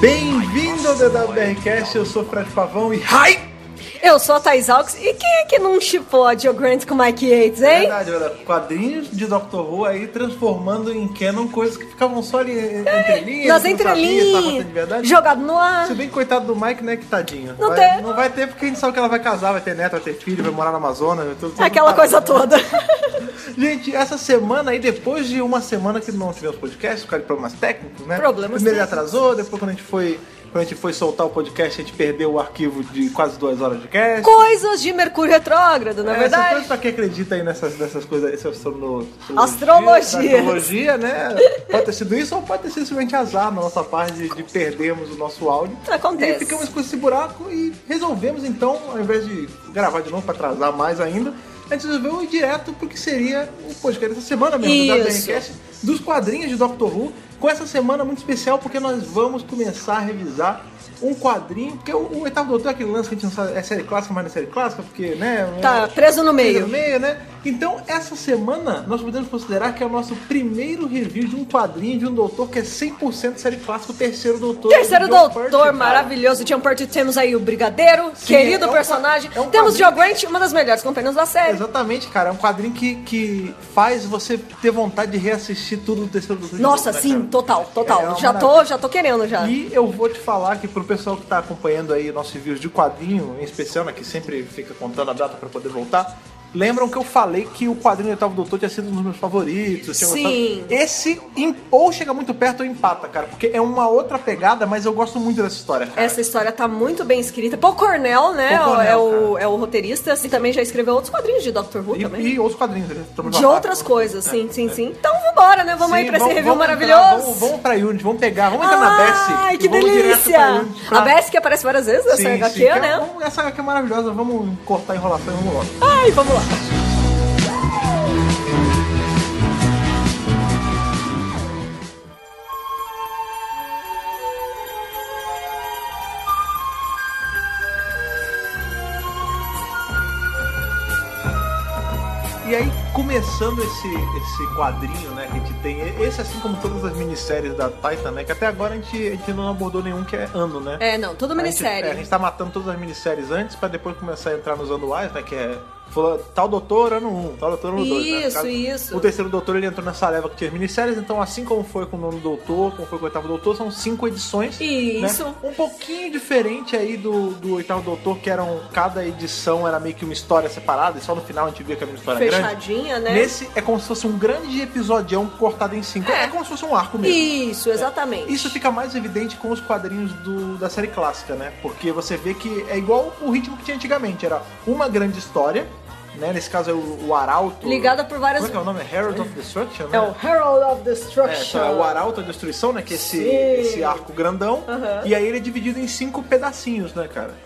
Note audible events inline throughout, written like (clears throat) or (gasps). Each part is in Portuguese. Bem-vindo ao DWRcast, eu sou Fred Pavão e HAI! Eu sou a Thais Alves. E quem é que não chipou a Joe Grant com o Mike Yates, hein? É Verdade, olha, quadrinhos de Doctor Who aí transformando em canon coisas que ficavam só ali en- entrelinhas. Nas não sabia se tava tá acontecendo de entrelinhas, verdade. jogado no ar. Se bem que coitado do Mike, né, que tadinho. Não vai, tem. não vai ter porque a gente sabe que ela vai casar, vai ter neto, vai ter filho, vai morar no Amazonas. vai Tudo, tudo Aquela parado. coisa toda. (laughs) Gente, essa semana aí, depois de uma semana que não tivemos podcast, por causa de problemas técnicos, né? Problemas Primeiro ele técnicos. atrasou, depois quando a gente foi... Quando a gente foi soltar o podcast, a gente perdeu o arquivo de quase duas horas de cast. Coisas de Mercúrio retrógrado, na É, Essas verdade. coisas pra quem acredita aí nessas, nessas coisas, essa astrono- Astrologia. Astrologia, né? Pode ter sido isso ou pode ter sido simplesmente azar na nossa parte de, de perdermos o nosso áudio. E aí Acontece. ficamos com esse buraco e resolvemos então, ao invés de gravar de novo pra atrasar mais ainda, a gente resolveu ir direto pro que seria o podcast dessa semana mesmo, do Isso. WRCast, dos quadrinhos de Doctor Who, com essa semana muito especial porque nós vamos começar a revisar um quadrinho, porque o, o Oitavo Doutor é aquele lance que a gente não sabe, é série clássica, mas não é série clássica, porque, né? Tá preso no meio, meio. meio, né? Então, essa semana, nós podemos considerar que é o nosso primeiro review de um quadrinho de um doutor que é 100% série clássica, o terceiro doutor. Terceiro do John doutor Pertwee, um cara. maravilhoso, John Purdy. Temos aí o Brigadeiro, Sim, querido é um qua- personagem. é um Temos quadrinho. Joe Grant, uma das melhores companhias da série. Exatamente, cara. É um quadrinho que, que faz você ter vontade de reassistir tudo do terceiro doutor. de Nossa, novo, né, sim, cara? total, É total. uma já tô, já tô querendo já. E eu vou te falar que pro pessoal que tá acompanhando aí nossos reviews de quadrinho, em especial, né, que sempre fica contando a data pra poder voltar, lembram que eu falei que o quadrinho do Oitavo Doutor tinha sido um dos meus favoritos. tinha gostado? Sim. Esse em- ou chega muito perto ou empata, cara, porque é uma outra pegada, mas eu gosto muito dessa história, cara. Essa história tá muito bem escrita. Paul Cornell, né? Paul Cornell, é, o, é o roteirista e também já escreveu outros quadrinhos de Doctor Who também. E, e outros quadrinhos, né? Estamos De lá. outras coisas, sim, sim, sim. Então vambora, né? Vamos É, Sim, aí pra esse vamos- review vamos entrar, maravilhoso. vamos, vamos pra Unity, vamos pegar, vamos entrar na Bessie. Ai, e que vamos direto delícia! pra Unity, pra- A Bess que aparece várias vezes nessa Sim, HQ, sim, que é- né? vamos- Essa HQ é maravilhosa, vamos cortar a enrolação e vamos logo. Ai, vamos lá. E aí, começando esse, esse quadrinho, né, que a gente tem, esse assim como todas as minisséries da Titan, né, que até agora a gente, a gente não abordou nenhum que é ano, né? É, não, tudo A gente, é, a minissérie. gente tá matando todas as minisséries antes pra depois começar a entrar nos anuais, né? Que é fula- tal doutor, ano 1, um, tal doutor, ano 2. né? No Isso, caso, isso. O terceiro doutor ele entrou nessa leva que tinha as minisséries, então assim como foi com o nono doutor, como foi com o oitavo doutor, são cinco edições. Isso. né? Um pouquinho diferente aí do, do oitavo doutor, que eram. Cada edição era meio que uma história separada, e só no final a gente via que era uma história grande. Fechadinha, né? Nesse é como se fosse um grande episodião cortado em cinco. É, É. como se fosse um arco mesmo. Isso, exatamente. Isso fica mais evidente com os quadrinhos do- da série clássica, né? Porque você vê que é igual o ritmo que tinha antigamente. Era uma grande história, né? Nesse caso é o, o Arauto. Ligada por várias. Como é que é o nome? É Herald of Destruction, né? É o Herald of É, Destruction. então é o Arauto da Destruição, né? Que é esse, Sim. esse arco grandão. Aham. E aí ele é dividido em cinco pedacinhos, né, cara?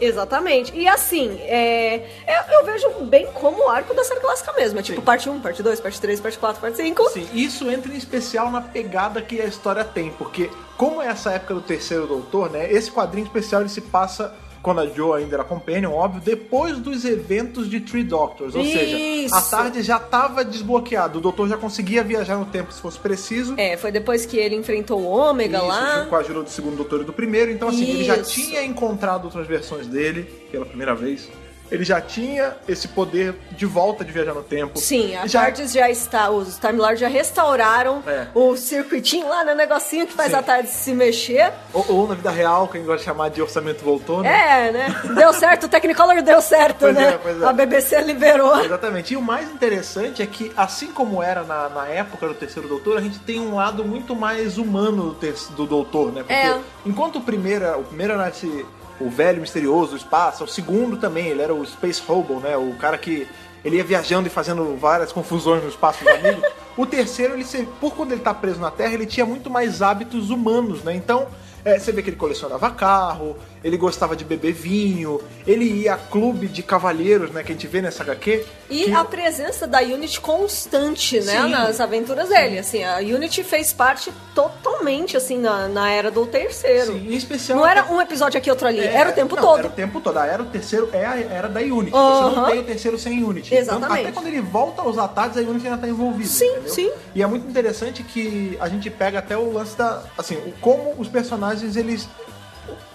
Exatamente. E assim, é, eu, eu vejo bem como o arco da série clássica mesmo. É tipo Sim. parte 1, parte 2, parte 3, parte 4, parte 5. Sim, isso entra em especial na pegada que a história tem, porque como é essa época do terceiro doutor, né? Esse quadrinho especial ele se passa quando a Joe ainda era companion, óbvio, depois dos eventos de Three Doctors, ou Isso. seja, a tarde já estava desbloqueado, o doutor já conseguia viajar no tempo se fosse preciso. É, foi depois que ele enfrentou o Ômega Isso, lá. junto com a ajuda do segundo doutor e do primeiro, então assim, ele já Isso. tinha encontrado outras versões dele pela primeira vez. Ele já tinha esse poder de volta de viajar no tempo. Sim, a Tipo, já Tardes já está, os Time Lords já restauraram É. o circuitinho lá, né? Negocinho que faz Sim. a Tardes se mexer. Ou, ou na vida real, que a gente gosta de chamar de orçamento voltou, né? É, né? Deu certo, o Technicolor deu certo, Pois né? é, pois é. A BBC liberou. Exatamente. E o mais interessante é que, assim como era na, na época do Terceiro Doutor, a gente tem um lado muito mais humano do, ter- do Doutor, né? Porque É. enquanto o primeiro, era- o primeiro era esse, o velho misterioso do espaço, o segundo também, ele era o Space Hobo, né? O cara que ele ia viajando e fazendo várias confusões no espaço dos amigos. O terceiro, ele se- por quando ele tá preso na Terra, ele tinha muito mais hábitos humanos, né? Então, é, você vê que ele colecionava carro, ele gostava de beber vinho, ele ia a clube de cavalheiros, né? Que a gente vê nessa HQ. E que- a presença da Unity constante, né? Sim. Nas aventuras dele, assim. A Unity fez parte totalmente, assim, na, na era do terceiro. Sim, em especial. Não era um episódio aqui, outro ali. É, era o tempo não, todo. Era o tempo todo. A era o terceiro é a era da Unity. Você não Aham. tem o terceiro sem Unity. Exatamente. Então, até quando ele volta aos ataques, a Unity ainda tá envolvida. Sim, entendeu? entendeu? Sim. E é muito interessante que a gente pega até o lance da. Assim, o- como os personagens eles.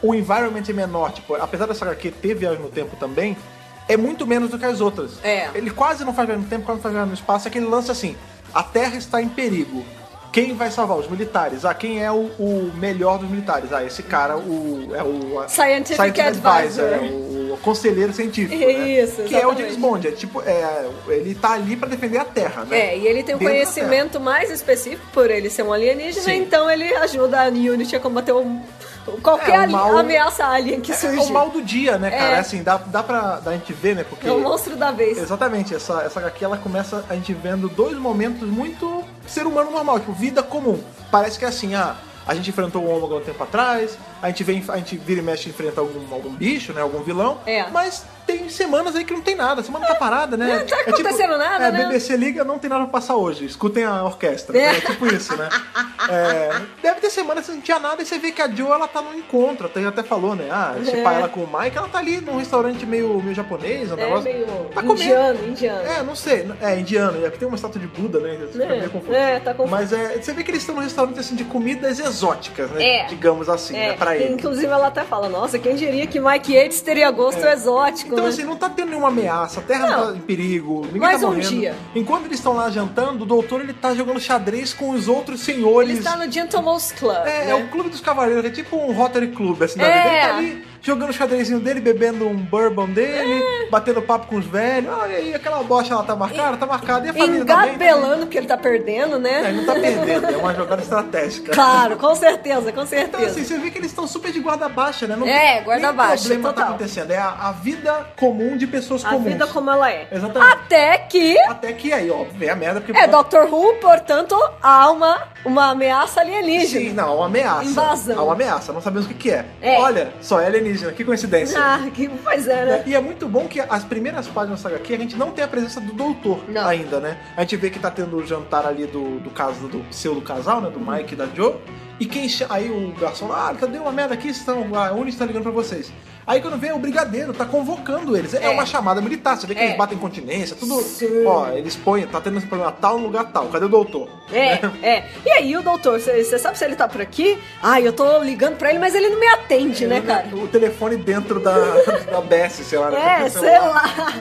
O environment é menor, tipo, apesar dessa HQ ter viagem no tempo também, é muito menos do que as outras. É. Ele quase não faz viagem no tempo, quase não faz viagem no espaço, é aquele lance assim: a Terra está em perigo. Quem vai salvar? Os militares. Ah, quem é o, o melhor dos militares? Ah, esse cara, o. É o a- Scientific Advisor. é o, o conselheiro científico. né? Isso, Que é o exatamente. James Bond. É tipo, é, ele tá ali pra defender a Terra, né? É, e ele tem um Dentro da conhecimento mais específico por ele ser um alienígena, Sim. então ele ajuda a Unity a combater um- qualquer É, o ali- mal- ameaça alien que Terra. É surge. o mal do dia, né, cara? É. Assim, dá, dá pra dá a gente ver, né? Porque. É o monstro da vez. Exatamente, essa, essa HQ ela começa a gente vendo dois momentos muito ser humano normal, tipo, vida comum. Parece que é assim, ah, a gente enfrentou o ômega um tempo atrás, a gente vem, a gente vira e mexe e enfrenta algum, algum bicho, né? Algum vilão. É. Mas tem semanas aí que não tem nada, a semana tá parada, né? Não tá acontecendo nada, é, né? BBC liga, não tem nada pra passar hoje. Escutem a orquestra. né? É tipo isso, né? É, deve ter semanas que não tinha nada e você vê que a Joe ela tá no encontro. Até, até falou, né? Ah, se É. pá, ela com o Mike, ela tá ali num restaurante meio, meio japonês, um É negócio. meio tá comendo. indiano, indiano. É, não sei. É, indiano. É que tem uma estátua de Buda, né? Fica meio confuso. É, tá confuso. Mas é, você vê que eles estão num restaurante assim de comidas exóticas, né? É. Digamos assim, É, né? Pra ele. Inclusive ela até fala, nossa, quem diria que Mike Yates teria gosto exótico, Então, né? assim, não tá tendo nenhuma ameaça, a terra não, Não. tá em perigo, ninguém Mais tá um morrendo. dia. Enquanto eles estão lá jantando, o doutor ele tá jogando xadrez com os outros senhores. ele está no Gentleman's Club, É, né? é o clube dos cavaleiros, é tipo um Rotary Club, assim, da É. vida. Ele tá ali jogando o xadrezinho dele, bebendo um bourbon dele, É. batendo papo com os velhos. Olha aí, aquela bocha lá tá marcada, tá marcada, e a família também. tá bem. Engabelando porque ele tá perdendo, né? É, não tá perdendo, é uma jogada estratégica. Claro, com certeza, com Então, certeza. assim, você vê que eles estão super de guarda baixa, né? Não É, guarda nenhum baixa, problema tá total. acontecendo. É a, a vida comum de pessoas a comuns. vida como ela é. Exatamente. Até que Até que aí, ó, vem a merda, porque... é Doctor Who, portanto, há uma, uma ameaça alienígena. Sim, não, é uma ameaça. Invasão. É uma ameaça, não sabemos o que que é. É. Olha, só é alienígena, que coincidência. Ah, que, pois é, né? E é muito bom que as primeiras páginas da HQ a gente não tem a presença do doutor Não. ainda, né? A gente vê que tá tendo o jantar ali do, do caso do pseudo casal, né? Do Uhum. Mike e da Joe. E quem cha- aí o garçom, ah, tá deu uma merda aqui, estão, a Uni está ligando pra vocês. Aí quando vem o brigadeiro, tá convocando eles. É, É. uma chamada militar, você vê que É. eles batem continência, tudo. Sim. Ó, eles põem, tá tendo esse problema tal no lugar tal. Cadê o doutor? É, é. E aí, o doutor, você sabe se ele tá por aqui? Ah, eu tô ligando pra ele, mas ele não me atende, né, cara? O telefone dentro da, (laughs) da BS, sei lá. né? É, Aquele sei celular. lá.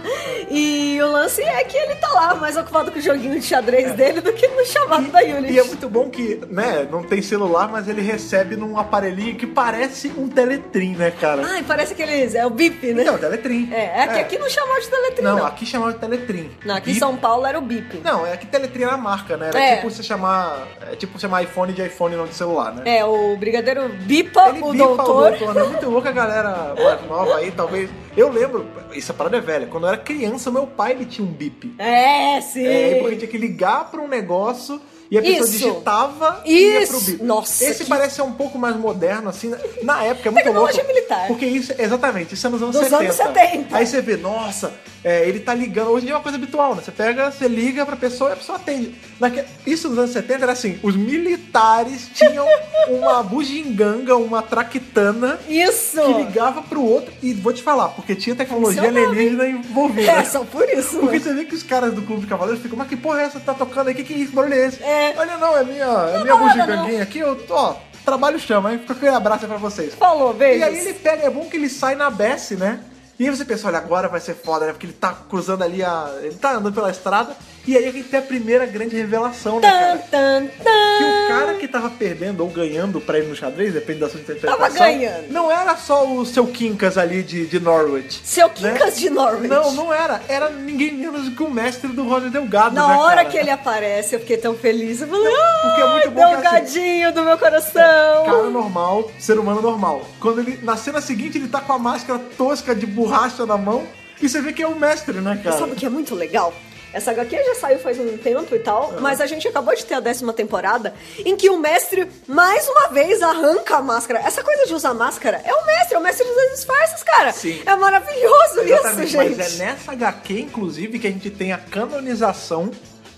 E o lance é que ele tá lá mais ocupado com o joguinho de xadrez dele do que no chamado da Unity. É. E é muito bom que, né, não tem celular, mas ele recebe num aparelhinho que parece um teletrim, né, cara? Ai, parece que eles. É o bip, Ah, né? Não, teletrim. É, é que aqui não chamava de teletrim, Então, Não, não. aqui chamava de teletrim. Não, aqui em Bip- São Paulo era o bip. Não, é que teletrim era a marca, né? Era É. tipo você chamar. É tipo chamar iPhone de iPhone não de celular, né? É, o brigadeiro bipa Ele É, o bipa doutor. o doutor, né? Muito louco a galera mais nova aí, talvez. Eu lembro, essa parada é velha. Quando eu era criança, meu pai ele tinha um bip. É, sim. É, porque tinha que ligar pra um negócio e a pessoa Isso. digitava e ia pro Isso. bip. Nossa, Esse que- parece ser um pouco mais moderno, assim. né? Na época, é muito louco. Tecnologia militar. Porque isso, exatamente, isso é nos anos Dos 70. anos 70. Aí você vê, nossa, é, ele tá ligando. Hoje em dia é uma coisa habitual, né? Você pega, você liga pra pessoa e a pessoa atende. Naque... Isso nos anos 70 era assim, os militares (laughs) tinham uma bugiganga, uma traquitana... Isso. Que ligava pro outro, e vou te falar, porque tinha tecnologia Funcionava, hein? alienígena envolvida. É, só por isso. Porque mano. você vê que os caras do Clube de Cavaleiros ficam, mas que porra é essa que tá tocando aí? Que, que isso? barulho é esse? É. Olha, não, é minha, é minha tá nada, bugiganguinha aqui, eu tô, ó, trabalho chama, aí fica aquele abraço aí pra vocês. Falou, beijos. E aí ele pega, é bom que ele sai na Bessie, né? E aí você pensa, olha, agora vai ser foda, né? Porque ele tá cruzando ali a. Ele tá andando pela estrada, e aí a gente tem a primeira grande revelação, né, Tan, cara? tan, Que tan. o cara que tava perdendo ou ganhando pra ele no xadrez, depende da sua interpretação. Tava ganhando. Não era só o seu Quincas ali de, de Norwich. Seu Quincas né? de Norwich. Não, não era. Era ninguém menos que o mestre do Roger Delgado. Na né, hora cara? que ele aparece, eu fiquei tão feliz. Eu falei, porque é muito "Ai, bom que é delgadinho do meu coração. Cara normal, ser humano normal. Quando ele. Na cena seguinte, ele tá com a máscara tosca de borracha na mão. E você vê que é o mestre, né, cara? Sabe o que é muito legal? Essa HQ já saiu faz um tempo e tal, Ah. mas a gente acabou de ter a décima temporada em que o mestre, mais uma vez, arranca a máscara. Essa coisa de usar máscara é o mestre, é o mestre dos disfarces, cara. Sim. É maravilhoso isso, Exatamente, é gente. Mas é nessa HQ, inclusive, que a gente tem a canonização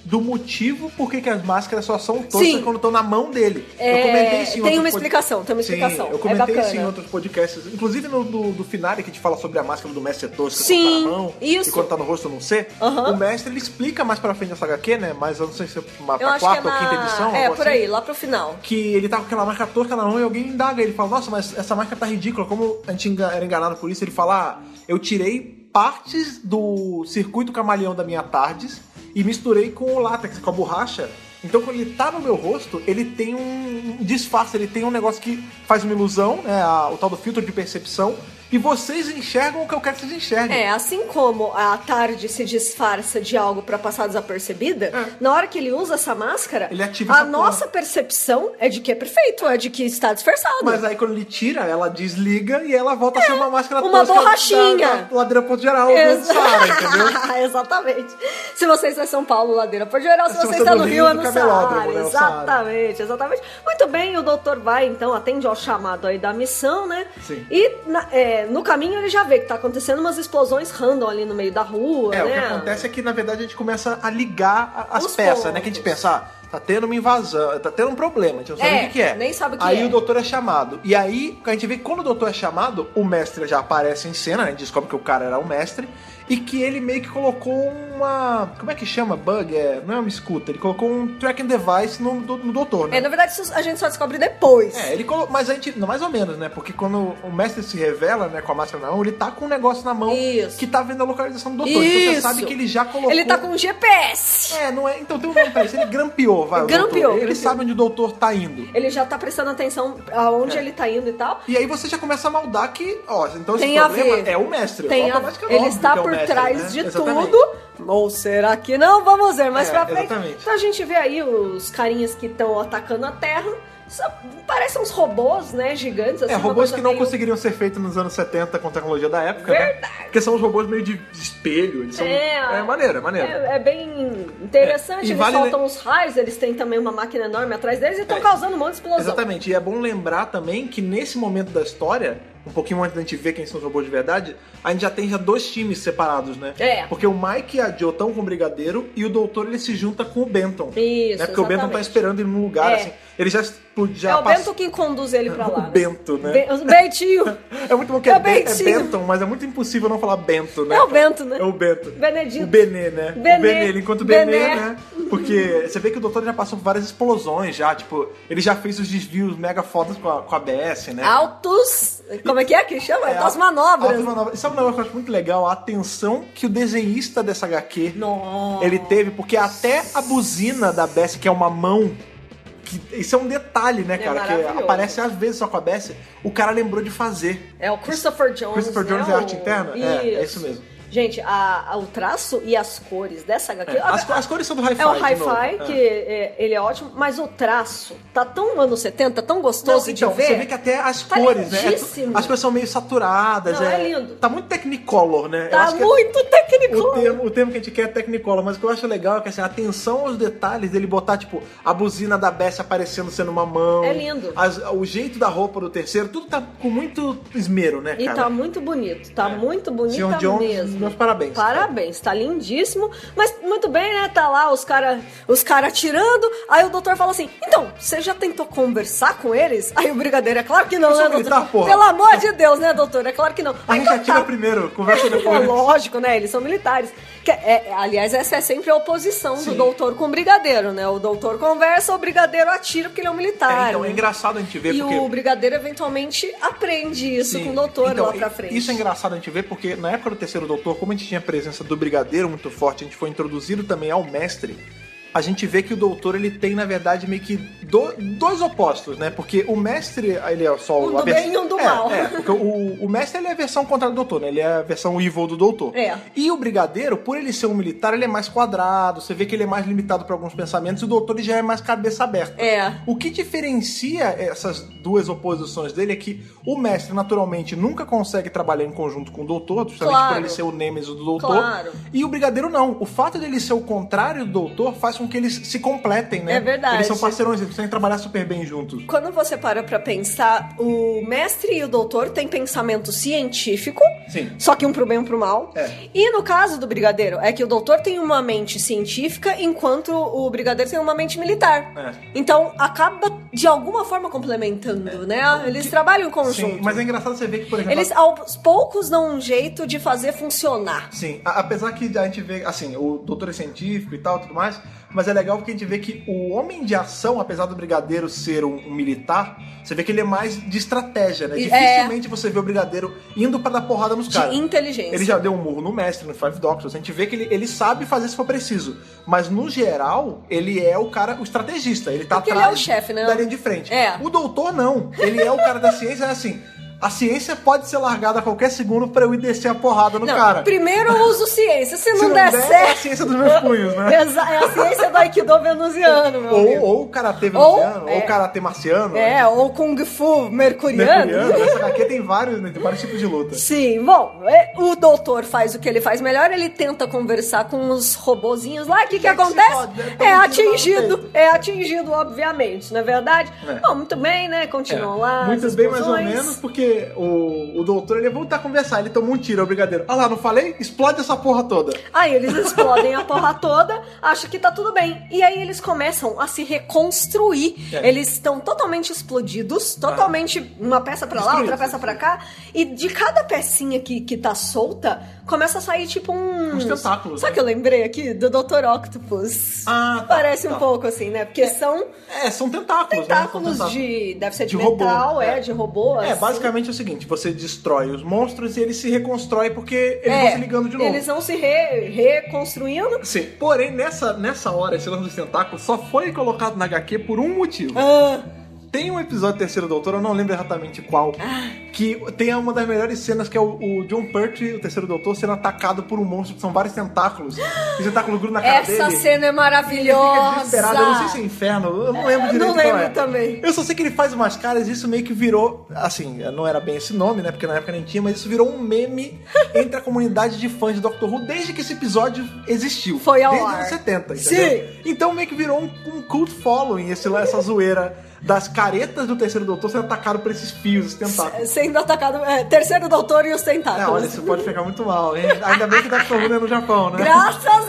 do motivo por que que as máscaras só são toscas Sim. quando estão na mão dele. É, eu comentei isso em tem outros uma pod- explicação, tem uma Sim, explicação. eu É comentei isso bacana. em outros podcasts, inclusive no do, do finale que a gente fala sobre a máscara do mestre ser tosca quando Sim, tá na mão isso. e quando tá no rosto não ser. Aham. O mestre ele explica mais pra frente nessa HQ, né? Mas eu não sei se é pra Eu acho que é quarta ou na... quinta edição. é, algo por assim aí, lá pro final. que ele tá com aquela marca tosca na mão e alguém indaga. Ele fala, nossa, mas essa marca tá ridícula. Como a gente enga- era enganado por isso, ele fala, ah, eu tirei partes do circuito camaleão da minha Tardes e misturei com o látex, com a borracha. Então, quando ele tá no meu rosto, ele tem um disfarce, ele tem um negócio que faz uma ilusão, né? a- o tal do filtro de percepção. E vocês enxergam o que eu quero que vocês enxerguem. É, assim como a tarde se disfarça de algo pra passar desapercebida, na hora que ele usa essa máscara, Ele ativa a essa porra. nossa percepção é de que é perfeito, é de que está disfarçado. Mas aí quando ele tira, ela desliga e ela volta a ser uma máscara É, uma tosca borrachinha. Da, da ladeira ponto geral do Ex- Sara, entendeu? (laughs) exatamente. Se você está em São Paulo, ladeira por geral, se, Se você você está é no do Rio, Rio, é do no Cabelódromo, Saara. né, o Saara. Exatamente, exatamente. Muito bem, o doutor vai então, atende ao chamado aí da missão, né? Sim. E na- é, no caminho ele já vê que tá acontecendo umas explosões random ali no meio da rua, É, o né? que acontece é que, na verdade, a gente começa a ligar a- as Os peças, né? Que a pontos. gente pensa, ah, tá tendo uma invasão, tá tendo um problema, a gente não sabe É, o que, que é. nem sabe o que aí é. o doutor é chamado. E aí, a gente vê que quando o doutor é chamado, o mestre já aparece em cena, né? A gente descobre que o cara era o mestre. E que ele meio que colocou uma. Como é que chama? Bug? É, não é uma escuta. Ele colocou um tracking device no, do- no doutor, né? É, na verdade, isso a gente só descobre depois. É, ele colocou. Mas a gente. não, Mais ou menos, né? Porque quando o mestre se revela, né, com a máscara na mão, ele tá com um negócio na mão Isso. que tá vendo a localização do doutor. Então você Isso. sabe que ele já colocou. Ele tá com um GPS. É, não é. Então tem um nome pra isso. Ele grampeou, vai. o Grampeou, doutor. Ele grampeou. sabe onde o doutor tá indo. Ele já tá prestando atenção É. aonde ele tá indo e tal. E aí você já começa a maldar que, ó, então esse Tem a problema ver. é o mestre. Tem a... automaticamente Ele óbvio está que é o por mestre, trás né? de Exatamente. tudo. Ou será que não? Vamos ver mais É, pra frente. exatamente. Então a gente vê aí os carinhas que estão atacando a Terra. Só- Parecem uns robôs, né? Gigantes. Assim, É, uma robôs coisa que não meio- conseguiriam ser feitos nos anos 70 com a tecnologia da época, né? Porque são os robôs meio de espelho, eles são... É. É, maneiro, é maneiro. É, é bem interessante, É, e eles vale soltam os raios, eles têm também uma máquina enorme atrás deles e estão É. causando um monte de explosão. Exatamente, e é bom lembrar também que nesse momento da história, um pouquinho antes da gente ver quem são os robôs de verdade, a gente já tem já dois times separados, né? É. Porque o Mike e a Joe estão com o Brigadeiro e o Doutor ele se junta com o Benton. Isso, né? Porque o Benton tá exatamente. esperando ele num lugar, É. assim. Ele já, já é o passa- Bento que conduz ele pra lá. O Bento, né? Be- o (laughs) Bentinho. É muito bom que É é, o Ben- é Bentinho. Benton, mas é muito impossível não falar Bento, né? É o Bento, né? É o Bento. Benedito. O Benê, né? Benê. O Benê, ele encontra o Benê, Benê. né? Porque você vê que o doutor já passou por várias explosões já, tipo, ele já fez os desvios mega fodas com a, com a BS, né? Altos. Como é que é que chama? É, Altas a- manobras. altas manobras. E Sabe um negócio que eu acho muito legal? A atenção que o desenhista dessa HQ Nossa. ele teve, porque até a buzina da Bessie, que é uma mão. que- isso é um detalhe, né, cara? que maravilhoso. aparece às vezes só com a Bessie, o cara lembrou de fazer. É o Christopher Jones. Christopher né? Jones é O- arte interna? Isso. É, é isso mesmo. Gente, a, a- o traço e as cores dessa HQ. É, a- As, as cores são do hi-fi. é o de novo. hi-fi, É. que é, ele é ótimo, mas o traço tá tão anos 70, tão Não, gostoso então, de ver. você vê que até as Tá cores, né? é tu- lindíssimo. As cores são meio saturadas. Não, é, é lindo. Tá muito Technicolor, né? Eu Tá acho que é- muito O técnico. termo, o termo que a gente quer é Technicolor, mas o que eu acho legal é que assim, a atenção aos detalhes dele botar, tipo, a buzina da Bessie aparecendo sendo uma mão. É lindo. as- o jeito da roupa do terceiro, tudo tá com muito esmero, né, E cara? tá muito bonito, tá É. muito Senhor bonita Jones, mesmo. meus parabéns. Parabéns, tá lindíssimo. Mas muito bem, né? Tá lá os cara, os cara tirando. Aí o doutor fala assim: "Então, você já tentou conversar com eles?" Aí o brigadeiro é claro que não, Eu sou né, doutor? militar, porra." Pelo amor de Deus, né, doutor? É claro que não. A Aí gente então atira tá. primeiro, conversa É depois. lógico, né? Eles são militares. Que é- é- aliás, essa é sempre a oposição do Sim. doutor com o brigadeiro, né? O doutor conversa, o brigadeiro atira porque ele é um É, militar. então é né? engraçado a gente ver E porque. o brigadeiro eventualmente aprende isso Sim. com o doutor Então, lá pra frente. Isso é engraçado a gente ver, porque na época do terceiro doutor, como a gente tinha a presença do brigadeiro muito forte, a gente foi introduzido também ao mestre. A gente vê que o doutor ele tem, na verdade, meio que do- dois opostos, né? Porque o mestre, ele é só Um a do vers- bem e um do É, mal. É, porque o, o mestre ele é a versão contrária do doutor, né? Ele é a versão evil do doutor. É. E o brigadeiro, por ele ser um militar, ele é mais quadrado, você vê que ele é mais limitado para alguns pensamentos, e o doutor ele já é mais cabeça aberta. É. O que diferencia essas duas oposições dele é que o mestre, naturalmente, nunca consegue trabalhar em conjunto com o doutor, justamente Claro. por ele ser o nêmesis do doutor. Claro. E o brigadeiro não. O fato dele ser o contrário do doutor faz com com que eles se completem, né? É verdade. Eles são parceirões, eles conseguem trabalhar super bem juntos. Quando você para pra pensar, o mestre e o doutor têm pensamento científico, Sim. só que um pro bem e um pro mal. É. E no caso do brigadeiro, é que o doutor tem uma mente científica, enquanto o brigadeiro tem uma mente militar. É. Então acaba de alguma forma complementando, né? Eles trabalham em conjunto. Sim, mas é engraçado você ver que, por exemplo. Eles aos poucos dão um jeito de fazer funcionar. Sim, a- apesar que a gente vê, assim, o doutor é científico e tal, tudo mais, mas é legal porque a gente vê que o homem de ação, apesar do brigadeiro ser um, um militar, você vê que ele é mais de estratégia, né? E- Dificilmente você vê o brigadeiro indo pra dar porrada nos caras. de inteligência. Ele já deu um murro no mestre, no Five Doctors. A gente vê que ele, ele sabe fazer se for preciso. Mas, no geral, ele é o cara, o estrategista. Ele tá Porque ele atrás é o chefe, né? da linha de frente. É. O doutor, não. Ele é o cara da ciência, é assim... A ciência pode ser largada a qualquer segundo pra eu ir descer a porrada no Não, cara. primeiro eu uso ciência. Se, (laughs) Se não, der, é a certo. ciência dos meus punhos, né? exa- É a ciência do Aikido venusiano, meu Ou, amigo. ou o karatê Ou- venusiano, ou, é. o karatê marciano, né? É, né? ou Kung Fu mercuriano. mercuriano. Essa HQ tem vários, né? Tem vários tipos de luta. (laughs) Sim, bom, é, o doutor faz o que ele faz melhor, ele tenta conversar com os robozinhos lá, o que, que Que que se acontece? pode, né? Tá É muito atingido, é atingido, obviamente, não é verdade? É. Bom, muito bem, né? Continuam lá. Muito as bem, mais ou explosões. menos, porque o, o doutor ele vai voltar a conversar, ele toma um tiro, é o brigadeiro. Ah lá, não falei? Explode essa porra toda. Aí eles explodem a porra toda, acham que tá tudo bem. E aí eles começam a se reconstruir. É. Eles estão totalmente explodidos, totalmente uma peça pra lá, Destruídos. outra peça pra cá. E de cada pecinha que, que tá solta, começa a sair tipo uns. Uns tentáculos, Sabe né? que eu lembrei aqui? Do Dr. Octopus. Ah, tá, Parece um tá. pouco assim, né? Porque são É, são tentáculos, né? tentáculos São tentáculos. de. Deve ser de, De robô, metal, é, é. de robô. É, assim. basicamente é o seguinte, você destrói os monstros e eles se reconstroem porque eles vão se ligando de novo. É, Eles vão se re- reconstruindo. Sim, porém, nessa, nessa hora, esse lance dos tentáculos só foi colocado na HQ por um motivo. Ah, Tem um episódio do Terceiro Doutor, eu não lembro exatamente qual, que tem uma das melhores cenas, que é o, o John Pertwee, o Terceiro Doutor, sendo atacado por um monstro, que são vários tentáculos. E os tentáculos grudam na cara dele. essa cena é Ele fica maravilhosa. desesperado, eu não sei se é inferno, eu não lembro direito Não qual lembro é. também. Eu só sei que ele faz umas caras e isso meio que virou, assim, não era bem esse nome, né? Porque na época nem tinha, mas isso virou um (laughs) meme entre a comunidade de fãs de Doctor Who desde que esse episódio existiu. Foi ao Desde ar. os anos 70, Sim. entendeu? Então meio que virou um, um cult following esse, essa zoeira das caretas do terceiro doutor sendo atacado por esses fios, esses tentáculos. Sendo atacado. é, terceiro doutor e os É, olha, tentáculos. isso pode ficar muito mal. hein? Ainda bem que Doctor Who não é no Japão, né? Graças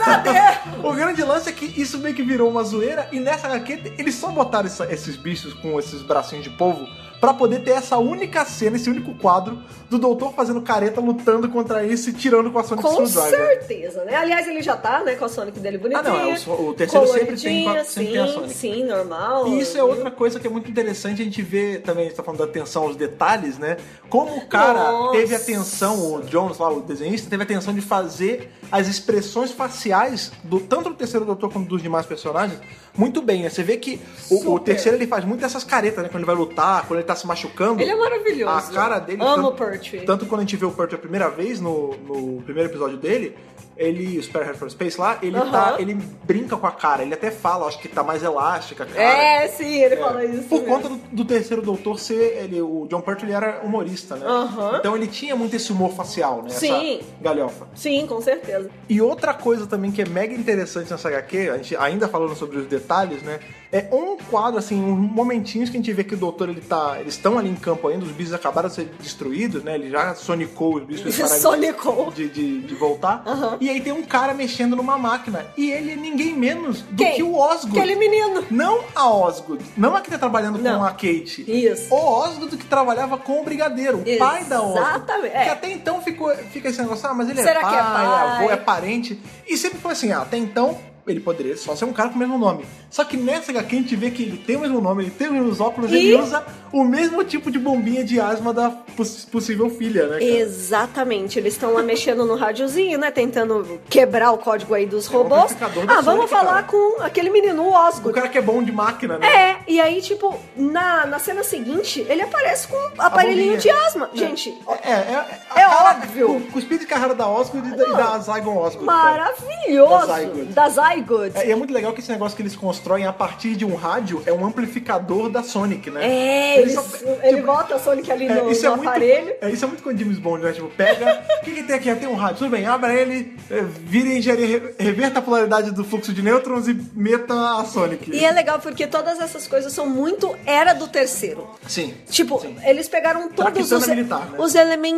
(laughs) a Deus! O grande lance é que isso meio que virou uma zoeira e nessa HQ eles só botaram essa- esses bichos com esses bracinhos de polvo pra poder ter essa única cena, esse único quadro do doutor fazendo careta lutando contra isso e tirando com a Sonic Com Screwdriver. certeza, né? Aliás, ele já tá, né, com a Sonic dele bonitinha. Ah, não, é, o- o terceiro sempre tem coloridinha, com a- sempre tem a sim, Sonic. sim, normal. E isso é outra coisa que é muito interessante a gente vê também, a gente tá falando da atenção aos detalhes, né? Como o cara Nossa. teve atenção, o Jones lá, o desenhista, teve atenção de fazer as expressões faciais do tanto do terceiro doutor quanto dos demais personagens muito bem, né? Você vê que o, o Super. terceiro ele faz muito essas caretas, né? Quando ele vai lutar, quando ele tá se machucando. Ele é maravilhoso. A cara dele. Amo o tanto- Pertwee. Tanto quando a gente vê o Pertwee a primeira vez no, no primeiro episódio dele, ele, o Spare Head for Space lá, ele Aham. tá. Ele brinca com a cara, ele até fala, acho que tá mais elástica, a cara. É, sim, ele fala isso. Por mesmo. conta do, do terceiro doutor ser. Ele, o John Pertwee ele era humorista, né? Aham. Então ele tinha muito esse humor facial, né? Sim. Essa galhofa. Sim, com certeza. E outra coisa também que é mega interessante nessa HQ, a gente ainda falando sobre os detalhes, né? É um quadro, assim, uns momentinhos que a gente vê que o doutor ele tá. Eles estão ali em campo ainda, os bichos acabaram de ser destruídos, né? Ele já sonicou os bichos eles (laughs) pararam de- Sonicou. de, de, de voltar. Aham. E aí tem um cara mexendo numa máquina. E ele é ninguém menos do Quem? que o Osgood. Aquele menino. Não a Osgood, não a que tá trabalhando Não. com a Kate. Isso. O Osgood que trabalhava com o Brigadeiro, o pai da Osgood. Exatamente, é. Que até então ficou, fica esse negócio, ah, mas ele Será é, pai, que é pai? avô, é parente. E sempre foi assim, ah, até então ele poderia só ser um cara com o mesmo nome. Só que nessa HQ a gente vê que ele tem o mesmo nome, ele tem os mesmos óculos, E- ele usa o mesmo tipo de bombinha de asma da poss- possível filha, né? cara? Exatamente, eles estão lá mexendo no rádiozinho, né? Tentando quebrar o código aí dos um robôs. amplificador do ah, Sonic, vamos cara. falar com aquele menino, o O Osgood. cara que é bom de máquina, né? É, e aí, tipo, na, na cena seguinte, ele aparece com um aparelhinho bombinha. de asma. Gente, É, é, É a cara- óbvio. O cuspiro de carreira da Osgood e da, e da Zygon Osgood. cara. Da maravilhoso! Zygote. Da Zygote. Spy Goods. É, e é muito legal que esse negócio que eles constroem a partir de um rádio é um amplificador da Sonic, né? É, Eles ele, só- ele tipo, bota a Sonic ali no, isso no muito, aparelho. é, isso é muito com o James Bond, né? Tipo, pega. (laughs) O que, que tem aqui? Ah, Tem um rádio. Tudo bem, abra ele, é, vira e engenharia, re- reverta a polaridade do fluxo de nêutrons e meta a Sonic. E é legal porque todas essas coisas são muito era do terceiro. Sim. Tipo, Sim. eles pegaram todos Traquitana os, militar, né? É. os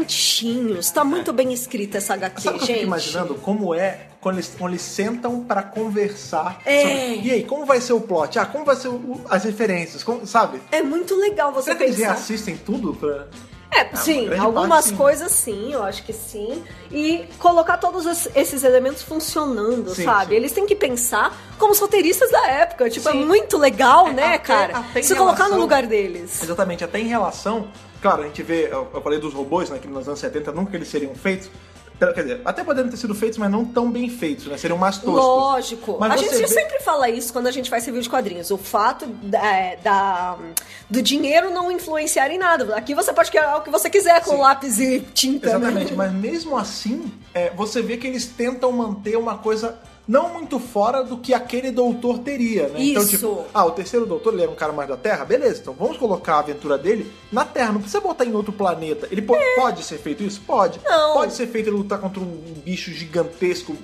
elementinhos. Tá muito bem escrita essa HQ, Sabe o que eu gente. fico imaginando? Como é quando eles, quando eles sentam pra conversar. É. sobre- e aí, como vai ser o plot? Ah, como vai ser o- o- as referências? Como- sabe? É muito legal você Será que eles pensar. reassistem tudo? Pra... É, uma sim, grande algumas parte, sim. coisas sim, eu acho que sim. E colocar todos es- esses elementos funcionando, Sim, sabe? sim. Eles têm que pensar como os roteiristas da época. Tipo, Sim. é muito legal, É, né, até- cara? até em Se colocar no relação- lugar deles. Exatamente, até em relação. Claro, a gente vê, eu, eu falei dos robôs, né? Que nos anos 70 nunca eles seriam feitos. Pera- Quer dizer, até poderiam ter sido feitos, mas não tão bem feitos, né? Seriam mais toscos. Lógico. Mas a você gente vê- sempre fala isso quando a gente faz review de quadrinhos. O fato da, é, da- do dinheiro não influenciar em nada. Aqui você pode criar o que você quiser com Sim. lápis e tinta. né? Exatamente, mas mesmo assim, é, você vê que eles tentam manter uma coisa não muito fora do que aquele doutor teria, né? Então, Isso. tipo, ah, o terceiro doutor, ele era um cara mais da Terra? Beleza, então vamos colocar a aventura dele na Terra, não precisa botar em outro planeta. Ele po- pode ser feito isso? Pode. É. Não. Pode ser feito ele lutar contra um bicho gigantesco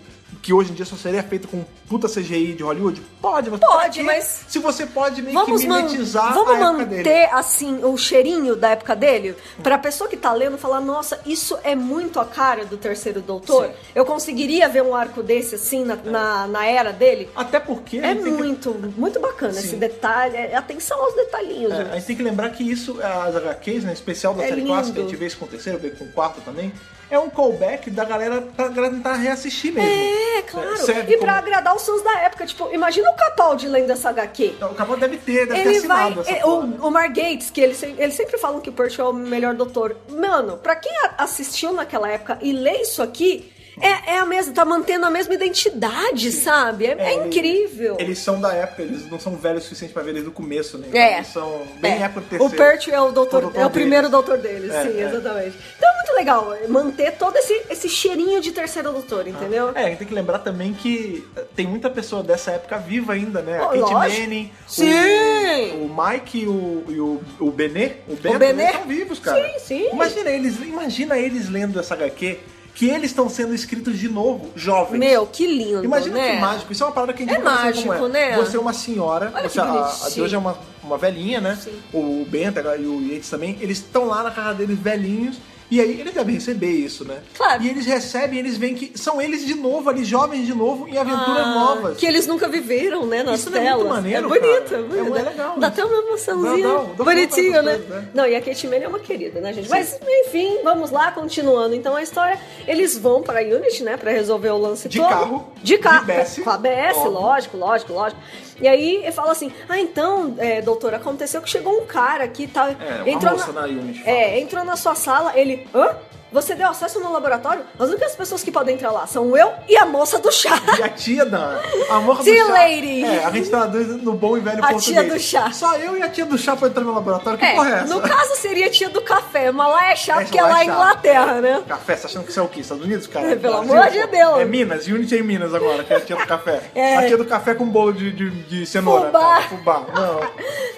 que hoje em dia só seria feito com puta CGI de Hollywood? Pode, mas pra Pode, quê? mas- Se você pode meio Vamos, que man- mimetizar vamos a época manter dele. assim o cheirinho da época dele pra pessoa que tá lendo falar nossa isso é muito a cara do terceiro doutor Sim. eu conseguiria ver um arco desse assim na, na, na era dele Até porque... é ele tem que- muito muito bacana Sim. esse detalhe é- atenção aos detalhinhos É, a né? gente tem que lembrar que isso, as HQs, né, especial da É série lindo. clássica, a gente vê isso com o terceiro, veio com o quarto também, é um callback da galera pra galera tentar reassistir mesmo. é, claro serve e pra como- agradar os fãs da época tipo imagina o Capaldi lendo essa HQ Então, o Capão deve ter, deve ter Ele vai. assinado essa é, porra, né? o, o Mar Gates, que eles ele sempre falam que o Percy é o melhor doutor. Mano, pra quem a- assistiu naquela época e lê isso aqui, é, é a mesma, tá mantendo a mesma identidade, sabe? É, é ele- incrível. Eles são da época, eles não são velhos o suficiente pra ver desde o começo, né? Então, É. Eles são bem É. época do O terceiro. Perch é o doutor, O doutor é o deles. primeiro doutor deles, É, sim, é. exatamente. Então é muito legal manter todo esse, esse cheirinho de terceiro doutor, entendeu? É, a gente tem que lembrar também que eh, tem muita pessoa dessa época viva ainda, né? A Pô, Kate lógico. Manning, o- Sim! O, Mike e o, e o, o Benê, o Bento, Benê? eles estão vivos, cara. Sim, sim. Imagina eles, imagina eles lendo essa HQ, que eles estão sendo escritos de novo, jovens. Meu, que lindo, Imagina né? que mágico, isso é uma parada que a gente É não sabe mágico, né? Você é uma senhora, Olha que você, a, a de bonitinho. hoje é uma, uma velhinha, né? Sim. O Bento e o Yates também, eles estão lá na casa deles velhinhos, e aí eles devem receber isso, né? Claro. E eles recebem, eles veem que são eles de novo ali, jovens de novo, em aventuras Ah, novas. Que eles nunca viveram, né? Nas Isso é muito telas. maneiro, é bonito, cara. é bonito. É legal Dá isso. até uma emoçãozinha. Dá- dá- dá um Bonitinho, vontade né? das coisas, né? Não, e a Kate Mann é uma querida, né, gente? Mas, enfim, vamos lá, continuando. Então a história. Eles vão pra Unity, né? Pra resolver o lance De todo. carro, De carro. de BS, com a BS, óbvio. lógico, lógico, lógico. E aí ele fala assim: ah, então, é, doutor, aconteceu que chegou um cara aqui e tal. É, uma moça na Unity fala É, entrou na sua sala, ele. Hã? Você deu acesso no laboratório? As únicas pessoas que podem entrar lá são eu e a moça do chá. E a tia da amor do Tia chá. Lady. É, a gente tá no bom e velho A português. tia do chá. Só eu e a tia do chá pra entrar no laboratório, que É, porra é essa? no caso seria tia do café, mas lá é chá É, porque lá é é lá em chá. Inglaterra, né? Café, você achando que isso é o quê? Estados Unidos, cara? É, pelo Brasil, amor de pô. Deus. É Minas, Unity é em Minas agora, que é a tia do café. É. A tia do café com bolo de, de, de cenoura. Fubá. cara, Fubá. Não.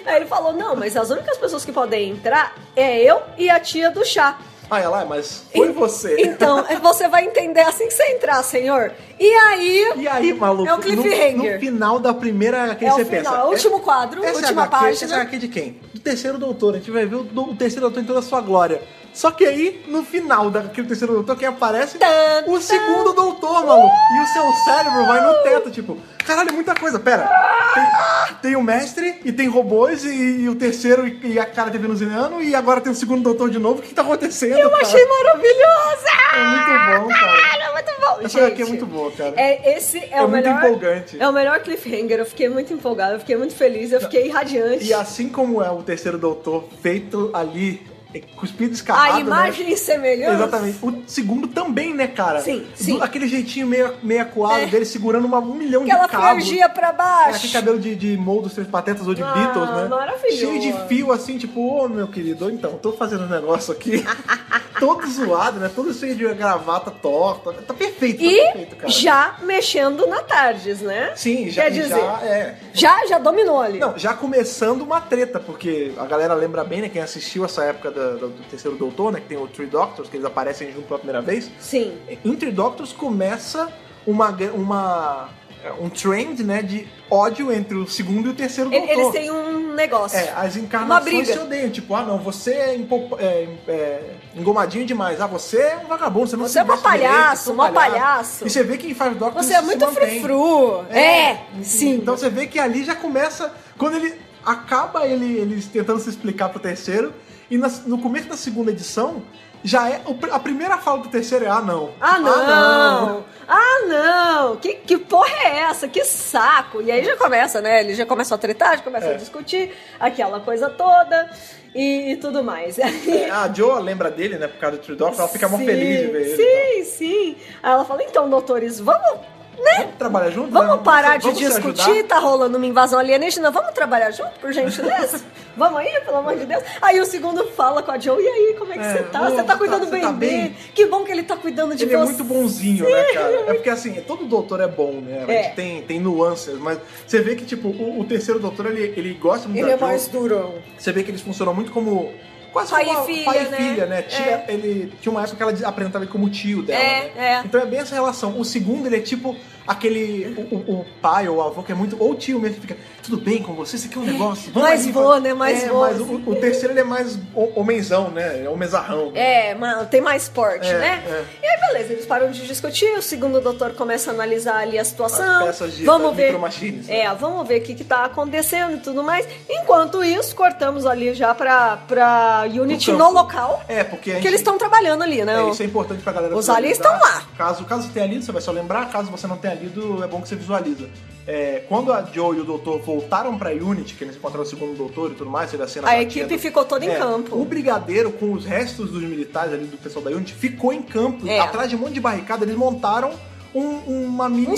Aí ele falou: não, mas as únicas pessoas que podem entrar é eu e a tia do chá. Ah, ela é, mas foi En- você. (laughs) Então, é, você vai entender assim que você entrar, senhor. E aí. E aí, maluco? É o No, no cliffhanger. final da primeira, que é você o final, pensa. é o último quadro, Essa última HQ, página. Essa é HQ de quem? Do terceiro doutor. A gente vai ver o, do- o terceiro doutor em toda a sua glória. Só que aí, no final daquele terceiro doutor, quem aparece? Tan, o tan. segundo doutor, maluco. E o seu cérebro vai no teto, tipo, caralho, muita coisa. Pera, tem, tem o mestre e tem robôs e, e o terceiro e, e a cara de venusiano e agora tem o segundo doutor de novo. O que, que tá acontecendo? Eu cara? achei maravilhosa! É muito bom, cara. Caralho, muito bom! Essa Gente, HQ é muito boa, cara. É, esse é, É o muito melhor. empolgante. É o melhor cliffhanger. Eu fiquei muito empolgada, eu fiquei muito feliz, eu fiquei radiante. E assim como é o terceiro doutor feito ali, é, cuspido escarrado, a né? imagem semelhante. Exatamente. O segundo também, né, cara? Sim, Do- sim. aquele jeitinho meio, meio acuado É. dele segurando uma, um milhão Aquela de cabos. frangia pra É, baixo. aquele cabelo de, de Mou dos Três Patetas ou de Ah, Beatles, né? maravilhoso. (laughs) Cheio de fio, assim, tipo, ô, meu querido, então, tô fazendo um negócio aqui. todo zoado, né? Todo cheio de gravata torta. Tá perfeito, tá perfeito, E cara. já mexendo na Tardes, né? Sim, já, Quer dizer, já é. já, já dominou ali. Não, já começando uma treta, porque a galera lembra bem, né? Quem assistiu essa época da- da- do Terceiro Doutor, né? Que tem o Three Doctors, que eles aparecem junto pela primeira vez. Sim. Em Three Doctors começa uma, gra- uma, um trend, né? De ódio entre o segundo e o terceiro Ele- doutor. Eles têm um negócio. É, as Uma encarnações briga. se odeiam. Tipo, ah, não, você é, impo- é, é, engomadinho demais. Ah, você é um vagabundo, você não Você se é mó veste direito, palhaço, você é um mó palhaço. E você vê que em Five Doctors Você é se muito mantém. frufru. É, sim. Então você vê que ali já começa. Quando ele. Acaba ele, ele tentando se explicar pro terceiro. E nas- no começo da segunda edição, já é. o pr- a primeira fala do terceiro é: ah, não. Ah não! Ah não! Que, que porra é essa? Que saco! E aí já começa, né? Ele já começa a tretar, já começa É. a discutir aquela coisa toda e, e tudo mais. (laughs) Aí- Ah, A Joa lembra dele, né? Por causa do True Doctor, ela fica mó Sim, feliz de ver ele. então. e Sim, sim. Aí ela fala: então, doutores, vamos, tal. Vamos trabalhar junto? né? vamos parar de vamos se discutir, ajudar? tá rolando uma invasão alienígena, vamos trabalhar junto, (laughs) por gentileza? vamos aí, pelo amor de Deus. Aí o segundo fala com a Joe: e aí, como é que É, você tá? boa, Você tá cuidando você bem, tá dele? bem? Que bom que ele tá cuidando de Ele você. é muito bonzinho, né, cara? É porque assim, todo doutor é bom, né? A gente É. tem, tem nuances, mas você vê que, tipo, o, o terceiro doutor, ele, ele gosta muito Ele da é Jo. mais durão. Você vê que eles funcionam muito como. Quase Pai como e filha, pai e né? filha, né? Tia, Ele tinha uma época que ela apresentava ele como tio dela. É, né? é. Então é bem essa relação. O segundo, ele é tipo aquele. O, o- o pai ou o avô que é muito. Ou o tio mesmo que fica. Tudo bem com você? Você quer um negócio? Vamos É. Mais ali, vô, vamos." né? Mais é, vô, Mas o, assim. o terceiro, ele é mais ho- homenzão, né? É homenzarrão. É, ma- tem mais porte, É, né? é. E aí, beleza, eles param de discutir, o segundo doutor começa a analisar ali a situação. As peças de- vamos das ver. micromachines, né? É, vamos ver o que, que tá acontecendo e tudo mais. Enquanto isso, cortamos ali já pra, pra Unity No no campo. local. É, porque a Porque gente- eles estão trabalhando ali, né? É, isso é importante pra galera. Os visualizar. aliens estão lá. Caso, caso você tenha lido, você vai só lembrar. Caso você não tenha lido, é bom que você visualiza. É, quando a Joe e o Doutor voltaram pra Unity, que eles encontraram o segundo Doutor e tudo mais, teve a cena A batida. equipe ficou toda em tá É, campo. O Brigadeiro, com os restos dos militares ali do pessoal da Unity, ficou em campo. É. Atrás de um monte de barricada, eles montaram um, uma mini... Um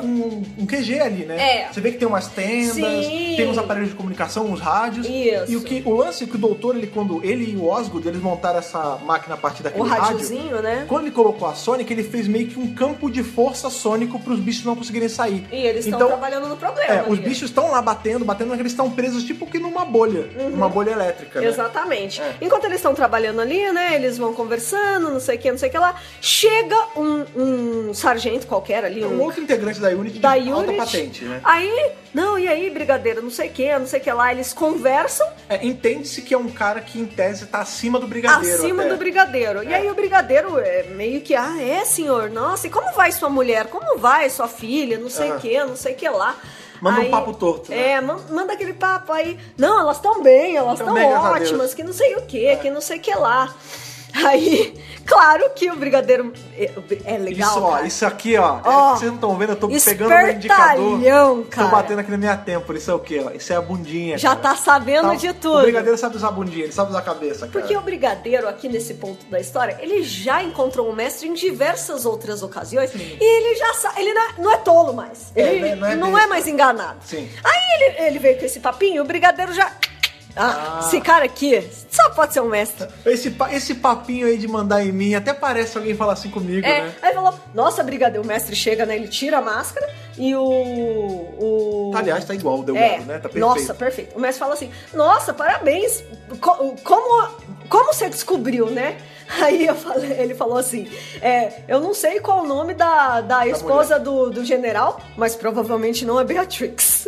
uma- um, um QG ali, né? É. Você vê que tem umas tendas, Sim. tem uns aparelhos de comunicação, uns rádios. Isso. E o, que, o lance é que o Doutor, ele, quando ele e o Osgood, eles montaram essa máquina a partir o daquele rádio... rádiozinho, né? Quando ele colocou a Sonic, ele fez meio que um campo de força sônico pros bichos não conseguirem sair. E eles estão Então, trabalhando no problema. É, os ali. bichos estão lá batendo, batendo, mas eles estão presos tipo que numa bolha, Uhum. uma bolha elétrica. né? Exatamente. É. Enquanto eles estão trabalhando ali, né? Eles vão conversando, não sei o que, não sei o que lá. Chega um, um sargento qualquer ali, Um um outro integrante da Unity da de alta Unity. patente, né? Aí, não, e aí, brigadeiro, não sei o que, não sei o que lá. Eles conversam É, Entende-se que é um cara que, em tese, tá acima do brigadeiro. acima até. do brigadeiro. E É. aí o brigadeiro é meio que, ah, é, senhor, nossa, e como vai sua mulher? Como vai sua filha? Não sei o Aham. que, não sei o que lá. Manda um Aí- papo torto, né? É, man- manda aquele papo aí. Não, elas estão bem, elas Tão estão bem, graças a Deus. É. ótimas, que não sei o que, que não sei o que lá. Aí, (laughs) claro que o brigadeiro é, é legal. Isso, ó, cara. isso aqui, ó. Ó, é, vocês não estão vendo, eu tô pegando meu indicador. espertalhão, cara. Tô batendo aqui na minha têmpora. Isso é o quê? ó? Isso é a bundinha. Já cara. tá sabendo Tá- de O tudo. brigadeiro sabe usar a bundinha, ele sabe usar a cabeça, cara. Porque o brigadeiro, aqui nesse ponto da história, ele já encontrou o mestre em diversas outras ocasiões e ele já sabe. Ele não é, não é tolo mais. É, Ele né, não não é, é besta. mais enganado. Sim. Aí ele, ele veio com esse papinho, o brigadeiro já. Ah, Ah. esse cara aqui só pode ser um mestre. (laughs) Esse, pa- esse papinho aí de mandar em mim, até parece alguém falar assim comigo, É, né? Aí falou, nossa, brigadeiro, o mestre chega, né? Ele tira a máscara e o. o... Tá, aliás, tá igual, deu É, errado, né? Tá perfeito. nossa, perfeito. O mestre fala assim: Nossa, parabéns. co- Como, como você descobriu, né? (laughs) Aí eu falei- ele falou assim: é, Eu não sei qual o nome da, Tá da esposa do, do general, mas provavelmente não é Beatrix.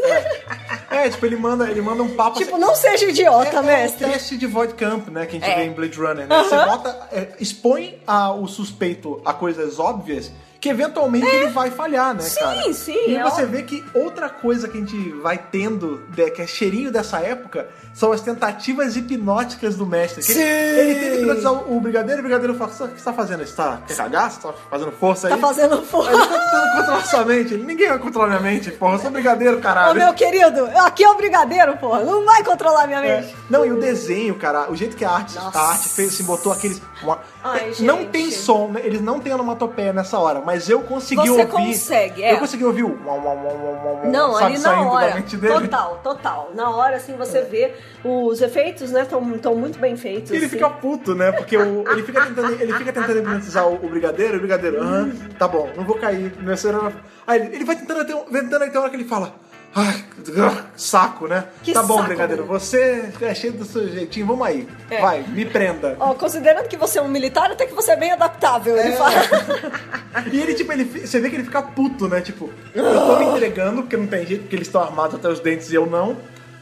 É, tipo, ele manda, ele manda um papo (laughs) tipo, não seja idiota, É, é o mestre. teste de Void Camp, né? Que a gente É. vê em Blade Runner, né? Você Aham. bota, é, expõe a- o suspeito a coisas óbvias que eventualmente ele vai falhar, né, É. Sim, cara? sim, E é você óbvio. vê que outra coisa que a gente vai tendo, de- que é cheirinho dessa época, são as tentativas hipnóticas do mestre. Que ele- Sim! Ele, tenta hipnotizar o o brigadeiro, o brigadeiro fala, "Só, o que você tá fazendo? Você tá quer cagar? Você tá fazendo força aí? Tá fazendo Aí ele força. tá tentando controlar sua mente. Ele, Ninguém vai controlar minha mente, porra. Eu sou um brigadeiro, caralho. Ô, meu querido, aqui é o brigadeiro, porra. Não vai controlar minha É. mente. Não, e o desenho, cara, o jeito que a arte, a Nossa. arte fez, se botou aqueles. uma- É, Ai, não gente. tem som, né? Eles não têm onomatopeia nessa hora, mas mas eu consegui Você ouvir. consegue, é. Eu consegui ouvir o. uau, uau, uau, uau, uau, uau, Não, sabe, ali na saindo da hora. mente dele. Total, total. Na hora, assim, você vê os efeitos, né? Estão muito bem feitos. (laughs) E ele assim. fica puto, né? Porque o- ele, fica tentando, ele fica tentando hipnotizar o, o brigadeiro, e o brigadeiro, aham, tá bom, não vou cair. Não sei, não- Aí ele, ele vai tentando até, um- tentando até uma hora que ele fala. Ai, ah, saco, né? Que tá bom, saco, brigadeiro, né? você é cheio do seu jeitinho, vamos aí. É. Vai, me prenda. Ó, considerando que você é um militar, até que você é bem adaptável, ele É. fala. E ele, tipo, ele, fi- você vê que ele fica puto, né? Tipo, eu tô me entregando, porque não tem jeito, porque eles estão armados até os dentes e eu não.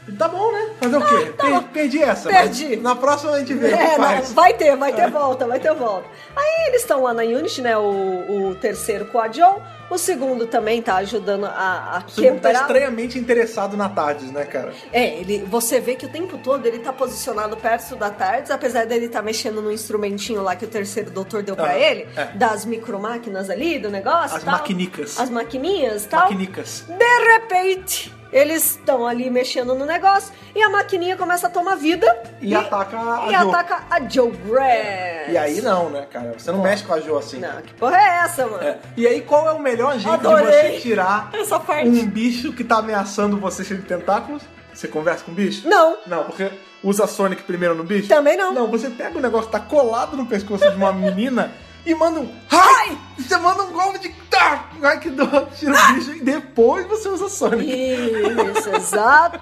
E tá bom, né? Fazer o quê? Per- Perdi essa. tá Perdi. mas Na próxima a gente vê. o que É, não, faz. vai ter, vai ter volta, vai ter volta. Aí eles estão lá na Unity, né? O, o terceiro com a John, o segundo também tá ajudando a, a O segundo tá quebrar. estranhamente interessado na Tardes, né, cara? É, ele, você vê que o tempo todo ele tá posicionado perto da Tardes, apesar dele tá mexendo no instrumentinho lá que o terceiro doutor deu pra Ah, ele, é. das micromáquinas ali, do negócio. As tal. maquinicas. As maquininhas tal. Maquinicas. De repente, eles estão ali mexendo no negócio e a maquininha começa a tomar vida E ataca a e Jo. ataca a Joe Grass. E aí não, né, cara? Você não mexe com a Jo assim. Não, que porra é essa, mano? É. E aí qual é o melhor jeito de Adorei. você tirar Essa parte. um bicho que tá ameaçando você cheio de tentáculos? Você conversa com o bicho? Não. Não, porque usa Sonic primeiro no bicho? Também não. Não, você pega o negócio que tá colado no pescoço de uma menina e manda um ai! Você manda um golpe de tá, ai que dor, tira o bicho e depois você usa Sonic. Isso,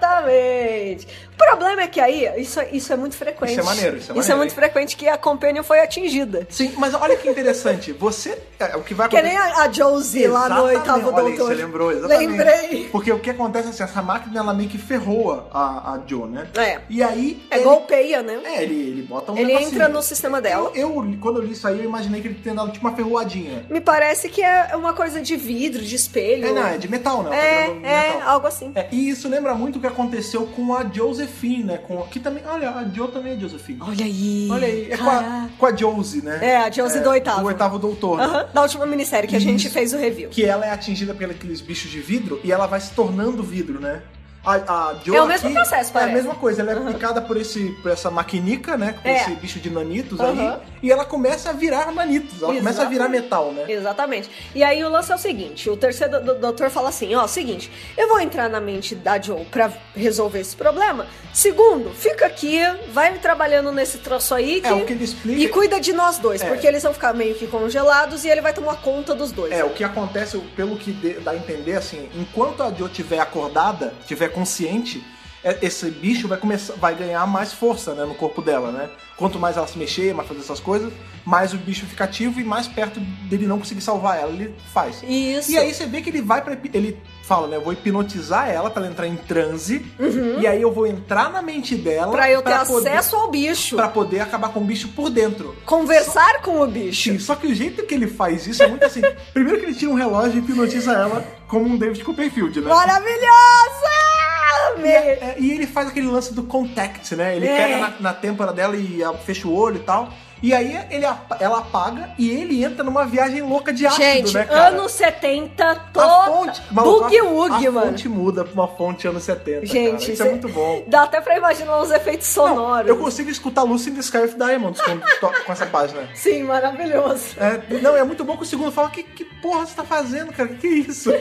exatamente. O problema é que aí, isso, isso é muito frequente. Isso é maneiro, isso é Isso é maneiro, muito hein? frequente que a Companion foi atingida. Sim, mas olha que interessante, você é, o que vai Que acontecer nem a, a Josie lá no Exatamente. oitavo Olha aí, doutor. Você lembrou, um- exatamente. Lembrei. Porque o que acontece é assim, essa máquina ela meio que ferroa a, a Jo, né? É. E aí. É ele- golpeia, né? É, ele, ele bota um Ele negocinho. entra no sistema dela. Eu, eu, quando eu li isso aí, eu imaginei que ele tinha dado tipo uma ferroadinha. Me parece que é uma coisa de vidro, de espelho. É, não, é de metal, não. É, de é, metal. algo assim. É, e isso lembra muito o que aconteceu com a Josephine, né? Com, que também, olha, a Jo também é Josephine. Olha aí. Olha aí, é com a, caraca. com a Josie, né? É, a Josie do oitavo. Do oitavo doutor. né? Aham, da última minissérie que a gente Isso. fez o review. que ela é atingida pelos bichos de vidro e ela vai se tornando vidro, né? A, a Jo É o mesmo aqui É processo, a parece. mesma coisa, ela é picada por, esse, por essa maquinica, né? Por É. esse bicho de nanitos Aham. aí. E ela começa a virar nanitos, ela começa a virar Exatamente. metal, né? Exatamente. E aí o lance é o seguinte: o terceiro do- doutor fala assim: ó, seguinte, eu vou entrar na mente da Joe pra resolver esse problema. Segundo, fica aqui, vai trabalhando nesse troço aí que- É, o que ele explica. e cuida de nós dois, É. porque eles vão ficar meio que congelados e ele vai tomar conta dos dois. É, o que acontece, pelo que dê- dá a entender, assim, enquanto a Jo tiver acordada, tiver consciente, é- esse bicho vai começar, vai ganhar mais força, né, no corpo dela, né? Quanto mais ela se mexer, mais fazer essas coisas, mais o bicho fica ativo e mais perto dele não conseguir salvar ela, ele faz. Isso. E aí você vê que ele vai pra. hip- Ele fala, né? Eu vou hipnotizar ela pra ela entrar em transe. E aí eu vou entrar na mente dela. Uhum. pra eu ter poder- acesso ao bicho, Pra poder acabar com o bicho por dentro. conversar com o bicho. Sim, só que o jeito que ele faz isso é muito assim. primeiro que ele tira um relógio e hipnotiza ela como um David Copperfield, né? Maravilhosa! E, Amei. é- é- e ele faz aquele lance do contact, né? Ele É. pega na, na têmpora dela e a- fecha o olho e tal. E aí ele, apa- ela apaga e ele entra numa viagem louca de ácido, Gente, né, cara? anos 70 A toda. fonte, maluco, Boogie a- Woogie, a mano. fonte muda pra uma fonte anos 70, Gente, cara. Isso é cê- muito bom. Dá até pra imaginar uns efeitos sonoros. Eu consigo escutar Lucy in the Sky with Diamonds com, to- com essa página. Sim, maravilhoso. É, não, é muito bom que o segundo fala, que, que porra você tá fazendo, cara? Que que é (laughs) isso?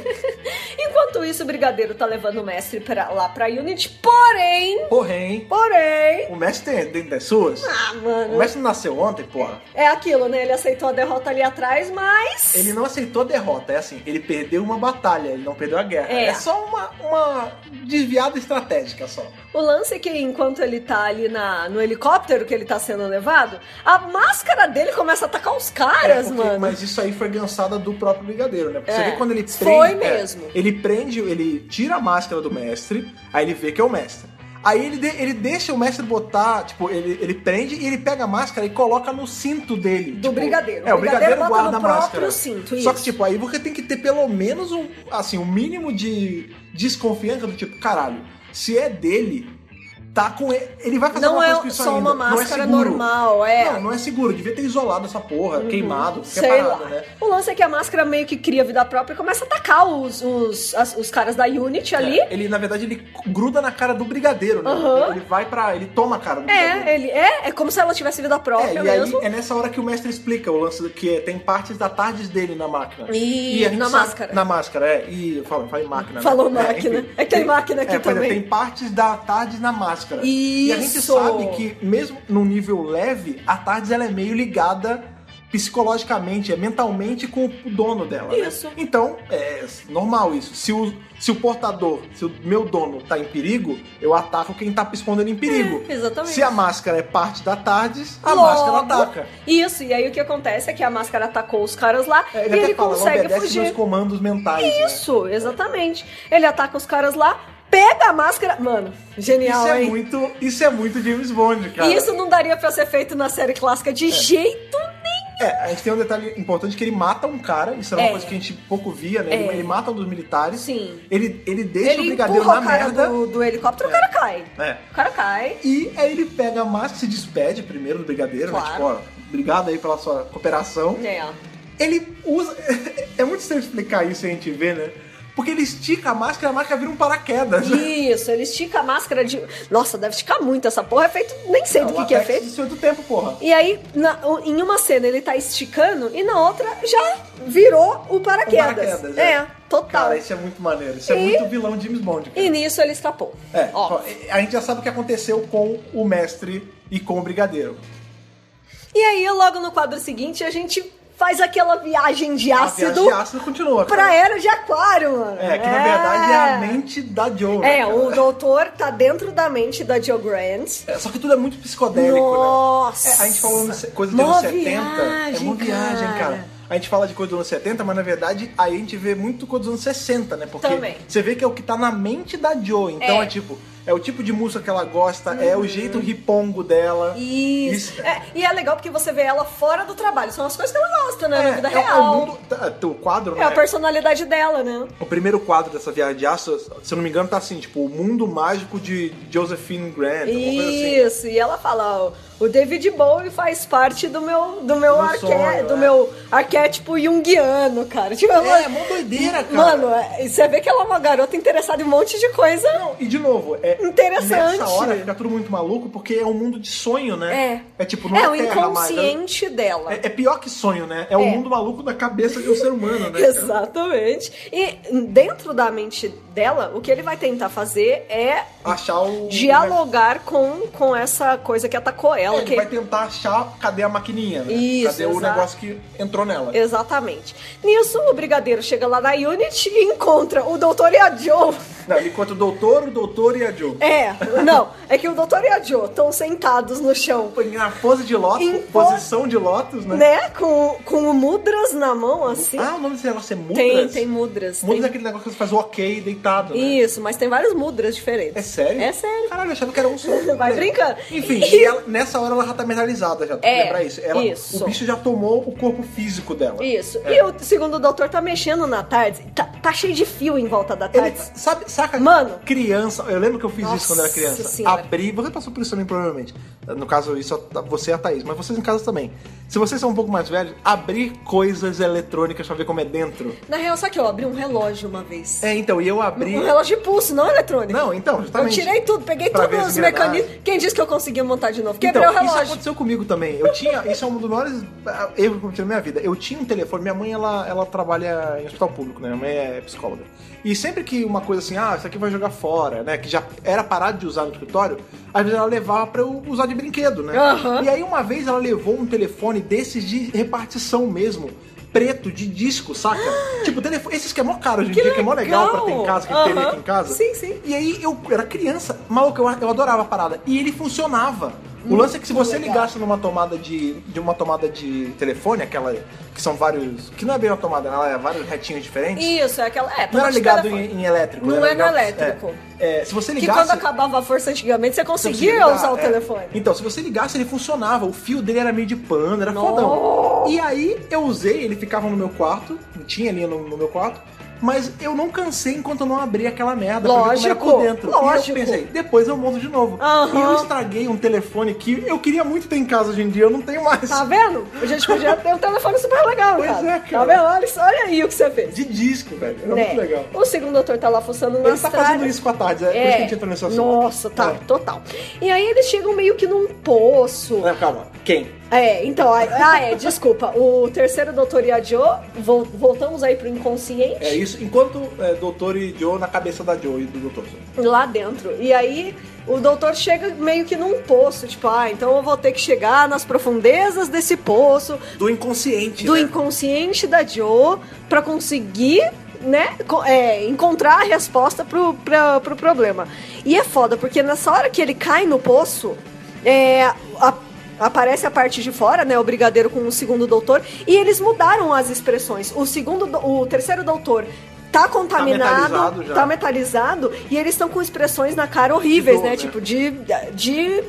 Enquanto isso, o Brigadeiro tá levando o mestre pra, lá pra Unity, porém, Porém, porém... o mestre tem dentro das suas. Ah, O mano... mestre não nasceu ontem, porra. É aquilo, né? Ele aceitou a derrota ali atrás, mas... Ele não aceitou a derrota, é assim, ele perdeu uma batalha, ele não perdeu a guerra. É. É, só uma, uma desviada estratégica só. O lance é que enquanto ele tá ali na, no helicóptero que ele tá sendo levado, a máscara dele começa a atacar os caras, É, porque- mano. Mas isso aí foi gançada do próprio brigadeiro, né? Porque É, você vê quando ele prende. foi mesmo. é, ele prende, ele tira a máscara do mestre, aí ele vê que é o mestre. Aí ele, de- ele deixa o mestre botar, tipo, ele, ele prende e ele pega a máscara e coloca no cinto dele. Do tipo, brigadeiro. É, o O brigadeiro brigadeiro bota guarda no a máscara. próprio cinto, Só isso. que, tipo, aí você tem que ter pelo menos um, assim, um mínimo de desconfiança do tipo, caralho, se é dele, tá com ele. Ele vai fazer Não uma é coisa com isso só ainda. uma máscara não é seguro. normal, é. Uhum. Não, não é seguro. Devia ter isolado essa porra, queimado, qualquer Sei parada, lá. né? O lance é que a máscara meio que cria vida própria e começa a atacar os, os, as- os caras da Unity ali. É, ele, na verdade, ele gruda na cara do brigadeiro, né? Aham. Ele vai pra. Ele toma a cara do brigadeiro. É, ele é, é como se ela tivesse vida É, própria e aí mesmo. é nessa hora que o mestre explica o lance do que é, tem partes da tarde dele na máquina. E a gente na sabe- máscara. Na máscara, é. E fala, fala em máquina. né? Falou máquina. enfim, É que tem máquina aqui é, pois é, também. tem partes da tarde na máscara. E a gente Isso. sabe que é mesmo num nível leve, a tarde ela é meio ligada psicologicamente, é mentalmente com o dono dela. né? Isso. Então, é normal isso. Se o, se o portador, se o meu dono tá em perigo, eu ataco quem tá respondendo em perigo. É, exatamente. Se a máscara é parte da Tardes, a Logo. máscara ataca. Isso, e aí o que acontece é que a máscara atacou os caras lá É, e até ele fala, não consegue obedece fugir. meus comandos mentais. Né? Isso, exatamente. Ele ataca os caras lá, pega a máscara. Mano, genial, Isso é, hein? muito, isso é muito James Bond, cara. E isso não daria pra ser feito na série clássica de jeito É, a gente tem um detalhe importante que ele mata um cara, isso é uma É. coisa que a gente pouco via, né? Ele- É. Ele mata um dos militares. Sim. Ele, ele deixa o Ele brigadeiro empurra na o cara merda. do, do helicóptero, o cara cai. É. O cara cai. E aí ele pega a máscara, se despede primeiro do brigadeiro, né? Claro. Tipo, ó, obrigado aí pela sua cooperação. É. Ele usa. (laughs) É muito estranho explicar isso e a gente vê, né? Porque ele estica a máscara e a máscara vira um paraquedas. Isso, ele estica a máscara de. Nossa, deve esticar muito essa porra. É feito. Nem sei do o que, que é Apex feito. Isso é do tempo, porra. E aí, na- em uma cena ele tá esticando e na outra já virou o paraquedas. O paraquedas, é. é. total. Cara, isso é muito maneiro. Isso é E- muito vilão de James Bond. cara. E nisso ele escapou. É, Ó. ó, a gente já sabe o que aconteceu com o mestre e com o brigadeiro. E aí, logo no quadro seguinte, a gente faz aquela viagem de A viagem ácido de ácido continua. cara. pra era de aquário, mano. É, que na verdade é a mente da Joe. né, É, cara? o doutor tá dentro da mente da Joe Grant. É, Só que tudo é muito psicodélico, Nossa. né? É, a gente falou de coisa dos Mó anos 70. é viagem, uma viagem, cara. cara. A gente fala de coisa dos anos 70, mas na verdade aí a gente vê muito coisa dos anos 60, né? Porque Também. você vê que é o que tá na mente da Joe. Então É. Uhum. é, tipo, é o tipo de música que ela gosta, é o jeito ripongo dela. Isso. Isso. É, e é legal porque você vê ela fora do trabalho. São as coisas que ela gosta, né? na vida é, real. É o mundo. tá, tá, O quadro, É né? a personalidade dela, né? O primeiro quadro dessa viagem de aço, se eu não me engano, tá assim, tipo, o mundo mágico de Josephine Grant, alguma coisa assim. Isso, e ela fala, ó, o David Bowie faz parte do meu, do meu, Do arque- sonho, do é. meu arquétipo junguiano, cara. Tipo, É, ela- é mó doideira, cara. Mano, é- você vê que ela é uma garota interessada em um monte de coisa. Não, e de novo, é. Interessante. Nessa hora fica tudo muito maluco porque é um mundo de sonho, né? É. É tipo, não é, é o terra mais, é- inconsciente dela. É, é pior que sonho, né? É o É. mundo maluco da cabeça de um ser humano, né? cara? Exatamente. E dentro da mente dela, o que ele vai tentar fazer é Achar o. dialogar com, com essa coisa que atacou ela. É, Ele que- vai tentar achar cadê a maquininha, né? Isso, cadê o exato. negócio que entrou nela. Exatamente. Nisso, o brigadeiro chega lá na Unity e encontra o doutor e a Joe. Não, ele conta o doutor, o doutor e a Joe. É, não, é que o doutor e a Joe estão sentados no chão, Na pose de Lotus, Em pose- posição de Lotus, né? né? Com, com o mudras na mão, assim. Ah, o nome desse negócio é Mudras? tem, tem mudras. Mudras é tem- aquele negócio que você faz o ok deitado, né? Isso, mas tem vários mudras diferentes. É sério? É sério. Caralho, eu achava que era um só. (laughs) Vai Né? brincando. Enfim, e ela- nessa hora ela já tá mentalizada, já. Tem É, que lembrar isso. Ela- isso. O bicho já tomou o corpo físico dela. Isso. É. E o segundo doutor tá mexendo na tarde. Tá, tá cheio de fio em volta da Ele, tarde. sabe, saca? Mano. Criança. Eu lembro que eu fiz Nossa isso quando era criança. Senhora. Abri. Você passou por isso também, provavelmente. No caso, isso é você e a Thaís. Mas vocês em casa também. Se vocês são um pouco mais velhos, abrir coisas eletrônicas pra ver como é dentro. Na real, só que eu abri um relógio uma vez. É, então, e eu abri. Um relógio de pulso, não eletrônico. Não, então, Eu justamente. tirei tudo, peguei Pra ver todos se os engrenagem. mecanismos. Quem disse que eu conseguia montar de novo? Quebrei Então, o isso relógio. aconteceu comigo também. Eu tinha, isso é um dos maiores ah, erros que eu cometi na minha vida. Eu tinha um telefone, minha mãe ela, ela trabalha em hospital público, né? Minha mãe é psicóloga. E sempre que uma coisa assim, ah, isso aqui vai jogar fora, né? Que já era parado de usar no escritório, às vezes ela levava pra eu usar de brinquedo, né? Aham. E aí uma vez ela levou um telefone desses de repartição mesmo. Preto de disco, (gasps) saca? tipo, telefone. Esses que é mó caro hoje em Que dia, que é mó legal pra ter em legal. casa, que a gente teve Aham. aqui em casa. Sim, sim. E aí eu era criança, maluco, eu, eu adorava a parada. E ele funcionava. O lance é que se você legal. ligasse numa tomada de, de uma tomada de telefone, aquela que são vários, que não é bem uma tomada, ela é vários retinhos diferentes. Isso, é aquela. É, não era tomate de ligado telefone. em, em elétrico. né? Não era é no ligado- elétrico. É, é, se você Que ligasse quando acabava a força antigamente, você você conseguia conseguia ligar, usar o é. telefone. Então, se você ligasse, ele funcionava. O fio dele era meio de pano, era Nossa. fodão. E aí eu usei, ele ficava no meu quarto, tinha linha no, no meu quarto. Mas eu não cansei enquanto eu não abri aquela merda pra ver Lógico, como era por dentro. lógico. E eu pensei, depois eu monto de novo. Aham. E eu estraguei um telefone que eu queria muito ter em casa hoje em dia, eu não tenho mais. Tá vendo? A gente podia ter um telefone super legal, Pois cara. é, Tá cara. vendo? Olha, isso- olha aí o que você fez. De disco, velho. Era Né? muito legal. O segundo doutor tá lá fuçando na Ele tá fazendo isso com a tarde, é, por isso que a gente entrou nesse assunto. Nossa, tá, É. total. E aí eles chegam meio que num poço. Não, calma, quem? É, então, aí- ah, é, desculpa. O terceiro doutor e a Jo, vol- voltamos aí pro inconsciente. É isso, enquanto é, Doutor e Joe na cabeça da Joe e do Doutor. lá dentro. E aí o doutor chega meio que num poço, tipo, ah, então eu vou ter que chegar nas profundezas desse poço, Do inconsciente, do né? inconsciente da Jo, pra conseguir, né, co- é, encontrar a resposta pro, pra, pro problema. E é foda, porque nessa hora que ele cai no poço, é, a- aparece a parte de fora, né, o brigadeiro com o segundo doutor, e eles mudaram as expressões. O segundo, do- o terceiro doutor tá contaminado, metalizado já. tá metalizado, e eles estão com expressões na cara horríveis, De dor, né, né? tipo de,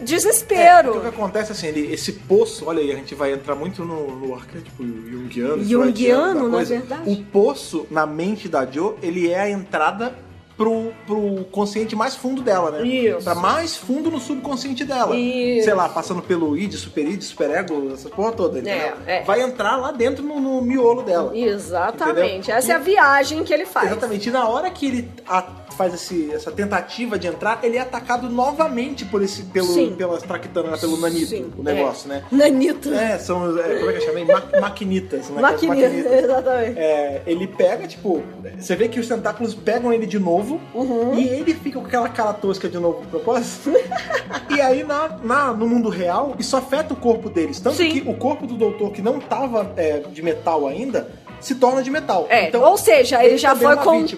de É, porque o que desespero. acontece assim, ele- esse poço, olha aí, a gente vai entrar muito no, no arquétipo tipo junguiano. Junguiano, freudiano da na coisa. verdade. O poço, na mente da Jo, ele é a entrada pro, pro consciente mais fundo dela, né? Isso. Pra mais fundo no subconsciente dela. Isso. Sei lá, passando pelo id, superid, superego, essa porra toda. entendeu? é. Vai entrar lá dentro no, no miolo dela. Exatamente. Entendeu? Essa é a viagem que ele faz. Exatamente. E na hora que ele a- faz esse- essa tentativa de entrar, ele é atacado novamente por esse, Sim. pelo, pelas traquitanas, pelo nanito, Sim, o negócio, é. né? Nanito. É, são, é, como é que chama? Ma maquinitas, né? Aquelas Maquinita, (laughs) exatamente. É, ele pega, tipo, você vê que os tentáculos pegam ele de novo Uhum. e ele fica com aquela cara tosca de novo, pro propósito. (laughs) e aí na, na- no mundo real, isso afeta o corpo deles. Tanto Sim. que o corpo do doutor, que não tava é, de metal ainda, se torna de metal. Então, É, ou seja, ele, ele já também foi é uma vítima.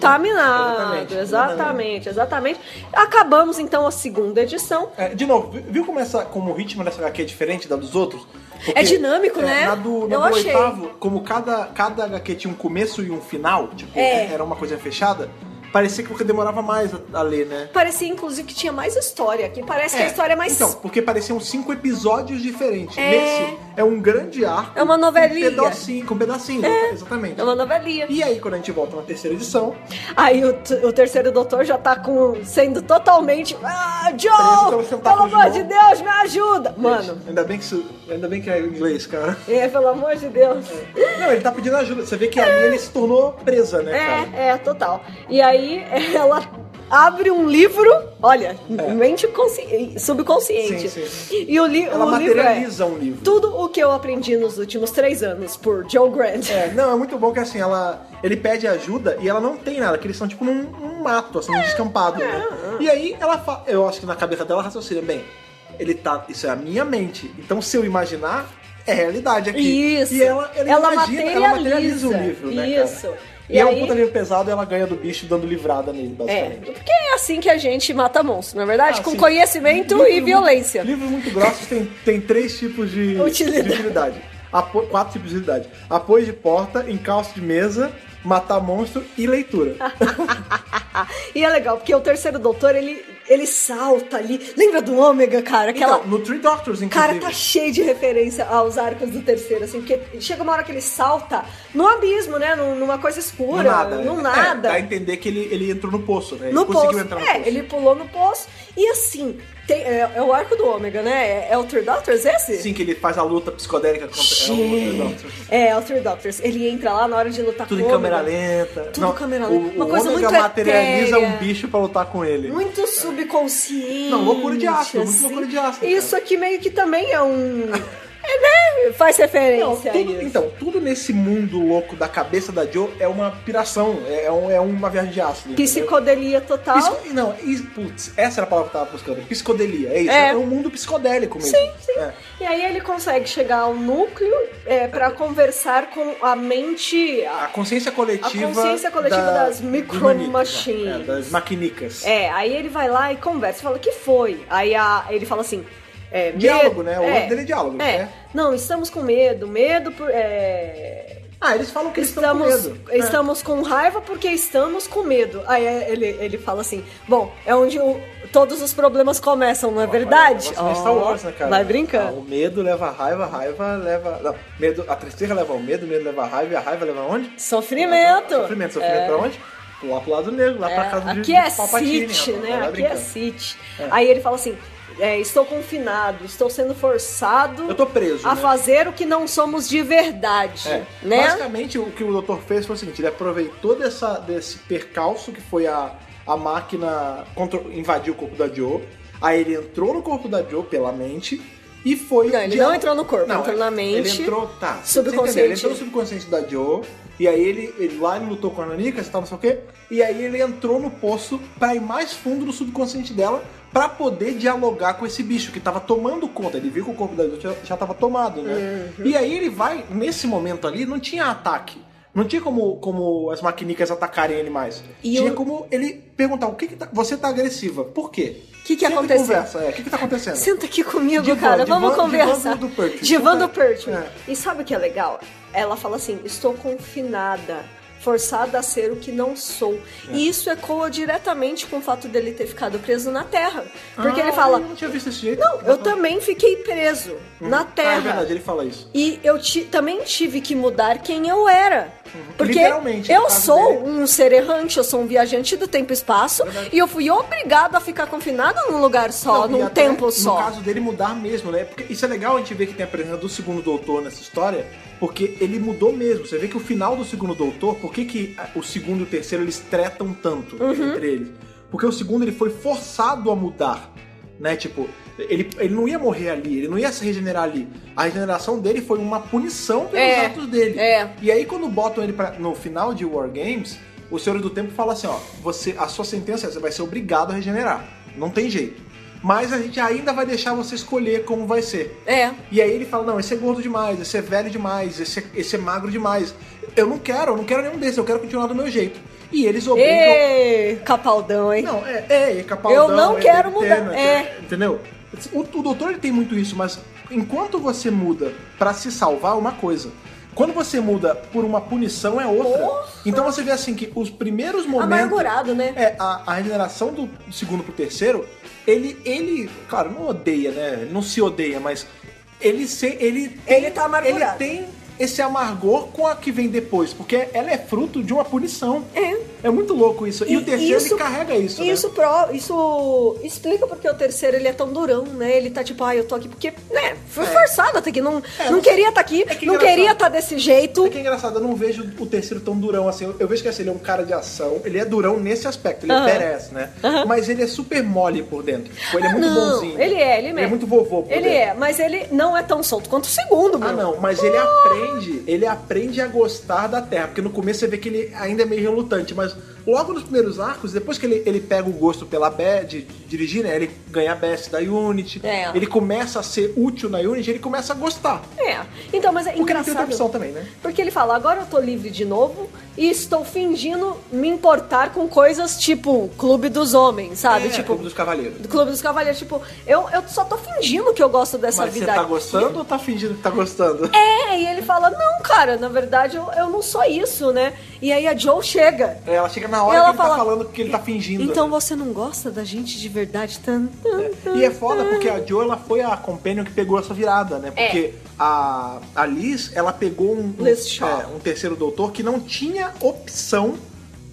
Exatamente, contaminado. Exatamente, exatamente, Acabamos então a segunda edição. É, de novo, vi- viu como, essa, como o ritmo dessa HQ é diferente da dos outros? Porque, É dinâmico, né? Na do, na Eu do achei. oitavo, como cada, cada HQ tinha um começo e um final, tipo, É. era uma coisa fechada, parecia que demorava mais a, a ler, né? Parecia inclusive que tinha mais história aqui. Parece que a É, história é mais. Então, porque pareciam cinco episódios diferentes. É. Nesse é um grande arco. É uma novelinha. Com pedacinho, com pedacinho, exatamente. É uma novelinha. E aí, quando a gente volta na terceira edição, Aí o, t- o terceiro doutor já tá com, sendo totalmente. Ah, Joe! pelos Pelo tentáculos amor de de novo. Deus, me ajuda! Mano, ainda bem que, isso- ainda bem que é em inglês, cara. é, pelo amor de Deus. Não, ele tá pedindo ajuda. Você vê que ali ele se tornou presa, né, cara? É, é, total. E aí (laughs) ela abre um livro, olha, mente consci- subconsciente. É. Sim, E o, li Ela o livro é materializa um livro. Tudo o que eu aprendi nos últimos três anos por Joe Grant. É, não, é muito bom que assim, ela. Ele pede ajuda e ela não tem nada, que eles são tipo num, num mato, assim, num descampado, né? E aí ela fala. Eu acho que na cabeça dela ela raciocina, bem, ele tá. Isso é a minha mente. Então se eu imaginar, é realidade aqui. Isso. E ela, ela, Ela imagina, ela materializa o materializa. livro, né? Isso. Cara? E E, é um aí- puta livro pesado e ela ganha do bicho dando livrada nele, É, basicamente. porque é assim que a gente mata monstro, na verdade, Ah, com sim. conhecimento Livro e muito- violência. livros muito grossos tem, tem três tipos de Utilidade. de utilidade. Apo- quatro tipos de utilidade. Apoio de porta, encalço de mesa, matar monstro e leitura. Ah, e é legal, porque o terceiro doutor, ele, ele salta ali. Lembra do ômega, cara? Aquela. Então, no Three Doctors, Cara, inclusive. tá cheio de referência aos arcos do terceiro, assim, porque chega uma hora que ele salta no abismo, né? num- Numa coisa escura, no nada. num né? nada. É, dá a entender que ele, ele entrou no poço, né? no ele conseguiu poço. entrar no é, poço. ele pulou no poço. E assim, tem- é, é o arco do ômega, né? É, é o Three Doctors esse? Sim, que ele faz a luta psicodélica contra é, o Three Gente. Doctors. É, é o Three Doctors. Ele entra lá na hora de lutar Tudo com em o Ômega. câmera lenta. Tudo em câmera lenta. O, Uma o coisa Ômega muito materializa etérea. um bicho pra lutar com ele. Muito subconsciente. Não, loucura de ácido, muito assim. loucura de ácido, cara. Isso aqui meio que também é um. (laughs) é, né? Faz referência Não, a tudo- isso. então, tudo nesse mundo louco da cabeça da Joe é uma piração, é, um- é uma viagem de ácido. entendeu? Psicodelia total. Pisco- não, e- putz, essa era a palavra que eu tava buscando. Psicodelia, é isso. É. É, um mundo psicodélico mesmo. Sim, sim. É. E aí ele consegue chegar ao núcleo é, para conversar com a mente. A consciência coletiva. A consciência coletiva da- das micro dos nanitos, machines. né? É, das maquinicas. É, aí ele vai lá e conversa, fala, que foi? Aí a- ele fala assim. É, Diálogo, medo- né? O nome dele é diálogo, é. né? Não, estamos com medo, medo por. é, Ah, eles falam que eles estão com Estamos, medo. É. estamos com raiva porque estamos com medo. Aí é, ele, ele fala assim: Bom, é onde o- todos os problemas começam, não é verdade? Nossa, é Star Wars, né, cara? Vai Ah, brincando. o medo leva a raiva, a raiva leva. Não, medo, a tristeza leva o medo, o medo leva a raiva e a raiva leva onde? Sofrimento. Sofrimento, sofrimento pra onde? Lá pro lado negro, lá pra É, casa do aqui é do Palpatine, City, rapaz, né? vai Aqui é brincando. City. Aí ele fala assim: é, estou confinado, estou sendo forçado Eu tô preso. a né? fazer o que não somos de verdade. É, Né? Basicamente, o que o doutor fez foi o seguinte: ele aproveitou dessa, desse percalço que foi a, a máquina contro- invadir o corpo da Joe. Aí ele entrou no corpo da Joe pela mente e foi. Não, ele dia- não entrou no corpo, entrou na mente, Ele entrou, tá. você subconsciente. entendeu, Ele entrou no subconsciente da Joe. E aí ele, ele lá ele lutou com a Nanica, tal, não sei o quê. E aí ele entrou no poço pra ir mais fundo no subconsciente dela pra poder dialogar com esse bicho que tava tomando conta. Ele viu que o corpo da Joe já, já tava tomado, né? Uhum. E aí ele vai, nesse momento ali, não tinha ataque. Não tinha como, como as maquinicas atacarem ele mais. E tinha eu- como ele perguntar, o que que tá- Você tá agressiva. Por quê? O que que Senta e aconteceu? Conversa, é. O que que tá acontecendo? Senta aqui comigo, Divã, cara. divã, Vamos divã conversar. do Pertwee. Divã do É. Pertwee. É. E sabe o que é legal? Ela fala assim: estou confinada, forçada a ser o que não sou. É. E isso ecoa diretamente com o fato dele ter ficado preso na Terra. Porque Ah, ele fala: Eu não tinha visto esse jeito. Não, eu também fiquei preso Ah, na é Terra. verdade, ele fala isso. e eu ti- também tive que mudar quem eu era. Porque Literalmente, no eu caso sou dele. um ser errante, eu sou um viajante do tempo e espaço, e eu fui obrigado a ficar confinada num lugar só, Não, e num até tempo só. No caso dele mudar mesmo, né? Porque isso é legal a gente ver que tem a presença do segundo doutor nessa história, porque ele mudou mesmo. Você vê que o final do segundo doutor, por que, que ah, o segundo e o terceiro eles tretam tanto Uhum. entre eles? Porque o segundo ele foi forçado a mudar, né? Tipo, ele, ele não ia morrer ali, ele não ia se regenerar ali. A regeneração dele foi uma punição pelos É, atos dele. é. E aí quando botam ele pra, no final de War Games, o Senhor do Tempo fala assim, ó, você, a sua sentença é você vai ser obrigado a regenerar. Não tem jeito. Mas a gente ainda vai deixar você escolher como vai ser. É. E aí ele fala, não, esse é gordo demais, esse é velho demais, esse é, esse é magro demais. Eu não quero, eu não quero nenhum desses, eu quero continuar do meu jeito. E eles obrigam... Ei, capaldão, hein? Não, é, é, é Capaldão, Eu não é quero Debiteno, mudar, é- Entendeu? O, o doutor ele tem muito isso, mas enquanto você muda pra se salvar, é uma coisa. Quando você muda por uma punição, é outra. Então você vê assim que os primeiros momentos. Amargurado, né? É, a, a regeneração do segundo pro terceiro, ele, ele, claro, não odeia, né? Ele não se odeia, mas ele se, ele, Ele tá amargurado. Ele tem esse amargor com a que vem depois, porque ela é fruto de uma punição. É. muito louco isso. E, o terceiro ele carrega isso, né? Isso, pro, isso explica porque o terceiro ele é tão durão, né? Ele tá tipo, ah, eu tô aqui porque, né? Fui forçado até aqui, não, não queria estar aqui, É. que não engraçado. queria estar desse jeito. É que é engraçado, eu não vejo o terceiro tão durão assim. Eu- Eu vejo que assim, ele é um cara de ação, ele é durão nesse aspecto, ele Aham. é badass, né? Mas ele é super mole por dentro. Tipo, ele é Ah, muito não, bonzinho. ele é, ele Ele é mesmo. muito vovô por Ele dentro. é, mas ele não é tão solto quanto o segundo, meu. Ah, não, mas ele aprende, ele aprende a gostar da Terra, porque no começo você vê que ele ainda é meio relutante, mas logo nos primeiros arcos, depois que ele, ele pega o gosto pela Be- de de dirigir, né? Ele ganha a Best da Unity, É. ele começa a ser útil na Unity, ele começa a gostar. É. Então, mas é Porque ele tem outra engraçado. opção também, né? Porque ele fala, agora eu tô livre de novo e estou fingindo me importar com coisas tipo Clube dos Homens, sabe? É, tipo, Clube dos Cavaleiros. do Clube dos Cavaleiros, tipo, eu, eu só tô fingindo que eu gosto dessa Mas você vida tá aqui. gostando ou tá fingindo que tá gostando? É, e ele fala, não, cara, na verdade eu, eu não sou isso, né? E aí a Joe chega. Ela chega na hora É. Ela que ele fala, tá falando que ele tá fingindo. Então você não gosta da gente de verdade? Tan, tan, tan, E é foda tan." porque a Jo ela foi a companion que pegou essa virada, né? É. Porque a, a Liz, ela pegou um, um, Liz Shaw. é, um terceiro doutor que não tinha opção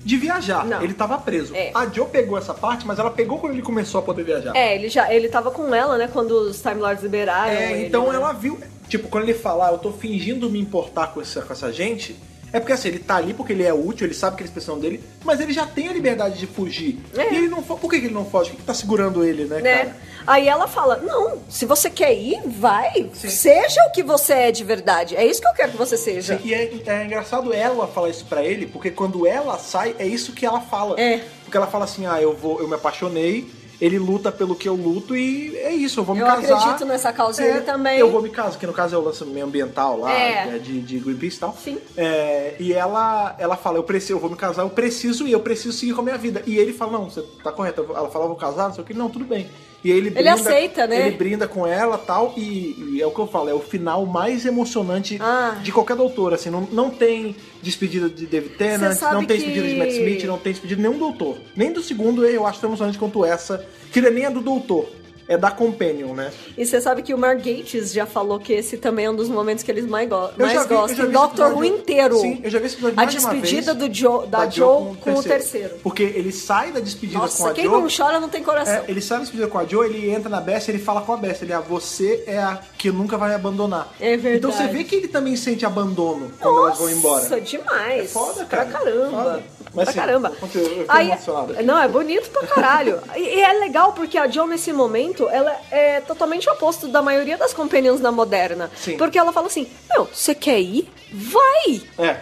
de viajar. Não. Ele tava preso. É. A Jo pegou essa parte, mas ela pegou quando ele começou a poder viajar. É, ele já ele tava com ela, né, quando os Time Lords liberaram. É, ele, então né? ela viu. Tipo, quando ele falar, eu tô fingindo me importar com essa, com essa gente. É porque assim, ele tá ali porque ele é útil, ele sabe que eles precisam dele, mas ele já tem a liberdade de fugir. É. E ele não fo- Por que que ele não foge? O que, que tá segurando ele, né, né? cara? Aí ela fala: Não, se você quer ir, vai. Seja o que você é de verdade. É isso que eu quero que você seja. E é, é engraçado ela falar isso pra ele, porque quando ela sai, é isso que ela fala. É. Porque ela fala assim: ah, eu vou, eu me apaixonei, ele luta pelo que eu luto e é isso, eu vou me Eu casar. É, acredito nessa causa dele também. Eu vou me casar, que no caso é o lance ambiental lá, É. que de, de Greenpeace e tal. Sim. É, e ela, ela fala: eu preciso, eu vou me casar, eu preciso ir, eu preciso seguir com a minha vida. E ele fala: não, você tá correto. Ela fala: eu vou casar, não sei o que, não, tudo bem. E E aí ele brinda, aceita, né? Ele brinda com ela tal, e, e é o que eu falo, é o final mais emocionante Ah. de qualquer doutor, assim, não, não tem despedida de David Tennant, Você sabe não tem que- despedida de Matt Smith, não tem despedida de nenhum doutor. Nem do segundo eu acho tão emocionante quanto essa, que nem é do doutor, é da Companion, né? E você sabe que o Mark Gates já falou que esse também é um dos momentos que eles mais, go Eu já mais vi- eu já gostam. vi Doctor esse Who episódio- inteiro. Sim, eu já vi esse episódio A mais de uma despedida vez, do Joe, da, Joe, com, o terceiro. Porque ele sai da despedida com Nossa, a quem Joe. não chora não tem coração. É, ele sai da despedida com a Joe, ele entra na Bessie, ele fala com a Bessie, ele, ah, você é a que nunca vai me abandonar. É verdade. Então você vê que ele também sente abandono quando elas vão Nossa, embora. demais. É foda, cara. Pra caramba. Foda. Mas, pra assim, caramba. eu fiquei emocionado. não, é bonito (laughs) pra caralho. e, e é legal porque a John, nesse momento, ela é totalmente o oposto da maioria das companions da moderna. Sim. Porque ela fala assim: Meu, você quer ir? Vai! É.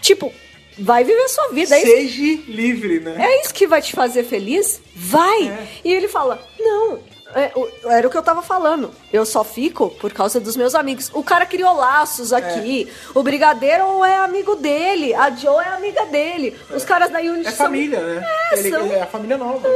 Tipo, vai viver sua vida. É isso, Seja livre, né? é isso que vai te fazer feliz? Vai! É. E ele fala: Não. é, o- era o que eu tava falando. Eu só fico por causa dos meus amigos. O cara criou É. laços aqui. O Brigadeiro é amigo dele. A Joe é amiga dele. Os caras da Unity É, são- família, né? É, ele, são- ele é a família nova.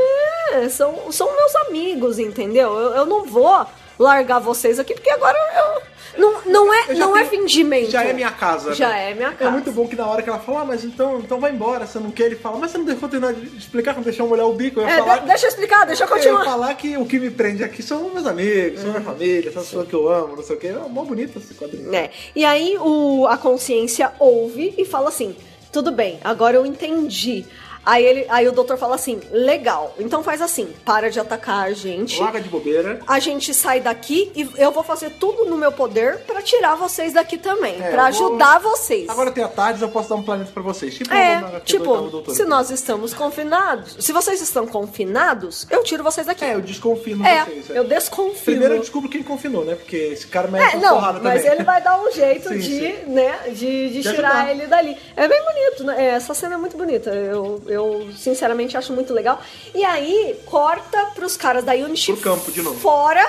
É, são, são meus amigos, entendeu? Eu, eu não vou largar vocês aqui, porque agora eu. Não, não, é, Eu já não é tenho- fingimento. Já é minha casa. né? Já é minha casa. É muito bom que na hora que ela fala, ah, mas então, então vai embora, você não quer? Ele fala, mas você não deixou terminar de explicar, não deixou eu molhar o bico. Eu ia É, falar de- deixa eu explicar, deixa eu Eu continuar. Uhum. ia falar que o que me prende aqui são meus amigos, são minha família, são as pessoas que eu amo, não sei o quê. É mó bonito esse quadrinho. É. E aí o, a consciência ouve e fala assim: tudo bem, agora eu entendi. Aí, ele, aí o doutor fala assim: legal, então faz assim, para de atacar a gente. Larga de bobeira. A gente sai daqui e eu vou fazer tudo no meu poder pra tirar vocês daqui também, É, Pra eu vou- ajudar vocês. Agora tem a tarde, eu posso dar um planeta pra vocês. Tipo, É, na- na- na- tipo, doutor. se nós estamos confinados, se vocês estão confinados, eu tiro vocês daqui. É, eu desconfio É, vocês. é. eu desconfio. Primeiro eu descubro quem confinou, né? Porque esse cara merece É, uma não, porrada mas também. ele vai dar um jeito Sim, de, sim. né, de, de De tirar ajudar. ele dali. É bem bonito, né? É, essa cena é muito bonita. Eu, eu, sinceramente, acho muito legal. E aí, corta pros caras da Unity. Pro campo de novo. Fora.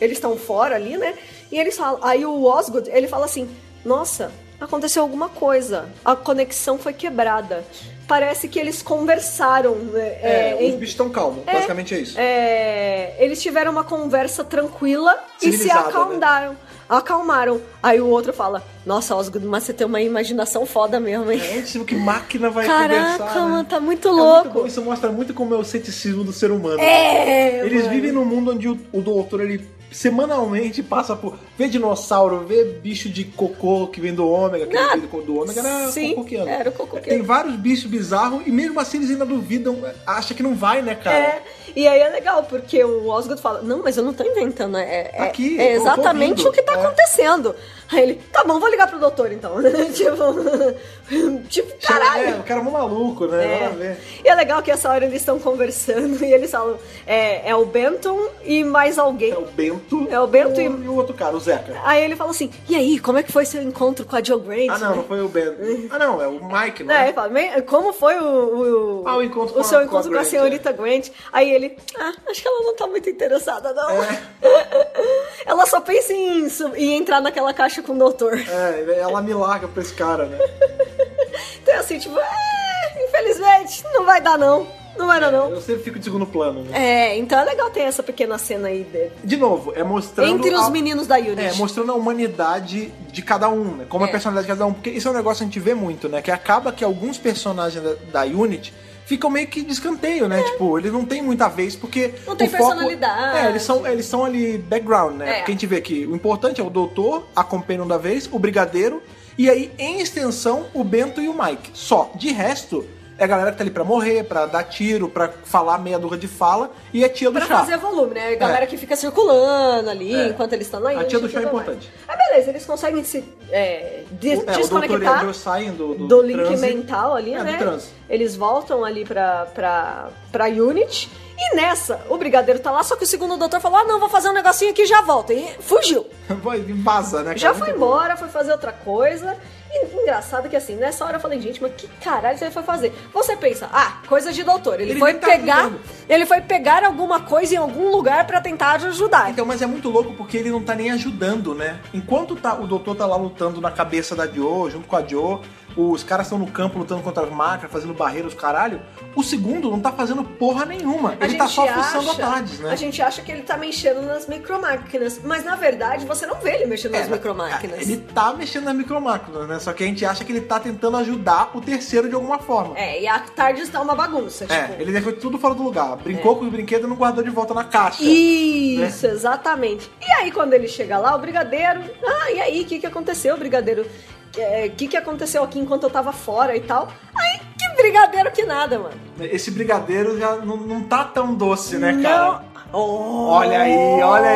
Eles estão fora ali, né? E eles falam. Aí o Osgood, ele fala assim: Nossa, aconteceu alguma coisa. A conexão foi quebrada. Parece que eles conversaram. né, (laughs) É, os é, em- bichos estão calmos, basicamente é isso. é, eles tiveram uma conversa tranquila e se Civilizada, né? acalmaram. Acalmaram. Aí o outro fala: Nossa, Osgood, mas você tem uma imaginação foda mesmo, hein? É, tipo, que máquina vai Caraca, conversar, né? mano, tá muito É muito bom, louco. isso mostra muito como é o ceticismo do ser humano. É, Eles mano. vivem num mundo onde o, o doutor, ele semanalmente passa por... Vê dinossauro, vê bicho de cocô que vem do ômega, que vem do, do ômega era Sim, é. cocoquiano. era o cocoquiano. Tem vários bichos bizarros e mesmo assim eles ainda duvidam, acha que não vai, né, cara? É, e aí é legal, porque o Osgood fala: Não, mas eu não tô inventando. É, é- Tá aqui, é eu tô exatamente ouvindo, o que tá é. acontecendo. Aí ele: Tá bom, vou ligar pro doutor então. (laughs) tipo, (laughs) tipo, Chega- caralho. É, o cara é um maluco, né? É. Nada a ver. E é legal que essa hora eles estão conversando e eles falam: é, é o Benton e mais alguém. É o Bento. É o Bento e o, e o outro cara, o Zeca. Aí ele fala assim: e aí, como é que foi seu encontro com a Joe Grant? Ah, não, não foi o Bento. Ah, não, é o Mike, não É, é? ele fala, "Me- como foi o, o, Ah, o encontro com a- seu com a encontro com a, Grant, é. senhorita Grant? Aí ele, ah, acho que ela não tá muito interessada, não. É. (laughs) ela só pensa em, su- em entrar naquela caixa com o doutor. É, ela me larga pra esse cara, né? Então assim, tipo, "É, infelizmente, não vai dar não. Não vai dar não. Eu sempre fico de segundo plano, né? É, então é legal ter essa pequena cena aí dele. De novo, é mostrando. Entre os a- meninos da Unity. É, mostrando a humanidade de cada um, né? Como É. a personalidade de cada um. Porque isso é um negócio que a gente vê muito, né? Que acaba que alguns personagens da, da Unity ficam meio que de escanteio, né? Tipo, eles não têm muita vez porque. É. Não tem o foco- personalidade. É, eles são, eles são ali background, né? É. Porque a gente vê que o importante é o doutor, a companion da vez, o brigadeiro e aí, em extensão, o Bento e o Mike. Só. De resto. É a galera que tá ali pra morrer, pra dar tiro, pra falar meia dura de fala, e é tia do Pra chá. fazer volume, né? A galera que fica circulando ali É. enquanto eles estão na A Índia tia do e chá é tudo mais. importante. Ah, beleza, eles conseguem se é, de- É, o doutor e a desconectar Joe saem do, do, tá do link transe. mental ali, É, do né? transe. Eles voltam ali pra, pra, pra Unit. E nessa, o brigadeiro tá lá, só que o segundo doutor falou: ah, não, vou fazer um negocinho aqui e já volto. E fugiu. Vai, vaza, né? cara? Já Muito foi bom. embora, foi fazer outra coisa. E engraçado que assim, nessa hora eu falei, gente, mas que caralho você foi fazer? Você pensa, ah, coisa de doutor. Ele, Ele foi nem tá pegar. ajudando. Ele foi pegar alguma coisa em algum lugar pra tentar ajudar. Então, mas é muito louco porque ele não tá nem ajudando, né? Enquanto tá, o doutor tá lá lutando na cabeça da Jo, junto com a Jo, os caras estão no campo lutando contra as máquinas, fazendo barreiras, caralho. O segundo não tá fazendo porra nenhuma. A Ele tá gente só acha- fuçando tardes, né? A gente acha que ele tá mexendo nas micromáquinas, mas na verdade você não vê ele mexendo nas É, micromáquinas. Ele tá mexendo nas micromáquinas, né? Só que a gente acha que ele tá tentando ajudar o terceiro de alguma forma. É, e a tarde tá uma bagunça, É, tipo. É. ele deixou tudo fora do lugar. Brincou com os brinquedos e não guardou de volta na caixa. Isso, exatamente. E aí, quando ele chega lá, o brigadeiro. Ah, e aí, o que, que aconteceu, brigadeiro? O que, que aconteceu aqui enquanto eu tava fora e tal? Aí, que brigadeiro que nada, mano. Esse brigadeiro já não, não tá tão doce, né, cara? Não. Oh. Olha aí, olha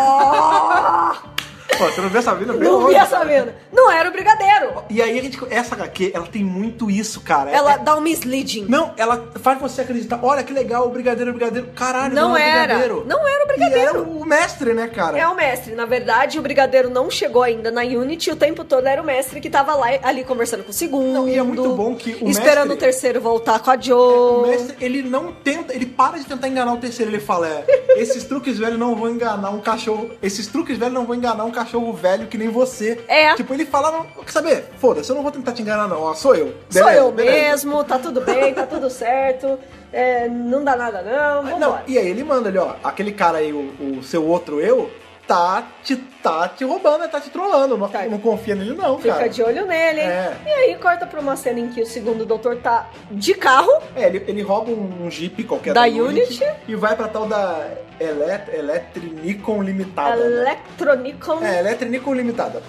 (laughs) aí. Pô, você não viu essa vida? Não vi hoje, essa cara. venda. Não era o brigadeiro. E aí a gente. Essa HQ, ela tem muito isso, cara. É- Ela é- dá um misleading. não, ela faz você acreditar. Olha que legal, o brigadeiro, o brigadeiro. Caralho, Não não, é o era. brigadeiro. Não era o E brigadeiro. era o mestre, né, cara? É o mestre. Na verdade, o brigadeiro não chegou ainda na Unity. O tempo todo era o mestre que tava lá ali conversando com o segundo. Não, e é muito bom que o esperando mestre- o terceiro voltar com a O Joe. mestre, ele não tenta, ele para de tentar enganar o terceiro. Ele fala: é, esses truques velhos não vão enganar um cachorro. Esses truques velhos não vão enganar um cachorro velho que nem você. É. Tipo, ele fala: não, quer saber? Foda-se, eu não vou tentar te enganar, não. Ó, sou eu. Sou Beleza, eu beleza. mesmo, tá tudo bem, tá tudo certo. É, não dá nada, não. Vambora. Ah, Não, e aí ele manda ali, ó, aquele cara aí, o, o seu outro eu, tá te, tá te roubando, né? tá te trollando. Não, Tá. não confia nele, não, Fica cara. de olho nele, hein? É. E aí corta pra uma cena em que o segundo doutor tá de carro. É, ele, ele rouba um, um jeep qualquer Da Unity. e vai pra tal da Elet, Eletrinicon Limitada. né? Electronicon. É, Eletrinicon Limitada.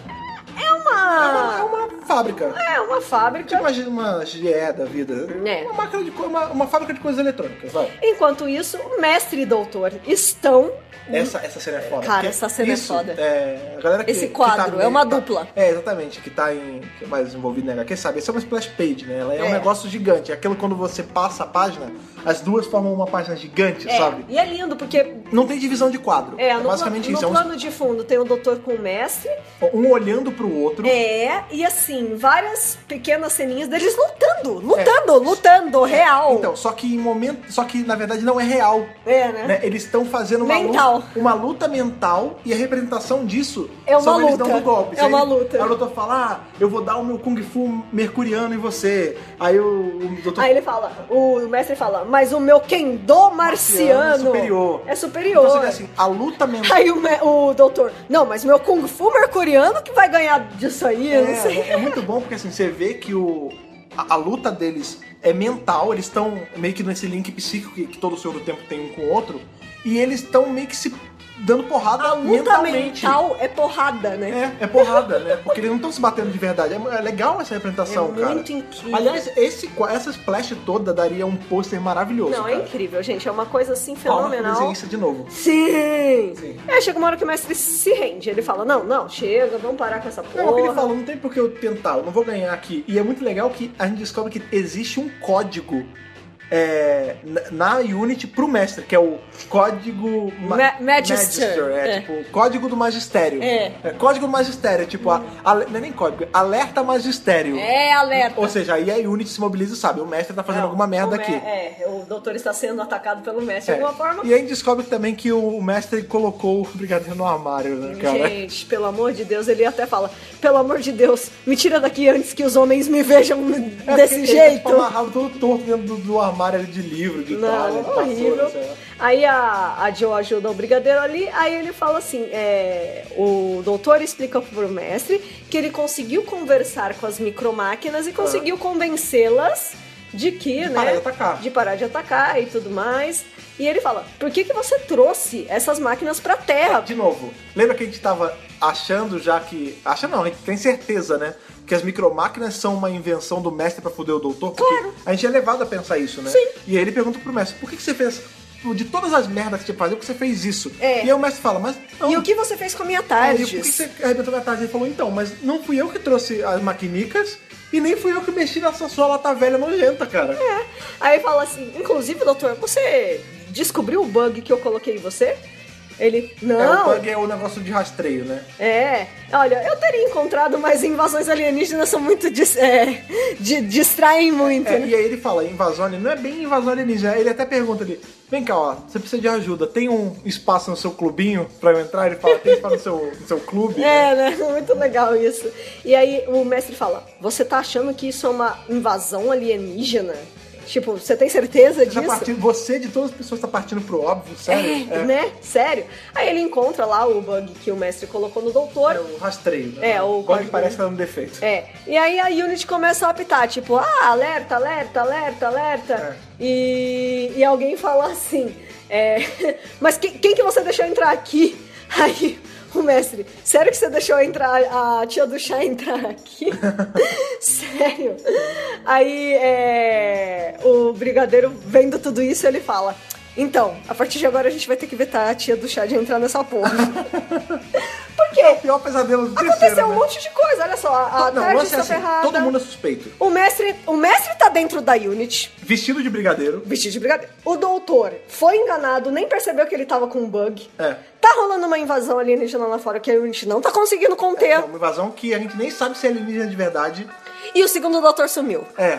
É Uma... uma fábrica. É uma fábrica. Tipo uma, uma GE da vida. É. Uma, máquina de, co- uma, uma fábrica de coisas eletrônicas, vai. Enquanto isso, o mestre e o doutor estão Essa, essa cena é foda. Cara, porque essa cena é foda. é, a galera que- Esse que quadro, tá no é uma meio, tá- dupla. é, exatamente. Que tá em. Que é mais envolvido na HQ, sabe? Essa é uma splash page, né? Ela é, É. um negócio gigante. É aquilo quando você passa a página, as duas formam uma página gigante, É, sabe? E é lindo, porque Não tem divisão de quadro. é, no, basicamente pla- isso. no é um- plano de fundo tem o doutor com o mestre. um, olhando pro outro. É, e assim, várias pequenas ceninhas deles lutando, lutando, lutando, real. É. Então, só que em momento. Só que na verdade não é real. é, né? né? Eles estão fazendo uma Mental. luta, uma luta mental e a representação disso É uma são eles luta. dando golpes. É Aí uma ele- luta. Aí o doutor fala, ah, eu vou dar o meu Kung Fu mercuriano em você. Aí o, o doutor... Aí ele fala, o mestre fala, mas o meu Kendo marciano é superior. É superior. Então você vê assim, a luta mental... Aí o, me- o doutor, não, mas meu Kung Fu mercuriano que vai ganhar disso aí, eu não sei. (laughs) É, é muito bom porque assim, você vê que o, a, a luta deles é mental, eles estão meio que nesse link psíquico que, que todo senhor do tempo tem um com o outro, e eles estão meio que se dando porrada A luta mentalmente. mental é porrada, né? É, é porrada, né? Porque eles não estão se batendo de verdade. É é legal essa representação, É cara. muito incrível. Aliás, esse, essa splash toda daria um pôster maravilhoso. não, é cara. incrível, gente. É uma coisa assim Palma pro fenomenal. desenhista de novo. Sim! Sim. É, chega uma hora que o mestre se rende. Ele fala: Não, não, chega, vamos parar com essa porra. Não, é o que ele falou, não tem por que eu tentar, eu não vou ganhar aqui. E é muito legal que a gente descobre que existe um código é, na- na Unity pro mestre, que é o código ma- Ma- Magister, é, é. tipo, código do magistério. É. código do magistério, tipo, a- ale- não é nem código, é alerta magistério. É, alerta. Ou seja, aí a Unity se mobiliza e sabe, o mestre tá fazendo Não, alguma merda o me- aqui. É, o doutor está sendo atacado pelo mestre É. de alguma forma. E aí a gente descobre também que o mestre colocou o brigadeiro no armário, né, cara? Gente, pelo amor de Deus, ele até fala: Pelo amor de Deus, me tira daqui antes que os homens (laughs) me vejam É, porque desse Ele jeito. tá, tipo, amarrado todo torto dentro do, do armário ali de livro, de tralha, de Não, vassoura, horrível. sei lá. Aí a, a Joe ajuda o brigadeiro ali, aí ele fala assim: é, o doutor explica pro mestre que ele conseguiu conversar com as micromáquinas e conseguiu convencê-las de que, né? parar Ah. de atacar. De parar de atacar e tudo mais. E ele fala: por que, que você trouxe essas máquinas pra terra? De novo, lembra que a gente tava achando já que. Acha não, a gente tem certeza, né? Que as micromáquinas são uma invenção do mestre pra foder o doutor, porque a gente é levado a pensar isso, né? Sim. E aí ele pergunta pro mestre, por que, que você fez. De todas as merdas que você fazia, por que você fez isso? É. E aí o mestre fala, mas. não, E o que você fez com a minha É, tarde? e por que você arrebentou minha tarde? Ele falou, então, mas não fui eu que trouxe as maquinicas e nem fui eu que mexi nessa sua lata velha nojenta, cara. É. Aí fala assim, inclusive, doutor, você descobriu o bug que eu coloquei em você? Ele, É, o não, bug é o negócio de rastreio, né? é, olha, eu teria encontrado, mas invasões alienígenas são muito, dis- é, di- distraem muito, É, né? e aí ele fala, invasão alienígena, não é bem invasão alienígena, ele até pergunta ali, vem cá, ó, você precisa de ajuda, tem um espaço no seu clubinho pra eu entrar? Ele fala, tem espaço no seu, no seu clube? É, né? (laughs) Muito legal isso. E aí o mestre fala: Você tá achando que isso é uma invasão alienígena? Tipo, você tem certeza Você, tá disso? partindo- você de todas as pessoas tá partindo pro óbvio, sério? É, (laughs) né? Sério. Aí ele encontra lá o bug que o mestre colocou no doutor. É o rastreio, né? É, o bug bug- parece que tá dando defeito. É. E aí a Unity começa a apitar, tipo, ah, alerta, alerta, alerta, alerta. E, e alguém fala assim, é, (laughs) mas que- quem que você deixou entrar aqui? (laughs) Aí o mestre, sério que você deixou entrar a tia do chá entrar aqui? (laughs) sério? Aí é, o brigadeiro vendo tudo isso, ele fala. Então, a partir de agora a gente vai ter que vetar a tia do chá de entrar nessa porra. Por quê? O pior pesadelo do terceiro, Aconteceu um né? monte de coisa, olha só. A Não, o tarde lance é está assim, ferrada. todo mundo é suspeito. O mestre, o mestre tá dentro da Unity, Vestido de brigadeiro, vestido de brigadeiro. O doutor foi enganado, nem percebeu que ele tava com um bug. É. Tá rolando uma invasão alienígena lá fora que a Unity não tá conseguindo é conter. uma invasão que a gente nem sabe se é alienígena de verdade. E o segundo doutor sumiu. É,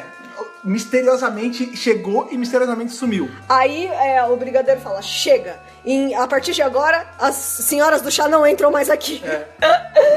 misteriosamente chegou e misteriosamente sumiu. Aí é, o brigadeiro fala: chega! Em- a partir de agora, as senhoras do chá não entram mais aqui. É,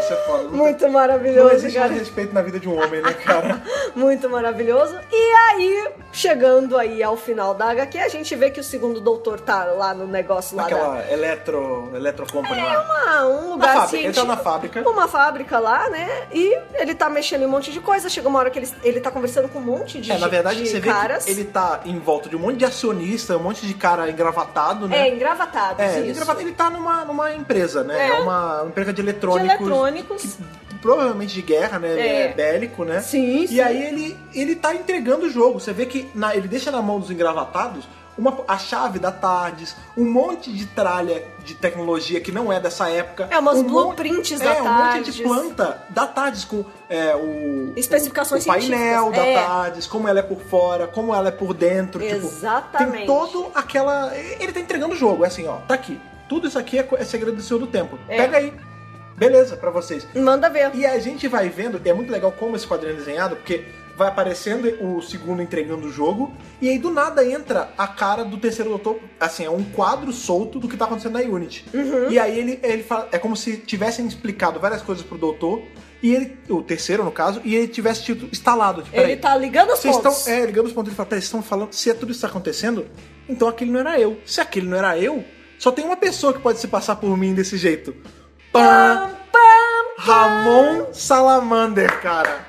Isso é foda. Não (laughs) Muito Não maravilhoso, existe mais cara. respeito na vida de um homem, né, cara? (laughs) Muito maravilhoso. E aí, chegando aí ao final da HQ, a gente vê que o segundo doutor tá lá no negócio lá da, Aquela eletro, eletro company É lá. uma, um lugar fábrica, assim. ele tá tipo, na fábrica. Uma fábrica lá, né? E ele tá mexendo em um monte de coisa. Chega uma hora que ele, ele tá conversando com um monte de, É, na verdade, de você vê caras. que ele tá em volta de um monte de acionista, um monte de cara engravatado, É, né? engravatados, É, isso. ele, gravata- ele tá numa, numa empresa, né? É, uma empresa de De eletrônicos. eletrônicos. Provavelmente de guerra, né? É. É, Bélico, né? Sim, E sim. aí ele, ele tá entregando o jogo. Você vê que na- ele deixa na mão dos engravatados uma, a chave da Tardes, um monte de tralha de tecnologia que não é dessa época. É, umas um mon- blueprints é, da um monte Tardes. de planta da Tardes com é, o... Especificações o painel científicas. da É. Tardes, como ela é por fora, como ela é por dentro. Tipo, Exatamente. tem todo aquela... Ele tá entregando o jogo, é assim, ó, tá aqui. Tudo isso aqui é, co- é segredo do seu do tempo. É. Pega aí. Beleza, pra vocês. Manda ver. E a gente vai vendo, que é muito legal como esse quadrinho é desenhado, porque vai aparecendo o segundo entregando o jogo, e aí do nada entra a cara do terceiro doutor, assim, é um quadro solto do que tá acontecendo na Unity. E aí ele, ele fala, é como se tivessem explicado várias coisas pro doutor, e ele, o terceiro no caso, e ele tivesse tido instalado. Tipo, ele peraí, tá ligando os vocês estão pontos. é, ligando os pontos, ele fala, peraí, vocês estão falando, se é tudo isso tá acontecendo, então aquele não era eu. Se aquele não era eu, só tem uma pessoa que pode se passar por mim desse jeito. Pã! Pam, pam. Ramon Salamander, cara.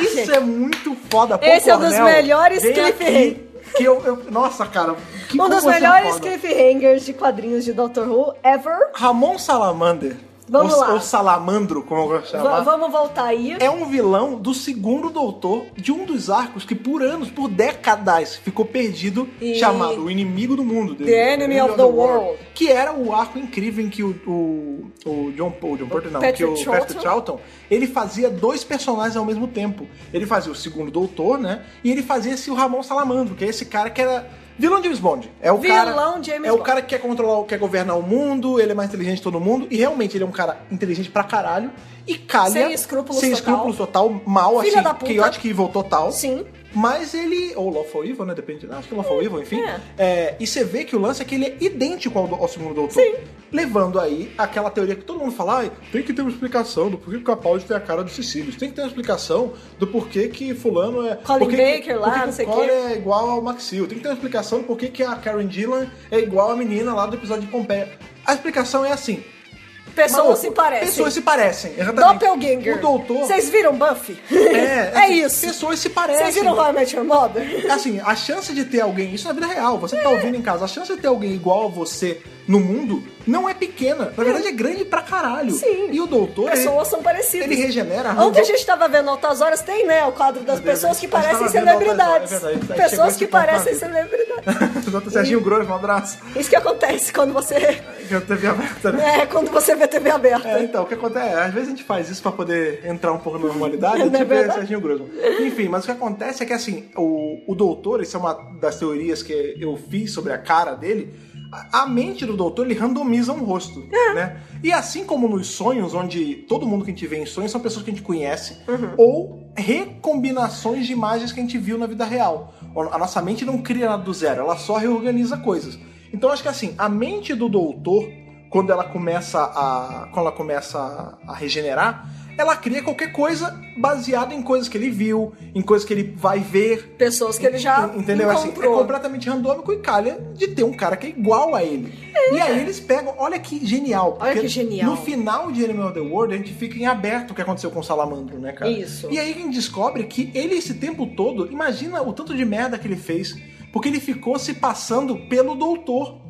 Isso Gente. é muito foda. Pô, Esse é um dos Cornel, melhores vem cliffhanger. aqui, que eu, eu- Nossa, cara. Que Um como dos você é melhores foda. cliffhangers de quadrinhos de Doctor Who ever. Ramon Salamander. Vamos ou, lá. ou Salamandro, como eu gosto de chamar. Va- vamos voltar aí. Tá É um vilão do segundo doutor de um dos arcos que por anos, por décadas, ficou perdido, E- chamado O Inimigo do Mundo. The, Enemy of the World. Que era o arco incrível em que o, o, o John, o John Porter, não, que o Patrick Patrick Troughton. Troughton, ele fazia dois personagens ao mesmo tempo. Ele fazia o segundo doutor, né? E ele fazia esse o Ramon Salamandro, que é esse cara que era... Vilão James Bond. É o cara, Vilão James é o cara Bond. cara que quer controlar, quer governar o mundo, ele é mais inteligente que todo mundo, e realmente ele é um cara inteligente pra caralho, e calha. Sem escrúpulos Sem total. escrúpulos total, mal, Filha assim, da puta. chaotic evil total. Sim. Mas ele. Ou Lawful Evil, né? Depende. Acho que é Lawful Evil, enfim. É. É, e você vê que o lance é que ele é idêntico ao, do- ao segundo doutor. Sim. Levando aí aquela teoria que todo mundo fala, "Ai, tem que ter uma explicação do porquê que o Capaldi tem a cara do Sicílios. Tem que ter uma explicação do porquê que fulano é. Colin porquê que- Baker lá, porquê que não sei o o Colin quê. é igual ao Maxil. Tem que ter uma explicação do porquê que a Karen Gillan é igual à menina lá do episódio de Pompeia. A explicação é assim. Pessoas maluco, se parecem. Pessoas se parecem. Exatamente. Doppelganger. O doutor. Vocês viram Buffy? (laughs) É, é assim, isso. Pessoas se parecem. Vocês viram How I Met Your Mother? Assim, a chance de ter alguém, isso na vida real, você É. que tá ouvindo em casa, a chance de ter alguém igual a você no mundo não é pequena. Na verdade, é grande pra caralho. Sim. E o doutor, ele, Pessoas são parecidas. ele regenera. Ontem a arranca- gente tava vendo Altas Horas, tem, né? O quadro É das pessoas que Eu tava parecem vendo Altas celebridades. Horas, é verdade. Aí chegou Pessoas esse que ponto na parecem vida. celebridades. (laughs) Doutor Serginho Grosso, um abraço. Isso que acontece quando você. Que eu teve aberta, né? É, quando você vê TV aberta. É, então, o que acontece é, às vezes a gente faz isso pra poder entrar um pouco na normalidade, (laughs) Não é tipo é verdade? Serginho Grosso. Enfim, mas o que acontece é que, assim, o, o doutor, isso é uma das teorias que eu fiz sobre a cara dele, a mente do doutor ele randomiza um rosto, É. né? E assim como nos sonhos, onde todo mundo que a gente vê em sonhos são pessoas que a gente conhece, Uhum. ou recombinações de imagens que a gente viu na vida real. A nossa mente não cria nada do zero, ela só reorganiza coisas. Então acho que assim, a mente do doutor, quando ela começa a quando ela começa a regenerar, ela cria qualquer coisa baseada em coisas que ele viu, em coisas que ele vai ver, Pessoas que ele já Entendeu? Assim, é encontrou. completamente randômico e calha de ter um cara que é igual a ele. E aí eles pegam, olha que genial. Olha porque que genial. No final de Animal of the World, a gente fica em aberto o que aconteceu com o Salamandro, né, cara? Isso. E aí a gente descobre que ele, esse tempo todo, imagina o tanto de merda que ele fez, porque ele ficou se passando pelo doutor.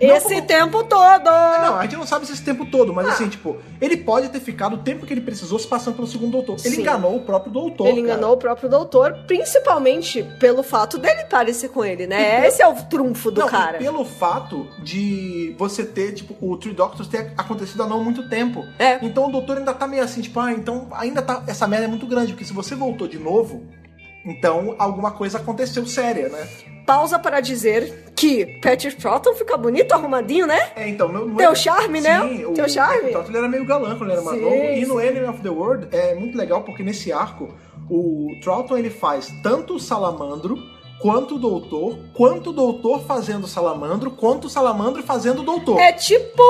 é Não Esse como- tempo todo! Não, a gente não sabe se esse tempo todo, Ah. mas assim, tipo, ele pode ter ficado o tempo que ele precisou se passando pelo segundo doutor. Ele Sim. enganou o próprio doutor. ele cara. enganou o próprio doutor, principalmente pelo fato dele parecer com ele, né? Esse é o trunfo do não, e cara. pelo fato de você ter, tipo, o Three Doctors ter acontecido há não muito tempo. É. Então o doutor ainda tá meio assim, tipo, ah, então ainda tá. Essa merda é muito grande, porque se você voltou de novo, então alguma coisa aconteceu séria, né? Pausa para dizer que Patrick Troughton fica bonito, arrumadinho, né? É, então. No, no- Teu charme, né? Sim, Teu o, charme. O Toto, ele era meio galã quando ele era mais Sim, novo. E no sim. Enemy of the World é muito legal porque nesse arco o Troughton ele faz tanto o salamandro quanto o doutor, quanto o doutor fazendo o salamandro, quanto o salamandro fazendo o doutor. É tipo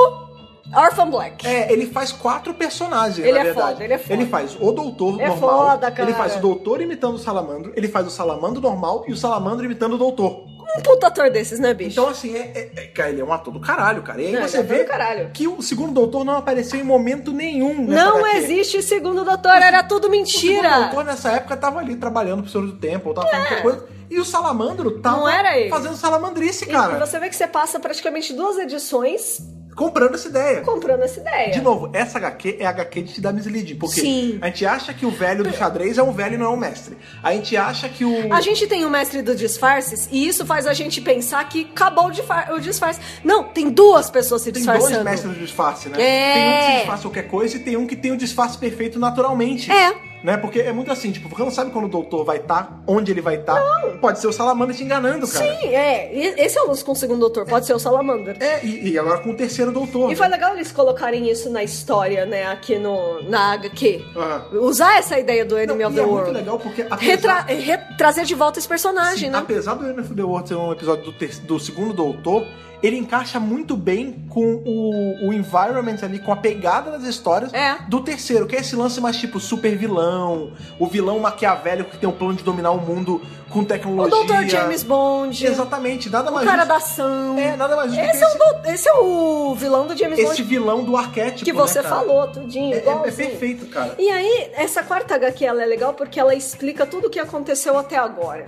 Orphan Black. É, ele faz quatro personagens, Ele na é verdade. foda, ele é foda. Ele faz o doutor É normal. foda, cara. Ele faz o doutor imitando o salamandro, ele faz o salamandro normal e o salamandro imitando o doutor. Um puta ator desses, né, bicho? Então, assim, é, é- é- cara, ele é um ator do caralho, cara. E aí Não, você ele é vê do caralho. que o segundo doutor não apareceu em momento nenhum. nessa Não HQ. existe segundo doutor, era tudo O segundo mentira. doutor nessa época tava ali trabalhando pro Senhor do Tempo, ou tava fazendo qualquer coisa. E o salamandro tava É. Não era ele. fazendo salamandrice, E cara. você vê que você passa praticamente duas edições Comprando essa ideia. comprando essa ideia. De novo, essa HQ é a HQ de te dar misleading, porque Sim. a gente acha que o velho do xadrez é um velho e não é um mestre. A gente acha que o. A gente tem o mestre dos disfarces e isso faz a gente pensar que acabou o, disfar- o disfarce. Não, tem duas pessoas se tem disfarçando. dois mestres do disfarce, né? É. Tem um que se disfarça qualquer coisa e tem um que tem o disfarce perfeito naturalmente. É. Né? Porque é muito assim, tipo, você não sabe quando o doutor vai estar, onde ele vai estar. Pode ser o salamandro te enganando, cara. Sim, é. E- Esse é o lance com o segundo doutor, pode ser o Salamander. É, e, e agora com o terceiro doutor. né? E foi legal eles colocarem isso na história, né, aqui no, na HQ. Aham. Usar essa ideia do Não, Enemy of e the é muito World. legal porque apesar- Retra- re- trazer de volta esse personagem, Sim, né? Apesar do End of the World ser um episódio do, ter- do segundo Doutor, ele encaixa muito bem com o, o environment ali, com a pegada das histórias É. do terceiro, que é esse lance mais tipo super vilão, o vilão maquiavélico que tem o plano de dominar o mundo com O tecnologia. Dr. James Bond, Exatamente, nada o mais cara justo. da ação. É, nada mais justo Esse, é o, dou- esse é o vilão do James esse, esse Bond vilão do arquétipo, que né, você cara? falou, tudinho. É, é- é igualzinho. perfeito, cara. E aí, essa quarta HQ ela é legal porque ela explica tudo o que aconteceu até agora.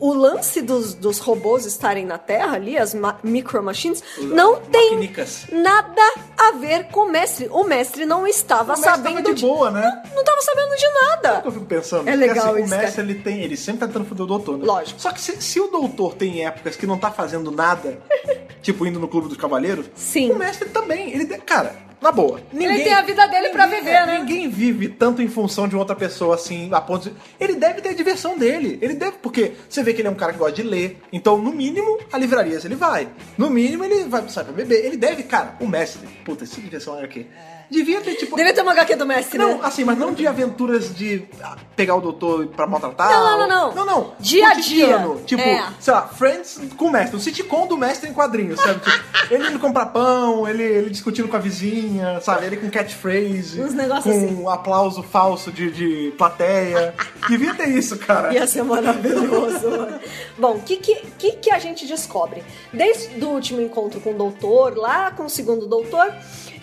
O lance dos, dos robôs estarem na Terra ali, as ma- micro machines, não tem Maquinicas. nada a ver com o mestre. O mestre não estava O mestre tava Tá sabendo Tá de boa, né? Não estava sabendo de Sabe o que nada. eu fico pensando? É Porque, legal assim, isso, O mestre, cara. ele tem. Ele sempre tá tentando foder o doutor, né? Lógico. Só que se, se o doutor tem épocas que não tá fazendo (laughs) nada, tipo indo no Clube dos Cavaleiros, Sim. o mestre também. Ele. de- Cara, na boa. Ninguém, tem a vida dele pra ninguém- é, viver, né? Ninguém vive tanto em função de outra pessoa assim, a ponto de. Ele deve ter a diversão dele. Ele deve. Porque você vê que ele é um cara que gosta de ler. Então, no mínimo, a livrarias ele vai. No mínimo, ele vai sair pra beber. Ele deve, cara, o mestre. Puta, essa diversão era aqui. Devia ter, tipo. Deve É. ter uma HQ do mestre, Não, né? assim, mas não de aventuras de ah, pegar o doutor pra maltratar. Não, não, não, ou- não. Não, não. Dia a Cotidiano, dia. Tipo, É. sei lá, Friends com o mestre. Um sitcom do mestre em quadrinhos, sabe? Tipo, ele indo comprar pão, ele, ele discutindo com a vizinha, sabe? Ele com catchphrase. Uns negócios Com um assim. aplauso falso de, de plateia. Devia ter isso, cara. Ia ser maravilhoso. mano. Bom, o que, que, que, que a gente descobre? Desde o último encontro com o doutor, lá com o segundo doutor,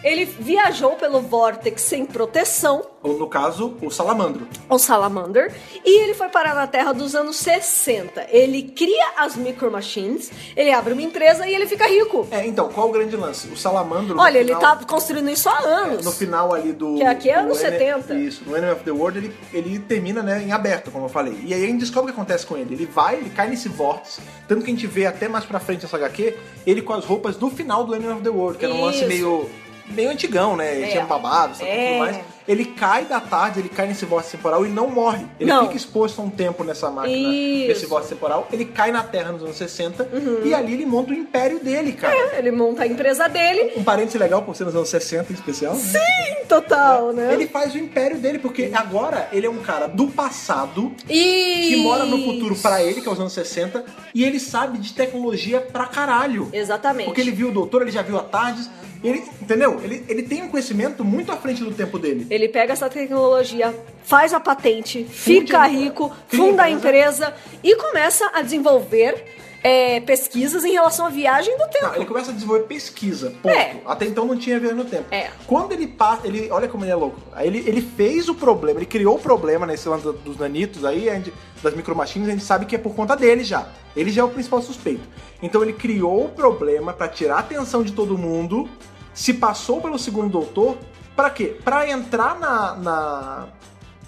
ele viajou pelo vórtex sem proteção, Ou, no caso, o salamandro. o um Salamander, e ele foi parar na Terra dos anos 60. Ele cria as micro machines, ele abre uma empresa e ele fica rico. É, então, qual o grande lance? O salamandro. no Olha, ele final- tá construindo isso há anos. É, No final ali do. Que aqui é do anos Enemy- 70. Isso, no Enemy of the World ele, ele termina né, em aberto, como eu falei. E aí a gente descobre o que acontece com ele. Ele vai, ele cai nesse vórtice. Tanto que a gente vê até mais pra frente essa HQ, ele com as roupas do final do Enemy of the World, que era um lance Isso. meio. meio antigão, né? Ele É. tinha babado, sabe, É. tudo mais. Ele cai da tarde, ele cai nesse vórtice temporal e não morre. Ele Não. fica exposto a um tempo nessa máquina, Isso. Uhum. nesse vórtice temporal. Ele cai na Terra nos anos 60 e ali ele monta o império dele, cara. Ele monta a empresa dele. Um parente legal por ser nos anos 60 em especial. né? Sim, total, né? É, Ele faz o império dele, porque agora ele é um cara do passado E... que mora no futuro pra ele, que é os anos 60, e ele sabe de tecnologia pra caralho. Exatamente. Porque ele viu o doutor, ele já viu a tardes, ele, entendeu? Ele, ele tem um conhecimento muito à frente do tempo dele. Ele pega essa tecnologia, faz a patente, fica a- rico, cria funda a empresa. empresa e começa a desenvolver é, pesquisas em relação à viagem do Não, ele tempo. começa a desenvolver pesquisa, ponto. Então, É. Até então não tinha ver no tempo. É. Quando ele passa, ele, olha como ele é louco. Aí ele, ele fez o problema, ele criou o problema nesse lance do- dos nanitos aí, a gente- das micromachinhas, a gente sabe que é por conta dele já. Ele já é o principal suspeito. Então ele criou o problema pra tirar a atenção de todo mundo, se passou pelo segundo doutor, pra quê? Pra entrar na, na,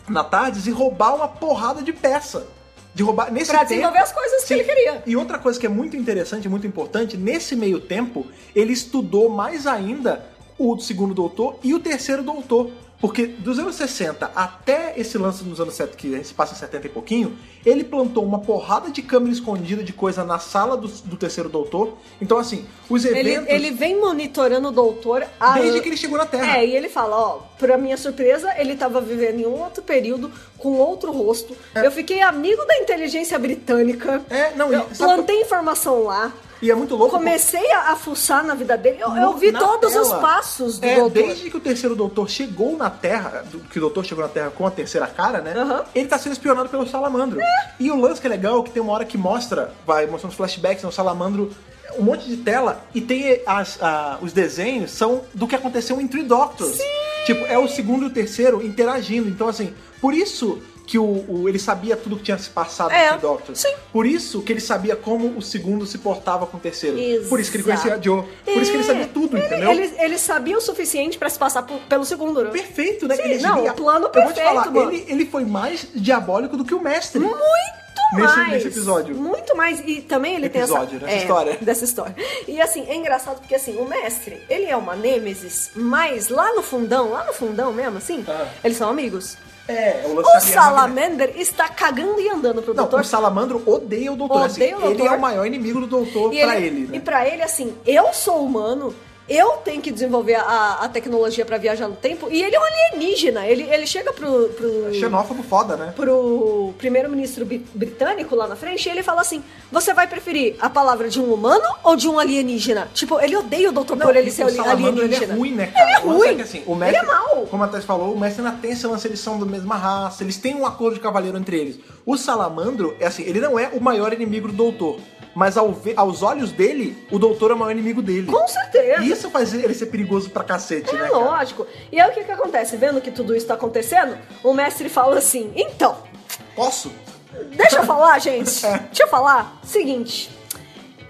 na Tardes e roubar uma porrada de peça. De roubar, nesse Pra tempo, desenvolver as coisas que Sim. ele queria. E outra coisa que é muito interessante, muito importante, nesse meio tempo, ele estudou mais ainda o segundo doutor e o terceiro doutor. Porque dos anos 60 até esse lance dos anos 70, que a gente se passa em 70 e pouquinho, ele plantou uma porrada de câmera escondida de coisa na sala do, do terceiro doutor. Então, assim, os Ele, eventos. ele vem monitorando o doutor há desde an- que ele chegou na Terra. É, e ele fala, ó, pra minha surpresa, ele tava vivendo em um outro período, com outro rosto. Eu fiquei amigo da inteligência britânica. É, não, e Eu sabe- plantei informação lá. E é muito louco. Comecei a, a fuçar na vida dele. Eu, No- eu vi na todos os tela. passos do É, doutor. Desde que o terceiro doutor chegou na Terra, do- que o doutor chegou na Terra com a terceira cara, né? Aham. Ele tá sendo espionado pelo salamandro. E o lance que é legal é que tem uma hora que mostra, vai mostrando os flashbacks, né, o salamandro, um monte de tela, e tem as- a- os desenhos são do que aconteceu em Three Doctors. Tipo, é o segundo e o terceiro interagindo. Então, assim, por isso que o, o- ele sabia tudo que tinha se passado É, em Three Doctors. sim. Por isso que ele sabia como o segundo se portava com o terceiro. Por isso que ele Exato. É, conhecia a Joe. Por isso que ele sabia tudo, Ele- entendeu? Ele, ele sabia o suficiente pra se passar por- pelo segundo, né? Perfeito, né? Sim, Ele não, devia- o plano Eu vou te perfeito, falar, mano. Hum. Ele, ele foi mais diabólico do que o mestre. Muito Nesse- mais. nesse episódio. Muito mais. E também ele Episódio, tem dessa essa... é, história. (laughs) Dessa história. E assim, é engraçado porque assim, o mestre, ele é uma nêmesis, mas lá no fundão, lá no fundão mesmo, assim, Ah. eles são amigos. É, o lance O da minha amiga- Salamander está cagando e andando pro Não, doutor. o salamandro odeia o doutor. assim, Odeia o Ele doutor. é o maior inimigo do doutor E pra ele. né? E pra ele, assim, eu sou humano, eu tenho que desenvolver a, a tecnologia pra viajar no tempo, e ele é um alienígena. Ele, ele chega pro. pro... Xenófobo foda, né? pro primeiro-ministro bi- britânico lá na frente, e ele fala assim: você vai preferir a palavra de um humano ou de um alienígena? Tipo, ele odeia o doutor por ele e ser o salamandro, alienígena. Ele é ruim, né, cara? Ele é O lance ruim. que, assim, o mestre, Ele é mau. Como a Thais falou, o mestre ainda tem esse lance, eles são da mesma raça, eles têm um acordo de cavaleiro entre eles. O salamandro, é assim, ele não é o maior inimigo do doutor. Mas ao ver- aos olhos dele, o doutor é o maior inimigo dele. Com certeza. Isso faz ele ser perigoso pra cacete, né? É cara? lógico. E aí o que que acontece? Vendo que tudo isso tá acontecendo, o mestre fala assim: então, Posso? Deixa eu falar, gente. (laughs) É. Deixa eu falar. Seguinte.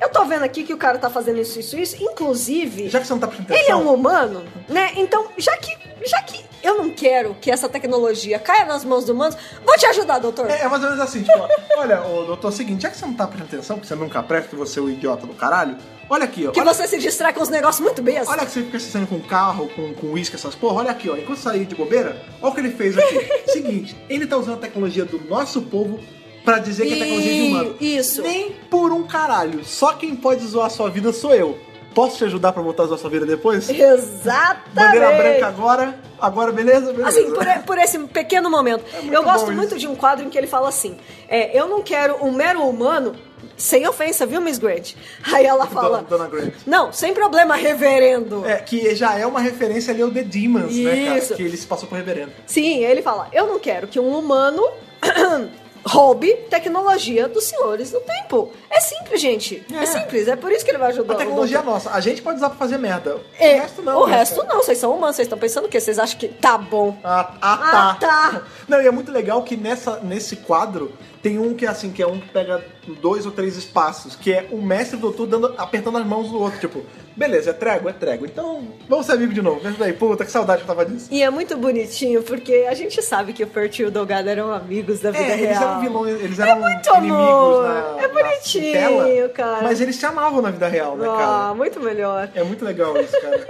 Eu tô vendo aqui que o cara tá fazendo isso, isso, isso. Inclusive, Já que você não tá prestando ele é atenção. um humano, né? Então, já que, já que eu não quero que essa tecnologia caia nas mãos do humanos, vou te ajudar, doutor. É, é mais ou menos assim, tipo, ó, olha, ô, doutor, é o seguinte, já que você não tá prestando atenção, porque você nunca presta, que você é o idiota do caralho, olha aqui, ó. que olha, você se distrai com os negócios muito assim. bestas. olha que você fica assistindo com carro, com, com uísque, essas porra, olha aqui, ó. Enquanto sair de bobeira, olha o que ele fez (laughs) aqui. seguinte, ele tá usando a tecnologia do nosso povo pra dizer que é tecnologia de E- humano. isso. Nem por um caralho. Só quem pode zoar a sua vida sou eu. Posso te ajudar pra voltar a zoar a sua vida depois? Exatamente. Bandeira branca agora. Agora, beleza? beleza. Assim, por, por esse pequeno momento. É muito eu gosto bom isso. muito de um quadro em que ele fala assim: é, Eu não quero um mero humano, sem ofensa, viu, Miss Grant? Aí ela fala: Dona Grant. Não, sem problema, reverendo. É, que já é uma referência ali ao The Demons, né, cara? Isso. Que ele se passou por reverendo. Sim, ele fala: Eu não quero que um humano (clears throat) roube tecnologia dos senhores do tempo. É simples, gente. É, É. simples. É por isso que ele vai A ajudar. o tecnologia é doutor. nossa. A gente pode usar pra fazer merda. o É, resto não. O né, resto cara? não. Vocês são humanos. Vocês estão pensando o quê? Vocês acham que tá bom? Ah, ah, Ah, tá. tá. (laughs) Não, e é muito legal que nessa, nesse quadro tem um que é assim, que é um que pega dois ou três espaços, que é o mestre e o doutor dando, apertando as mãos do outro, tipo, beleza, é trégua, é trégua. Então, vamos ser amigos de novo. Me ajuda aí. Puta, que saudade que eu tava disso. E é muito bonitinho, porque a gente sabe que o Pert e o Delgado eram amigos da vida É, real. É eles eram vilões, eles eram muito inimigos amor. na, na É bonitinho, tela, cara. Mas eles se amavam na vida real, né, cara? Ah, muito melhor. (laughs) É muito legal isso, cara.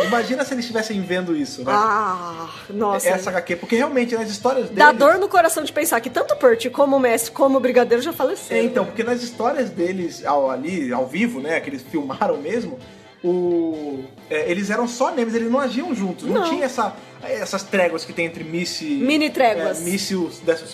Imagina se eles estivessem vendo isso, né? Ah, nossa. Essa HQ, porque realmente nas histórias dele. Dá dor no coração de pensar que tanto o Percy como o Mestre, como o Brigadeiro já É, faleceram. então, porque nas histórias deles ao- ali, ao vivo, né, que eles filmaram mesmo, o, é, eles eram só memes, eles não agiam juntos. Não, Não. tinha essa, essas tréguas que tem entre Missy... Mini tréguas. É, Missy o 12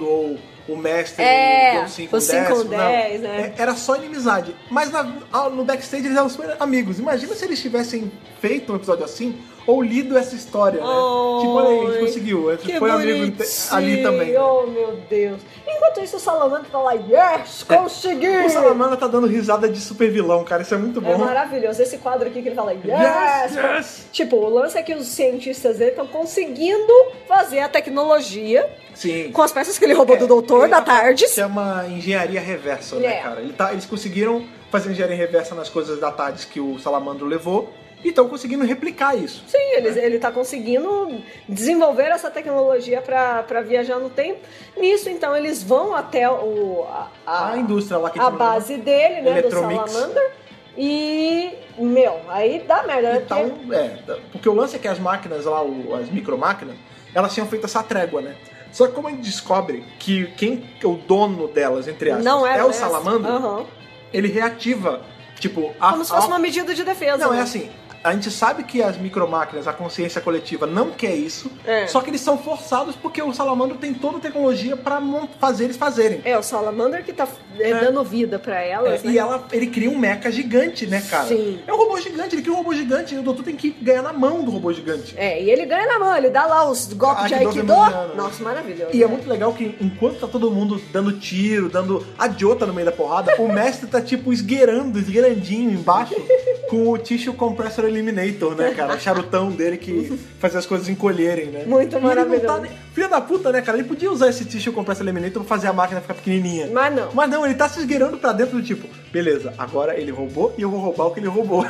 ou o Mestre É, o 5 o cinco com com 10. dez, né? É, Era só inimizade. Mas na- ao- no backstage eles eram super amigos. Imagina se eles tivessem feito um episódio assim ou lido essa história, né? Oi. Tipo, olha aí, a gente conseguiu. A gente Que foi amigo bonitinho. ali também. né? Oh, meu Deus. Enquanto isso, o Salamandra tá lá, yes, consegui! É, O Salamandra tá dando risada de super vilão, cara. Isso é muito É bom. maravilhoso. Esse quadro aqui que ele fala, yes! yes! Tipo, o lance é que os cientistas estão conseguindo fazer a tecnologia Sim. com as peças que ele roubou do doutor, ele da tá- Tardes. Chama engenharia reversa, né, É. cara? Ele tá- eles conseguiram fazer engenharia reversa nas coisas da TARDIS que o Salamandro levou e estão conseguindo replicar isso. Sim, ele, ele tá conseguindo desenvolver essa tecnologia pra pra viajar no tempo. Nisso, então, eles vão até o, a, a- A indústria lá que Ah. a tinha- base dele, né, do Eletromix. Salamander. E, meu, aí dá merda. E né, tá porque- um- é, tá- porque o lance é que as máquinas lá, o- as micromáquinas, elas tinham feito essa trégua, né? Só que como a gente descobre que quem é o dono delas, entre aspas, Não era é o essa. Salamandro, Aham. ele reativa, tipo, a, Como se fosse a- uma medida de defesa. Não, né? é assim. A gente sabe que as micromáquinas, a consciência coletiva, não quer isso. É. Só que eles são forçados porque o Salamandro tem toda a tecnologia pra mon- fazer eles fazerem. É, o Salamander que tá é, dando vida pra elas. É, né? e ela, ele cria um mecha gigante, né, cara? Sim. É um robô gigante, ele cria um robô gigante. E o doutor tem que ganhar na mão do robô gigante. É, e ele ganha na mão, ele dá lá os golpes de Aikido Aikido. feminino. Nossa, maravilhoso. E é né? muito legal que enquanto tá todo mundo dando tiro, dando adiota no meio da porrada, o mestre tá tipo esgueirando, esgueirandinho embaixo com o Tissue Compressor Eliminator, né, cara? O charutão dele que faz as coisas encolherem, né? Muito E ele não maravilhoso. tá nem- Filha da puta, né, cara? Ele podia usar esse Tissue Compressor Eliminator pra fazer a máquina ficar pequenininha. Mas não. (laughs) Mas não, ele tá se esgueirando pra dentro do tipo, beleza, agora ele roubou e eu vou roubar o que ele roubou.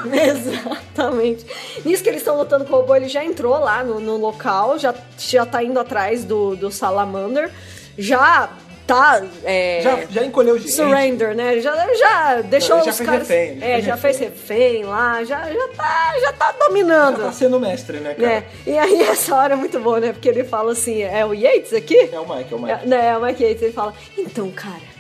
Exatamente. Nisso que eles estão lutando com o robô, ele já entrou lá no, no local, já, já tá indo atrás do, do Salamander, já tá. é, Já, já encolheu gente. Surrender, né? Já, já deixou Ele já os fez caras. refém, ele é, fez já refém. fez refém lá, já, já, tá, já tá dominando. Já tá sendo mestre, né, cara? né? E aí (laughs) essa hora é muito boa, né? Porque ele fala assim, é o Yates aqui? É o Mike, é o Mike. É, né, é o Mike Yates, ele fala, então, cara,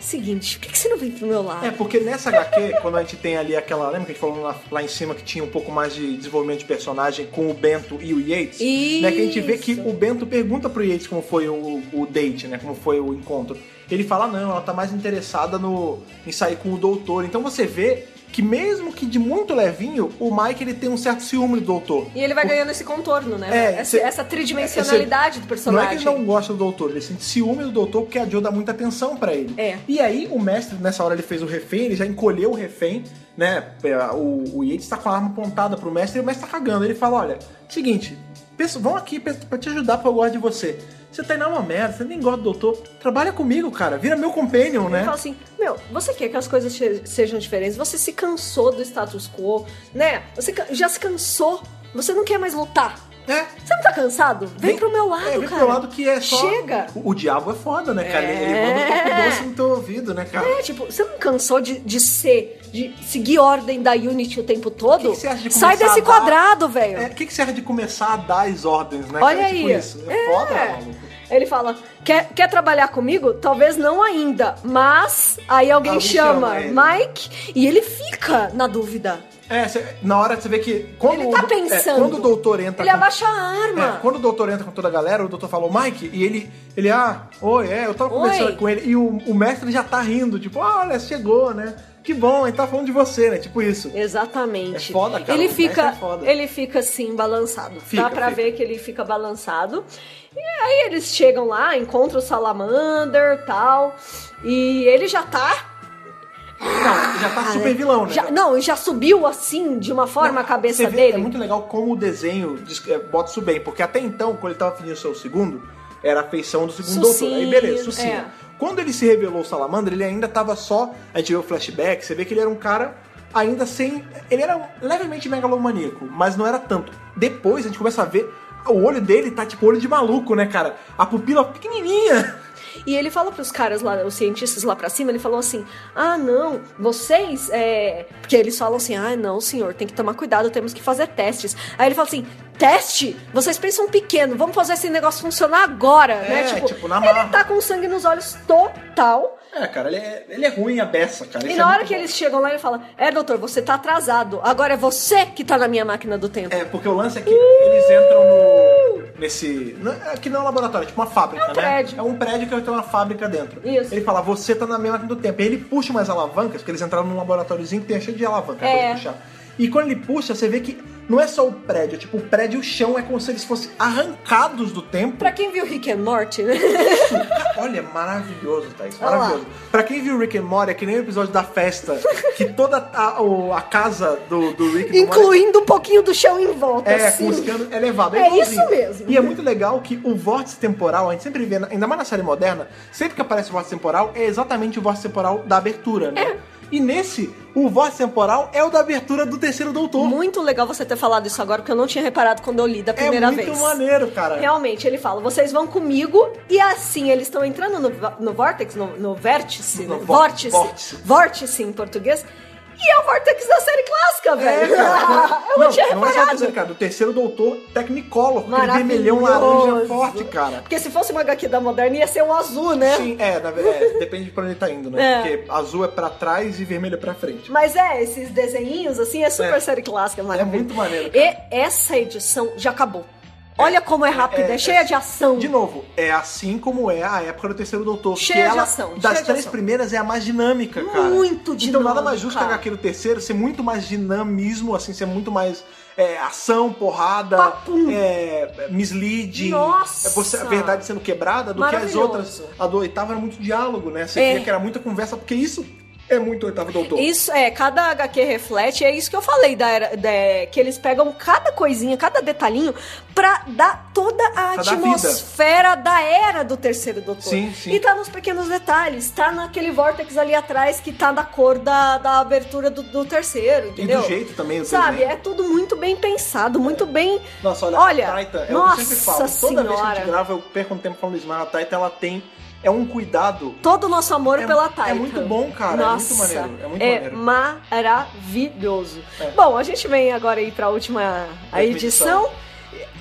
seguinte, por que, que você não vem pro meu lado? É, porque nessa HQ, (laughs) quando a gente tem ali aquela. Lembra que a gente falou lá, lá em cima que tinha um pouco mais de desenvolvimento de personagem com o Bento e o Yates? Né, que a gente vê que Isso. o Bento pergunta pro Yates como foi o, o date, né? Como foi o encontro. Ele fala, não, ela tá mais interessada no, em sair com o doutor. Então você vê que mesmo que de muito levinho, o Mike ele tem um certo ciúme do doutor. E ele vai ganhando esse contorno, né? É, essa, cê- essa tridimensionalidade do Não personagem. é que ele não gosta do doutor, ele sente ciúme do doutor porque a Joe dá muita atenção pra ele. É. E aí o mestre, nessa hora, ele fez o refém, ele já encolheu o refém, né? É, O, o Yates tá com a arma apontada pro mestre e o mestre tá cagando. Ele fala: olha, seguinte, pensa- vão aqui pra pra te ajudar porque eu gosto de você. Você tá indo uma merda, você nem gosta do doutor. Trabalha comigo, cara. Vira meu companion, Ele né? fala assim, meu, você quer que as coisas che- sejam diferentes? Você se cansou do status quo, né? Você ca- já se cansou. Você não quer mais lutar. É. Você não tá cansado? Vem, pro meu lado, É, cara. vem pro lado que é só. Chega. O, o diabo é foda, né, cara? Ele- Ele É. manda um pouco doce no teu ouvido, né, cara? É, tipo, você não cansou de, de ser, de seguir ordem da Unity o tempo O que todo? que você acha de Sai começar desse a dar- quadrado, velho. É, o que, que você acha de começar a dar as ordens, né? Olha cara? aí. Tipo isso. É, foda, maluco. Ele fala, quer, quer trabalhar comigo? Talvez não ainda, mas aí alguém, Alguém chama, chama ele. Mike e ele fica na dúvida. É, cê- na hora você vê que. Quando Ele tá o, pensando. É, quando o doutor entra. Ele com, abaixa a arma. é, quando o doutor entra com toda a galera, o doutor falou, Mike, e ele. Ele, ah, oi, é, eu tava Oi. conversando com ele. E o, o mestre já tá rindo, tipo, ah, olha, chegou, né? Que bom, ele tá falando de você, né? Tipo isso. Exatamente. É foda, cara. Ele O fica, Messi é foda. ele fica assim balançado. Fica, Dá pra fica. ver que ele fica balançado. E aí eles chegam lá, encontram o Salamander, tal, e ele já tá Não, já tá super vilão, né? Ah, já, não, e já subiu assim de uma forma a Você cabeça vê, dele. É muito legal como o desenho diz- é, bota isso bem, porque até então, quando ele tava fingindo ser o segundo, era a feição do segundo doutor. Aí Sucinto, beleza, sucinto. é. Quando ele se revelou o Salamandra, ele ainda tava só. A gente vê o flashback, você vê que ele era um cara ainda sem. Ele era levemente megalomaníaco, mas não era tanto. Depois a gente começa a ver. O olho dele tá tipo olho de maluco, né, cara? A pupila pequenininha. E ele fala pros caras lá, os cientistas lá pra cima, ele falou assim: ah, não, vocês. é, Porque eles falam assim: ah, não, senhor, tem que tomar cuidado, temos que fazer testes. Aí ele fala assim: teste? Vocês pensam um pequeno, vamos fazer esse negócio funcionar agora, né? tipo, na ele marra. tá com sangue nos olhos total. É, cara, ele é, ele é ruim a beça, cara. E Esse na é hora muito que bom. eles chegam lá, ele fala: É, doutor, você tá atrasado. Agora é você que tá na minha máquina do tempo. É, porque o lance é que eles entram no. Nesse. não- é que não é um laboratório, é tipo uma fábrica, É né? um prédio. É um prédio que tem uma fábrica dentro. Isso. Ele fala, você tá na minha máquina do tempo. Aí ele puxa umas alavancas, porque eles entraram num laboratóriozinho que tem cheio de alavanca É. pra ele puxar. E quando ele puxa, você vê que não é só o prédio, é tipo, o prédio e o chão é como se eles fossem arrancados do tempo. (laughs) Pra quem viu Rick and Morty, né? Olha, maravilhoso, Thaís. Olha lá. Maravilhoso. Pra quem viu Rick and Morty, é que nem o episódio da festa, que toda a, o- a casa do, do Rick and Morty Incluindo um pouquinho do chão em volta. é, assim. com os canos elevados. É igualzinho. isso mesmo. E é muito legal que o vórtice temporal, a gente sempre vê, ainda mais na série moderna, sempre que aparece o vórtice temporal, é exatamente o vórtice temporal da abertura, né? É. E nesse, o vórtice temporal é o da abertura do terceiro doutor. Muito legal você ter falado isso agora, porque eu não tinha reparado quando eu li da é primeira muito vez. maneiro, cara. Realmente, ele fala, vocês vão comigo, e assim, eles estão entrando no, va- no vórtex, no, no vértice, No né? vó- vórtice, vórtice. vórtice, em português, e é o vórtex da série clássica, É, velho. (laughs) cara. eu não, tinha não é só o reparado. terceiro, cara. O terceiro doutor Technicolor, aquele vermelhão laranja Maravilhoso. forte, cara. porque se fosse uma HQ da moderna, ia ser um azul, né? Sim, é, na verdade, é, depende de pra onde ele tá indo, né? É. Porque azul é pra trás e vermelho é pra frente. Mas é, esses desenhinhos, assim, é super É. série clássica, maravilha. muito maneiro, E essa edição já acabou. Olha como é rápida, é, é, cheia de ação. De novo, é assim como é a época do terceiro doutor. Cheia que de ela, ação, Das cheia de três ação. primeiras é a mais dinâmica, cara. Muito Então nada dinâmica. mais justo que a HQ do terceiro ser muito mais dinamismo, assim, ser muito mais é, ação, porrada, Papum. é, misleading. Nossa. é você- a verdade sendo quebrada do que as Maravilhoso. outras. A do oitava era muito diálogo, né? Você É. via que era muita conversa, porque isso é muito oitavo doutor. Isso é, cada HQ reflete, é isso que eu falei, da, era- da- que eles pegam cada coisinha, cada detalhinho, pra dar toda a Pra dar vida. atmosfera da era do terceiro doutor. Sim, sim. E tá nos pequenos detalhes, tá naquele vórtex ali atrás que tá da cor da, da abertura do, do terceiro, E entendeu? do jeito também, o Sabe, desenho. é tudo muito bem pensado, muito bem. Nossa, olha, a Taita, é o que eu sempre falo. Toda vez que nossa a gente senhora. grava, eu perco um tempo falando isso, mas a Taita, ela tem... É um cuidado Todo o nosso amor É- pela é Taika. muito bom, cara, é Nossa, hum, muito maneiro, é muito maneiro. maravilhoso. É. Bom, a gente vem agora aí pra última a Última edição.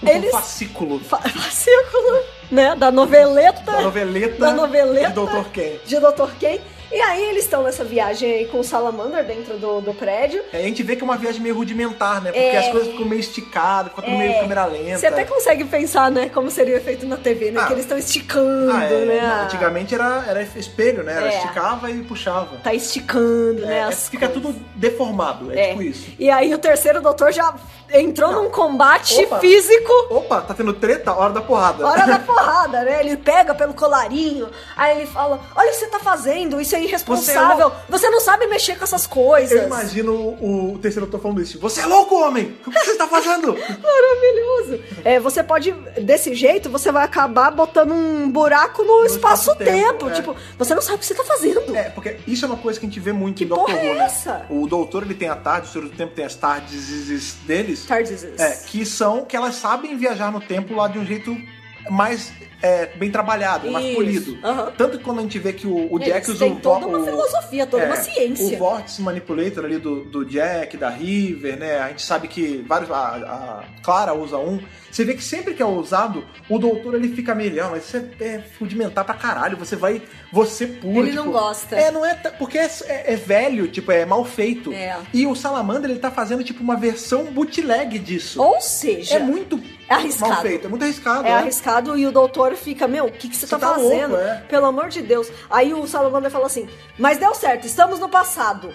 Um Eles... fascículo fa- (laughs) Fascículo, né? Da noveleta. da noveleta, Da noveleta. de Dr. Ken. De Dr. Ken. E aí eles estão nessa viagem aí com o Salamander dentro do, do prédio. É, A gente vê que é uma viagem meio rudimentar, né? Porque É. as coisas ficam meio esticadas, ficam tudo meio câmera lenta. Você é até consegue pensar, né, como seria feito na TV, né? Ah. Que eles estão esticando, Ah, é, né? não, antigamente era, era espelho, né? Era É. esticava e puxava. Tá esticando, né? É, as fica coisas. tudo deformado, é, É. tipo isso. E aí o terceiro doutor já entrou Não. num combate Opa. físico. Opa, tá tendo treta? Hora da porrada. Hora da porrada, né? Ele pega pelo colarinho, aí ele fala: Olha o que você tá fazendo, isso é irresponsável, você, não sabe mexer com essas coisas. Eu imagino o, o terceiro doutor falando isso. Você é louco, homem! O que você tá (laughs) fazendo? Maravilhoso. É, você pode, desse jeito, você vai acabar botando um buraco no, espaço-tempo, espaço-tempo. é. Tipo, você não sabe o que você tá fazendo. É, porque isso é uma coisa que a gente vê muito Que em Doctor porra Who, é né? essa? O doutor, ele tem a tarde, o senhor do tempo tem as tardes deles. Tardizes. É, que são que elas sabem viajar no tempo lá de um jeito mais é, bem trabalhado, mais Isso, polido. aham. Tanto que quando a gente vê que o, o Jack Eles usa têm o toda vo- uma o- filosofia, toda é, uma ciência. O vórtice manipulator ali do, do Jack, da River, né? A gente sabe que vários. A, a Clara usa um. Você vê que sempre que é usado, o doutor ele fica meio, "Ah, mas isso é, é rudimentar pra caralho. Você vai. Você pura. Ele não gosta. É, não é. t- Porque é, é- é velho, tipo, é mal feito. É. E o Salamander, ele tá fazendo, tipo, uma versão bootleg disso. Ou seja, É muito É arriscado. mal feito, é muito arriscado. É né? arriscado e o doutor fica, meu, o que, que você, Você tá, tá fazendo? louco, é. Pelo amor de Deus. Aí o Salamander fala assim, mas deu certo, estamos no passado.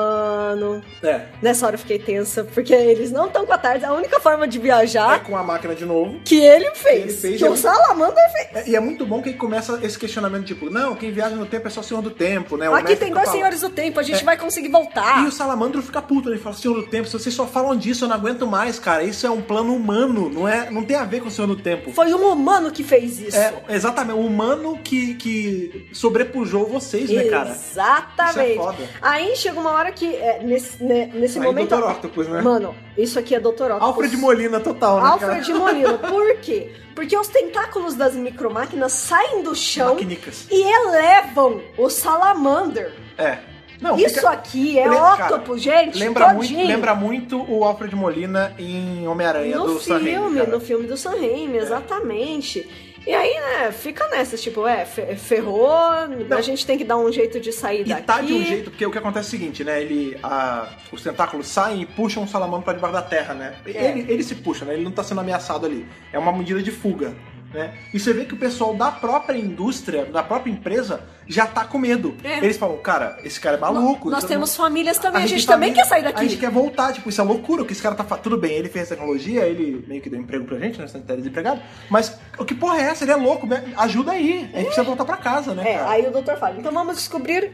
Mano, É. nessa hora eu fiquei tensa, porque eles não estão com a tarde. A única forma de É viajar com a máquina de novo. que ele fez. Ele fez, que é. o Salamander fez. É, E é muito bom que começa esse questionamento, tipo, não, quem viaja no tempo é só o senhor do tempo, né? O Aqui mestre tem fica dois falando. senhores Ah. do tempo, a gente É. vai conseguir voltar. E o né? salamandro fica puto, ele fala, senhor do tempo, se vocês só falam disso, eu não aguento mais, cara. Isso é um plano humano, não é né? Não tem a ver com o Senhor do Tempo. Foi um humano que fez isso. É, exatamente, o humano que, que sobrepujou vocês, né, cara? Exatamente. Isso é foda. Aí chega uma hora que, é, nesse, né, nesse Aí, momento. Dr. Octopus, né? Mano, isso aqui é Dr. Octopus. Alfred Molina total, né, cara? (laughs) Alfred Molina. Por quê? Porque os tentáculos das micromáquinas saem do chão Maquinicas. e elevam o salamander. É. Não, isso fica- aqui é Lem- cara, Octopus, gente. Lembra muito, todinho. lembra muito o Alfred Molina em Homem-Aranha no do Sam filme, Raimi, cara. É. no filme do Sam Raimi, exatamente. E aí, né, fica nessa, tipo, é, fe- ferrou, a gente tem que dar um jeito de sair E daqui. tá de um jeito, porque o que acontece é o seguinte, né? Ele. a- os tentáculos saem e puxam o salamandro pra debaixo da terra, né? É. Ele, ele se puxa, né? Ele não tá sendo ameaçado ali. É uma medida de fuga. Né? E você vê que o pessoal da própria indústria, da própria empresa, já tá com medo. É. Eles falam, cara, esse cara é maluco. Nós isso temos não- famílias também, a gente, tá também meio- quer sair daqui. A gente quer voltar, tipo, isso é loucura, o que esse cara tá fazendo. Tudo bem, ele fez a tecnologia, ele meio que deu emprego pra gente, né? nós estamos desempregados. tá Mas o que porra é essa? Ele é louco, me ajuda aí. A gente precisa voltar pra casa, né? É, cara? aí o doutor fala, então vamos descobrir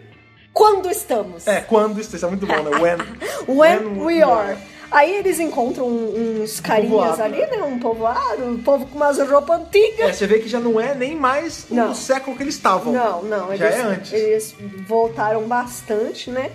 quando estamos. É, quando isso, isso é muito bom, né? When, (laughs) When we are. Aí eles encontram um- uns carinhas povoado, ali, né? né? Um povoado, um povo com umas roupas antigas. É, você vê que já não é nem mais o Não. século que eles estavam. Não, não, Já eles, é antes. eles voltaram bastante, né?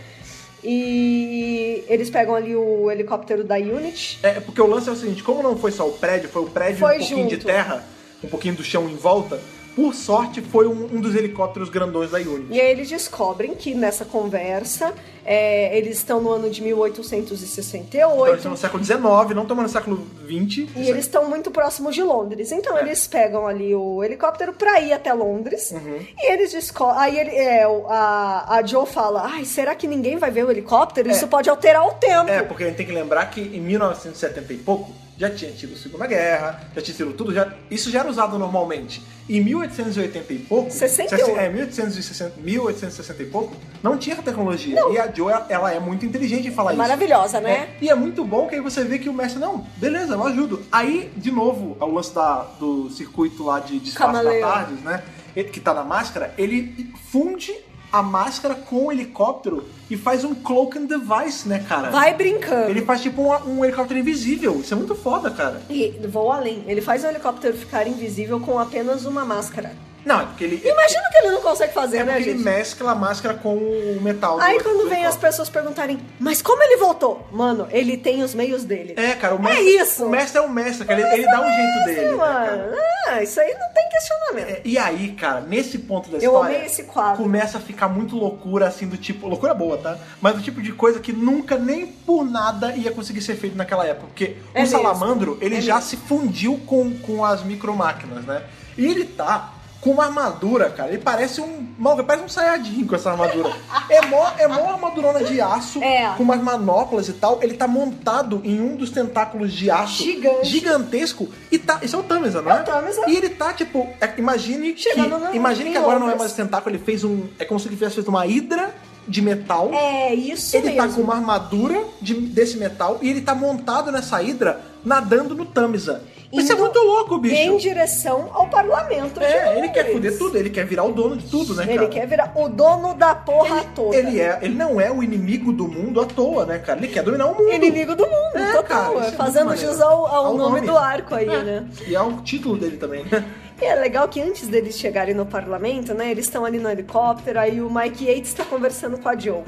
E eles pegam ali o helicóptero da Unity. É, porque o lance é o seguinte, como não foi só o prédio, foi o prédio e Foi um pouquinho de junto. terra, um pouquinho do chão em volta, por sorte foi um, um dos helicópteros grandões da Unity. E aí eles descobrem que nessa conversa é, eles estão no ano de Então, 1868 eles estão no século XIX, não estamos no século XX. e eles estão muito próximos de Londres. Então É. eles pegam ali o helicóptero pra ir até Londres. Uhum. E eles descobrem. Aí ele, é, o- a, a Jo fala: Ai, será que ninguém vai ver o helicóptero? Isso pode alterar o tempo. É, porque a gente tem que lembrar que em 1970 e pouco já tinha tido a Segunda Guerra, já tinha tido tudo, já, isso já era usado normalmente. Em 1880 e pouco. 68. É, 1860, 1860 e pouco, não tinha tecnologia. E a Jo, ela é muito inteligente em falar isso. Maravilhosa, né? É, e é muito bom que aí você vê que o mestre, não, beleza, eu ajudo. Aí, de novo, ao lance da- do circuito lá de, de espaço da Camaleão. tarde, né? ele- Que tá na máscara, ele funde a máscara com o helicóptero e faz um cloak and device, né, cara? Vai brincando. Ele faz tipo um, um helicóptero invisível. Isso é muito foda, cara. E vou além. Ele faz o helicóptero ficar invisível com apenas uma máscara. Não, é porque ele. Imagina que ele não consegue fazer, é né, porque gente? ele mescla a máscara com o metal. do- Aí do quando vem as helicóptero. pessoas perguntarem, mas como ele voltou? Mano, ele tem os meios dele. É, cara, o mestre. isso. O mestre é o mestre, cara. Ele, ele dá o jeito dele. né, cara? mano. Ah, isso aí não tem questionamento. É, E aí, cara, nesse ponto da Eu história. amei esse quadro. Começa a ficar muito loucura, assim, do tipo. Loucura boa, tá? Mas do tipo de coisa que nunca, nem por nada, ia conseguir ser feito naquela época. Porque É o mesmo. salamandro, ele É já mesmo. se fundiu com, com as micromáquinas, né? E ele tá. Com uma armadura, cara, ele parece um. Mal, parece um saiadinho com essa (laughs) armadura. É mó, é mó armadurona de aço, É. com umas manoplas e tal. Ele tá montado em um dos tentáculos de aço Gigante. gigantesco. E tá. Isso é o Tamiza, não é? É o Tamiza. E ele tá, tipo, é- imagine que, Chegando no- imagine em que agora não é Londres. mais tentáculo, ele fez um. É como se ele tivesse feito uma hidra de metal. É, isso ele mesmo. tá com uma armadura de- desse metal e ele tá montado nessa hidra nadando no Tamiza. Isso é Indo muito louco, bicho. Em direção ao parlamento. É, de ele quer Londres. foder tudo, ele quer virar o dono de tudo, né, cara? Ele quer virar o dono da porra toda. Ele é, ele não é o inimigo do mundo à toa, né, cara? Ele quer dominar o mundo. Inimigo do mundo, É, cara, total. isso é é muito fazendo maneiro. jus ao, ao Ao nome, nome. do arco aí, É. né? E é o título dele também, né? E é legal que antes deles chegarem no parlamento, né? Eles estão ali no helicóptero, aí o Mike Yates tá conversando com a Joe.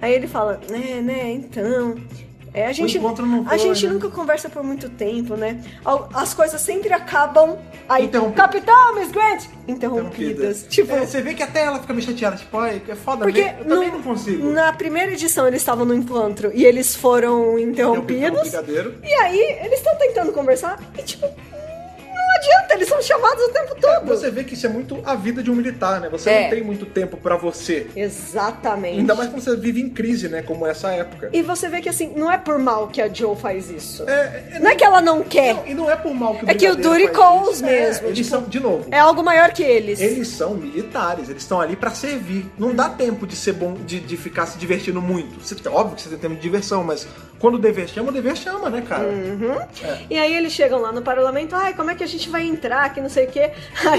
Aí ele fala, né, né, então. é, a gente, encontro não a foi, gente né?" nunca conversa por muito tempo, né? Al- As coisas sempre acabam. Aí, Interrompidas. Capitão, Miss Grant! Interrompidas. Tipo, É, você vê que até ela fica meio chateada, tipo, ai, é foda, porque eu também no- não consigo. na primeira edição eles estavam no encontro e eles foram Interrompido, interrompidos. brigadeiro. E aí, eles estão tentando conversar e, tipo, não adianta, eles são chamados o tempo todo. Você vê que isso é muito a vida de um militar, né? Você É. não tem muito tempo pra você. Exatamente. Ainda mais quando você vive em crise, né? Como essa época. E você vê que, assim, não é por mal que a Joe faz isso. É, é- Não é que ela não quer, não- e não é por mal que o É que o brigadeiro Duty faz isso. calls É, mesmo, eles tipo- são, de novo, é algo maior que eles. eles são militares, eles estão ali pra servir. Não dá tempo de ser bom, de, de ficar se divertindo muito. Você- óbvio que você tem tempo de diversão, mas quando o dever chama, o dever chama, né, cara? Uhum. E aí eles chegam lá no parlamento, ai, como é que a gente vai entrar, que não sei o quê.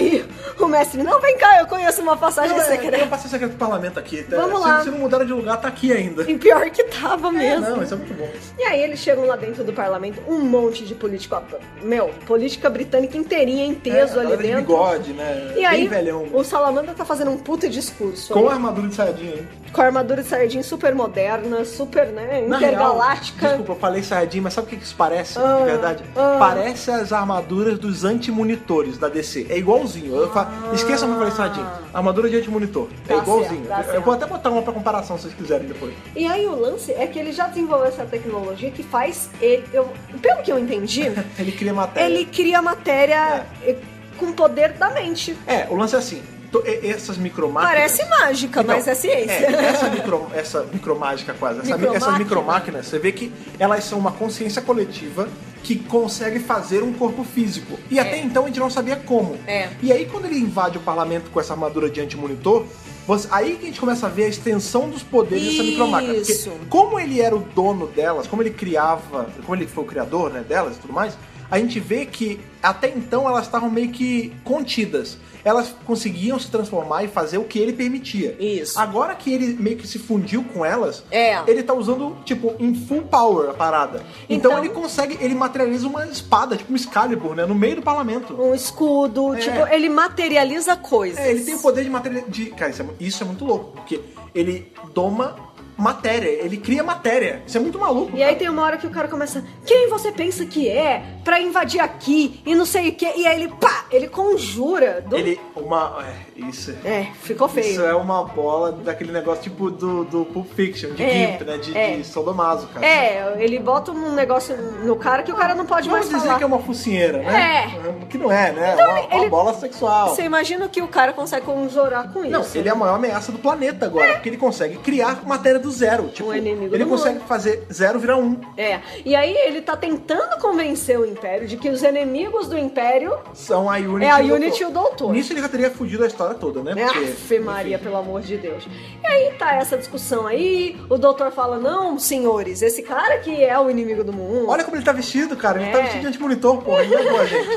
(laughs) Aí o mestre, não, vem cá, eu conheço uma passagem Não, é, Tem secreta. um passeio secreto do parlamento aqui. tá? Vamos se, lá. se não mudaram de lugar, tá aqui ainda. E pior que tava mesmo. Não, isso é muito bom. E aí eles chegam lá dentro do parlamento, um monte de político. ah, Meu, política britânica inteirinha em peso É, a ali galera de dentro. bigode, né? E Bem aí, velhão. o Salamandra tá fazendo um puta discurso. Com né? a armadura de sardinha, hein? Com a armadura de sardinha super moderna, super, né, Na real, intergaláctica. desculpa, eu falei sardinha, mas sabe o que que isso parece, Ah, na verdade? ah. Parece as armaduras dos antimonitores da DC. É igualzinho. Eu fa... Esqueça o que eu falei sardinha. Armadura de antimonitor. Ah. Tá é igualzinho. certo, tá eu certo. vou até botar uma pra comparação, se vocês quiserem depois. E aí o lance é que ele já desenvolveu essa tecnologia que faz ele. Eu, pelo que (laughs) eu entendi, Ele cria matéria. ele cria matéria eh, com poder da mente. É, o lance é assim. to- e- Essas micromáquinas... Parece mágica, Então, mas é ciência. é, essa, micro, essa micromágica quase, essa, mi- Micromáquina. essas micromáquinas, você vê que elas são uma consciência coletiva que consegue fazer um corpo físico. E até então a gente não sabia como. É. E aí quando ele invade o parlamento com essa armadura de antimonitor, você, aí que a gente começa a ver a extensão dos poderes dessa micromáquina. Porque Isso. como ele era o dono delas, como ele criava, como ele foi o criador né, delas e tudo mais, a gente vê que até então elas estavam meio que contidas. Elas conseguiam se transformar e fazer o que ele permitia. Isso. Agora que ele meio que se fundiu com elas, É. ele tá usando, tipo, em full power a parada. Então, Então- ele consegue, ele materializa uma espada, tipo um Excalibur, né? No meio do parlamento. (laughs) Um escudo, É. tipo, ele materializa coisas. É, ele tem o poder de materializar. De... Cara, isso é, mu- isso é muito louco, porque ele doma matéria, ele cria matéria. Isso é muito maluco. E aí tem uma hora que o cara começa, quem você pensa que é pra invadir aqui e não sei o que, e aí ele pá, ele conjura do... Ele. Uma. é, isso. É, ficou feio. Isso é uma bola daquele negócio tipo do, do Pulp Fiction, de É, Gimp, né? De, é. de Soldomaso, cara. É, ele bota um negócio no cara que o cara não pode Vamos mais dizer falar. Então, que é uma focinheira, né? É. Que não é, né? É uma, uma ele- bola sexual. Você imagina que o cara consegue conjurar com Não, isso. É. ele é a maior ameaça do planeta agora, porque ele consegue criar matéria do zero. Tipo, Um inimigo ele do consegue mundo. fazer zero virar um. É. E aí ele tá tentando convencer o Império de que os inimigos do Império São a Unity É a e o Unity e o Doutor. Nisso ele já teria fudido a história toda, né? Né? Aff, Maria, enfim. pelo amor de Deus. E aí tá essa discussão aí, o doutor fala, não, senhores, esse cara que é o inimigo do mundo. Olha como ele tá vestido, cara. Ele É. tá vestido de antimonitor, pô. Ele não é boa, gente.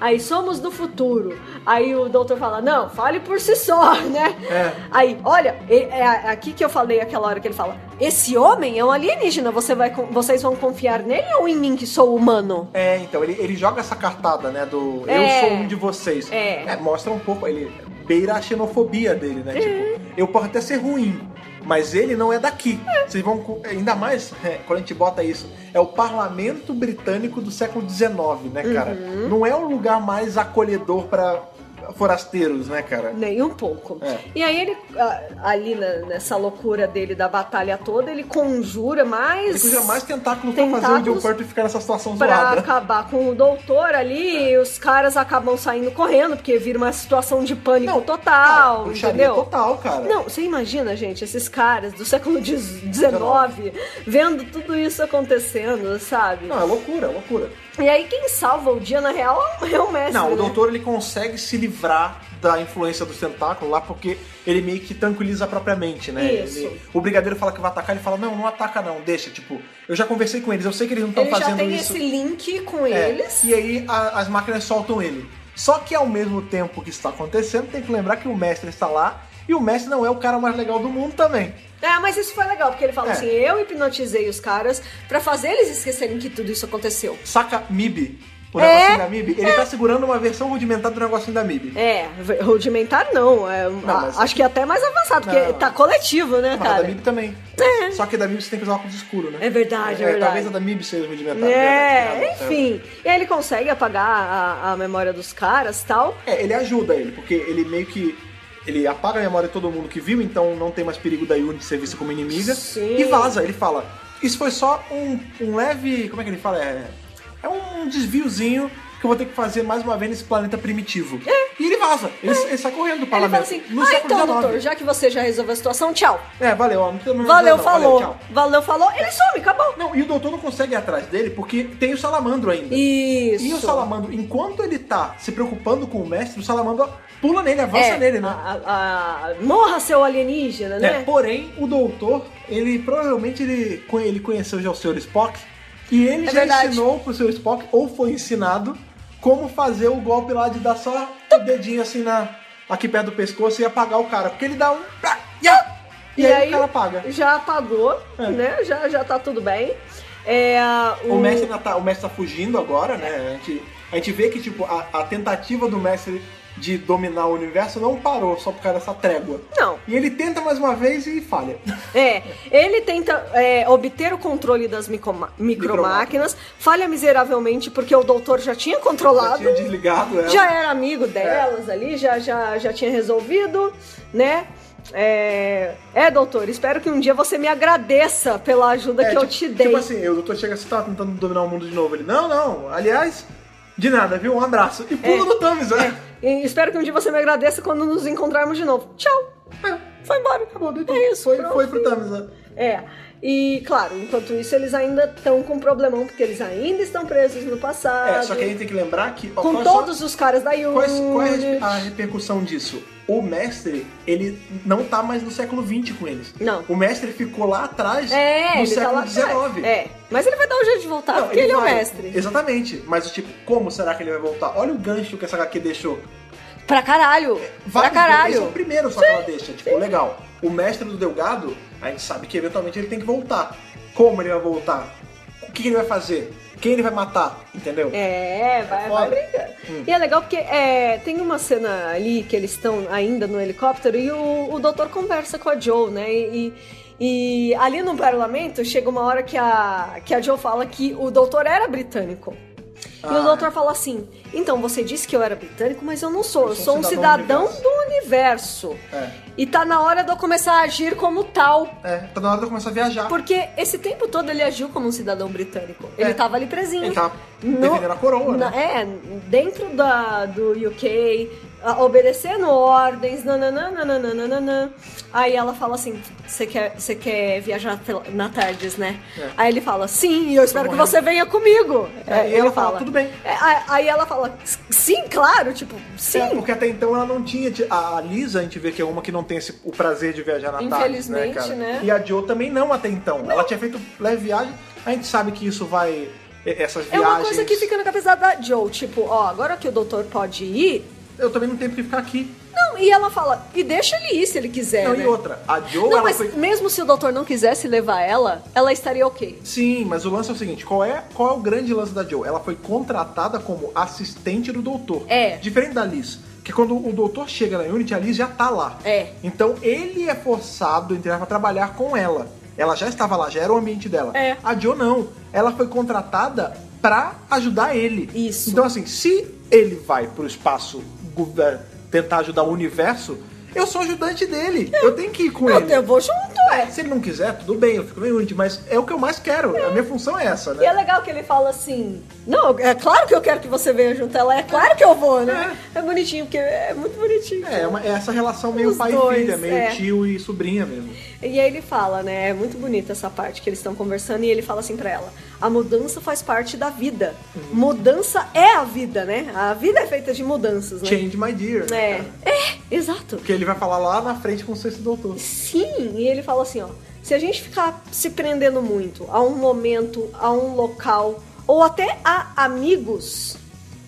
Aí somos do futuro. Aí o doutor fala: Não, fale por si só, (laughs) né? É. Aí, olha, e- é a- aqui que eu falei aquela hora que ele fala: Esse homem é um alienígena, você vai, con- vocês vão confiar nele ou em mim que sou humano? É, então, ele, ele joga essa cartada, né? Do eu É. sou um de vocês. É. Mostra um pouco, ele beira a xenofobia dele, né? Uhum. Tipo, eu posso até ser ruim, mas ele não é daqui. Vocês vão. co- Ainda mais é, quando a gente bota isso. É o parlamento britânico do século XIX, né, cara? Uhum. Não é o lugar mais acolhedor pra forasteiros, né, cara? Nem um pouco. É. E aí ele, a- ali na- nessa loucura dele da batalha toda, ele conjura mais. Inclusive, é mais tentáculo pra fazer o Joe Tentáculos Perto ficar nessa situação (laughs) Pra zoada. acabar com o doutor ali, e os caras acabam saindo correndo, porque vira uma situação de pânico Não, Ah, total, Bruxaria entendeu? total, cara. Não, você imagina, gente, esses caras do século XIX vendo tudo isso acontecendo, sabe? Não, é loucura, é loucura. E aí quem salva o dia, na real, é o mestre. Não, né? o doutor ele consegue se livrar da influência dos tentáculos lá porque ele meio que tranquiliza a própria mente, né? Isso. Ele- o brigadeiro fala que vai atacar, ele fala: "Não, não ataca não, deixa, tipo, eu já conversei com eles, eu sei que eles não estão Ele tá fazendo já tem isso". esse link com É, eles. E aí a- as máquinas soltam ele. Só que ao mesmo tempo que isso tá acontecendo, tem que lembrar que o mestre está lá e o mestre não é o cara mais legal do mundo também. É, mas isso foi legal, porque ele fala É. assim, eu hipnotizei os caras pra fazer eles esquecerem que tudo isso aconteceu. Saca Mib, o É, negocinho da Mib, ele tá segurando uma versão rudimentar do negocinho da Mib. É, rudimentar não, é, a- mas- acho que até mais avançado, porque Não. tá coletivo, né, Mas a Ah, da cara? MIB também. Só que a da MIB você tem que usar óculos escuro, né? É verdade, é verdade. Talvez a da MIB seja rudimentar. né? verdade, É, verdade. enfim. E aí ele consegue apagar a, a memória dos caras tal. É, ele ajuda ele, porque ele meio que. Ele apaga a memória de todo mundo que viu, então não tem mais perigo da Yuni ser vista como inimiga. Sim. E vaza, ele fala. Isso foi só um, um leve. Como é que ele fala? É, é um desviozinho que eu vou ter que fazer mais uma vez nesse planeta primitivo. E ele vaza. Ele, ele sai correndo do É. Ele fala parlamento. assim: no Ah, século então, XIX. doutor, já que você já resolveu a situação, tchau. É, valeu. ó, Não precisa mais Valeu, não, falou. Valeu, tchau. Valeu, falou. Ele some, acabou. Não, e o doutor não consegue ir atrás dele porque tem o salamandro ainda. Isso. E o salamandro, enquanto ele tá se preocupando com o mestre, o salamandro pula nele, avança É, nele, né? a- a- a- morra seu alienígena, É, né? porém, o doutor, ele provavelmente ele, co- ele conheceu já o Sr. Spock e ele É já verdade. ensinou pro Sr. Spock, ou foi ensinado, como fazer o golpe lá de dar só o dedinho assim na, aqui perto do pescoço e apagar o cara. Porque ele dá um. plá, iá, E, aí, o cara apaga. já apagou, É. né? Já, já tá tudo bem. É, O mestre, ainda tá, o mestre tá fugindo agora, né? A gente, a gente vê que tipo, a, a tentativa do mestre de dominar o universo não parou só por causa dessa trégua. Não, E ele tenta mais uma vez e falha. É, ele tenta é, obter o controle das micoma- micromáquinas, falha miseravelmente porque o doutor já tinha Já controlado, tinha desligado ela. já era amigo É. delas ali, já, já, já tinha resolvido, né? É, é, doutor, espero que um dia você me agradeça pela ajuda É, que eu tipo, te dei. Tipo assim, o doutor chega, você tá tentando dominar o mundo de novo. Ele, não, não, aliás, de nada, viu? Um abraço. E pula É. no Thames, né? E espero que um dia você me agradeça quando nos encontrarmos de novo. Tchau! Foi embora, acabou. É isso, Foi, pronto. foi pro Thames, né? É. E, claro, enquanto isso, eles ainda estão com um problemão, porque eles ainda estão presos no passado. É, só que a gente tem que lembrar que... ó, Com qual é só- todos os caras da Unity. Qual é, qual é a repercussão disso? O mestre, ele não tá mais no século XX com eles. Não. O mestre ficou lá atrás É, no ele tá século lá atrás. XIX. É, mas ele vai dar um jeito de voltar, Não, porque ele, é o vai. mestre. Exatamente. Mas, tipo, como será que ele vai voltar? Olha o gancho que essa HQ deixou. Pra caralho, Vários- Esse é pra o caralho. primeiro só que ela deixa. Tipo, legal. O mestre do Delgado, a gente sabe que eventualmente ele tem que voltar. Como ele vai voltar? O que ele vai fazer? Quem ele vai matar? Entendeu? É, vai, vai Foda. brincando. E é legal porque é, tem uma cena ali que eles estão ainda no helicóptero e o, o doutor conversa com a Joe, né? E, e- e ali no parlamento chega uma hora que a, que a Joe fala que o doutor era britânico. E Ah. o doutor fala assim: então você disse que eu era britânico, mas eu não sou, eu sou, um cidadão, cidadão do universo. É. E tá na hora de eu começar a agir como tal. É, tá na hora de eu começar a viajar. Porque esse tempo todo ele agiu como um cidadão britânico. Ele É. tava ali presinho. Ele tá defendendo a coroa, na- né? É, dentro da, do UK, a- obedecendo ordens, nananana. Aí ela fala assim: você quer, você quer viajar pela- na Tardes, né? É. Aí ele fala: sim, eu espero que morrendo. você venha comigo. É, Aí e ela fala, "Tudo bem." É, aí- aí ela fala: sim, claro, tipo, sim. É, porque até então ela não tinha. ti- A a Lisa, a gente vê que é uma que não tem esse- o prazer de viajar na Infelizmente, tarde, né, né? cara? E a Joe também não até então. Ela tinha feito leve viagem. A gente sabe que isso vai. e- Essas É viagens. uma coisa que fica na cabeça da Joe, tipo, ó, agora que o doutor pode ir, Eu também não tenho porque ficar aqui. Não, e ela fala, e deixa ele ir se ele quiser. não, né? e outra. A Joe, Não, ela mas foi. mesmo se o doutor não quisesse levar ela, ela estaria ok. Sim, mas o lance é o seguinte: qual é, qual é o grande lance da Joe? Ela foi contratada como assistente do doutor. É. Diferente da Liz. Que quando o doutor chega na Unity, a Liz já tá lá. É. Então ele é forçado, entre aspas, a trabalhar com ela. Ela já estava lá, já era o ambiente dela. É. A Joe não. Ela foi contratada pra ajudar ele. Isso. Então, assim, se ele vai pro espaço gu- eh, tentar ajudar o universo, eu sou ajudante dele. Eu tenho que ir com Eu, ele. eu vou junto, é. Se ele não quiser, tudo bem, eu fico meio Unity, mas é o que eu mais quero. A minha função é essa, E né? é legal que ele fala assim: Não, é claro que eu quero que você venha junto. Ela é claro que eu vou, né? É, bonitinho, porque é muito bonitinho. É, é uma- é essa relação meio Os pai dois, e filha, meio é. tio e sobrinha mesmo. E aí ele fala, né? É muito bonita essa parte que eles estão conversando e ele fala assim pra ela: a mudança faz parte da vida. Uhum. Mudança é a vida, né? A vida é feita de mudanças, né? Change my dear. né, É. cara? É, exato. Porque ele vai falar lá na frente com o sexto doutor. Sim, e ele fala assim, ó, se a gente ficar se prendendo muito a um momento, a um local, ou até a amigos,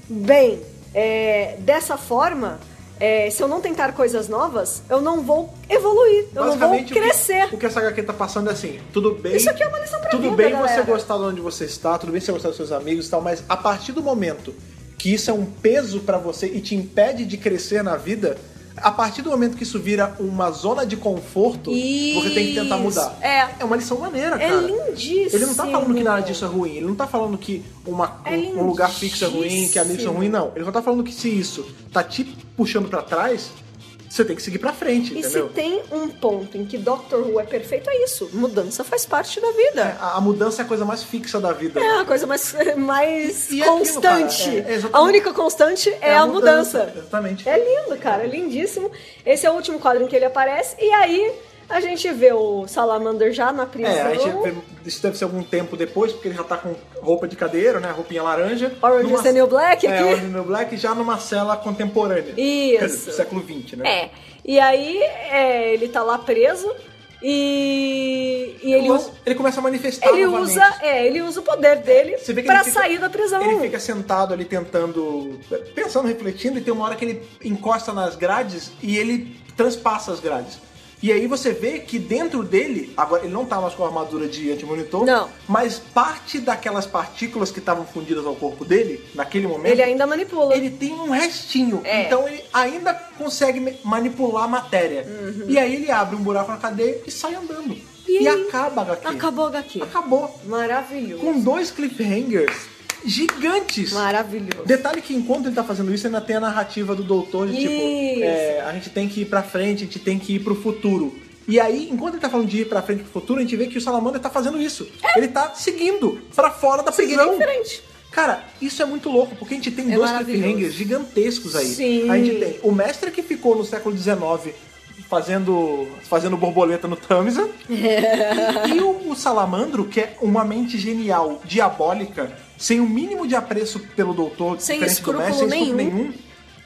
bem, é, dessa forma, é, se eu não tentar coisas novas, eu não vou evoluir, eu não vou Basicamente, o que- crescer. O que, essa HQ tá passando é assim: tudo bem. Isso aqui é uma lição pra Tudo vida, bem galera. você gostar de onde você está, tudo bem você gostar dos seus amigos e tal, mas a partir do momento que isso é um peso pra você e te impede de crescer na vida, a partir do momento que isso vira uma zona de conforto, você tem que tentar mudar. Isso, é. É uma lição maneira, É cara. lindíssimo. Ele não tá falando que nada disso é ruim, ele não tá falando que uma- É um lugar fixo é ruim, que amigos são lindíssimo. ruins, não. Ele só tá falando que se isso tá te puxando pra trás, você tem que seguir pra frente, E se entendeu? tem um ponto em que Doctor Who é perfeito, é isso. Mudança faz parte da vida. É, A, a mudança é a coisa mais fixa da vida. né? É uma coisa mais, (laughs) mais E é aquilo, constante. cara, é, é exatamente. a única constante é, a mudança. Exatamente. É lindo, cara, é lindíssimo. Esse é o último quadro em que ele aparece, e aí a gente vê o Salamander já na prisão. É, a gente, isso deve ser algum tempo depois, porque ele já tá com roupa de cadeiro, né? Roupinha laranja. Orange is the New Black É, aqui. Orange is the New Black já numa cela contemporânea. Isso. Quer dizer, do século XX, né? É. E aí é, ele tá lá preso. E, e ele, Mas ele começa a manifestar ele novamente. usa, é, ele usa o poder dele Você vê que pra ele fica- sair da prisão. Ele fica sentado ali tentando, pensando, refletindo, e tem uma hora que ele encosta nas grades e ele transpassa as grades. E aí você vê que dentro dele, agora ele não tá mais com a armadura de antimonitor, Não. mas parte daquelas partículas que estavam fundidas ao corpo dele, naquele momento, Ele ainda manipula. ele tem um restinho. É. Então ele ainda consegue me- manipular a matéria. E aí ele abre um buraco na cadeia e sai andando. Uhum. E E, aí? acaba a HQ. Acabou a HQ. Acabou Maravilhoso. com dois cliffhangers gigantes. Maravilhoso. Detalhe que enquanto ele tá fazendo isso, ainda tem a narrativa do doutor de Isso. tipo, é, a gente tem que ir pra frente, a gente tem que ir pro futuro. E aí, enquanto ele tá falando de ir pra frente pro futuro, a gente vê que o Salamander tá fazendo isso. Ele tá seguindo pra fora da Seguindo prisão. em frente. Cara, isso é muito louco, porque a gente tem É dois maravilhoso. cliffhangers gigantescos aí. Sim. A gente tem o mestre que ficou no século XIX fazendo, fazendo borboleta no (laughs) Tamisa. E, e o, o Salamandro, que é uma mente genial, diabólica, sem o mínimo de apreço pelo doutor, Sem diferente do escrúpulo mestre, sem escrúpulo nenhum. nenhum,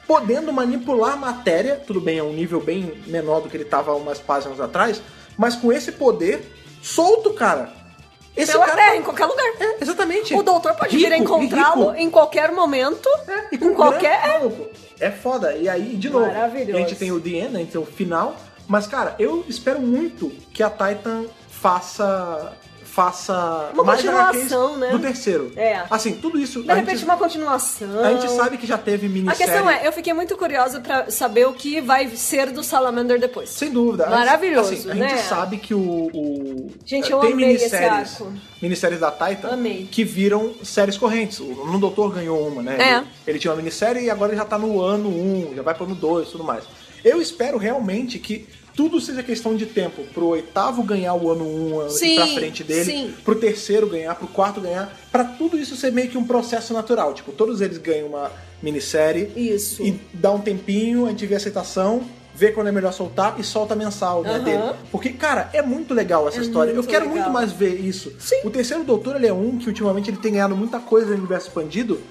podendo manipular a matéria, tudo bem, é um nível bem menor do que ele tava umas páginas atrás, mas com esse poder, solto, cara. Esse Pela cara terra, em qualquer lugar. é, exatamente. O doutor pode vir Rico, a encontrá-lo rico. em qualquer momento. É, e em com qualquer. grana, não, É foda. E aí, de novo, a Maravilhoso. gente tem o The End, a gente tem Então, o final. Mas, cara, eu espero muito que a Titan faça. faça Uma mais HQs continuação, né? do terceiro. É. Assim, tudo isso. De a repente, gente, uma continuação. a gente sabe que já teve A minissérie. questão é, eu fiquei muito curiosa pra saber o que vai ser do Salamander depois. Sem dúvida. Maravilhoso, Assim, a gente né? sabe que o. o- eh, Gente, eu tem amei esse minisséries, arco. Minisséries da Titan Amei. que viram séries correntes. O No Doutor ganhou uma, né? É. Ele, ele tinha uma minissérie e agora ele já tá no ano 1, já vai pro ano 2 e tudo mais. Eu espero realmente que tudo seja questão de tempo pro oitavo ganhar o ano 1 Sim, e pra frente dele, sim. pro terceiro ganhar, pro quarto ganhar, pra tudo isso ser meio que um processo natural. Tipo, todos eles ganham uma minissérie Isso. e dá um tempinho, a gente vê a aceitação, vê quando é melhor soltar e solta mensal né, Aham. dele. Porque, cara, é muito legal essa É história. Eu muito quero legal. muito mais ver isso. Sim. O terceiro doutor, ele é um que ultimamente ele tem ganhado muita coisa no universo expandido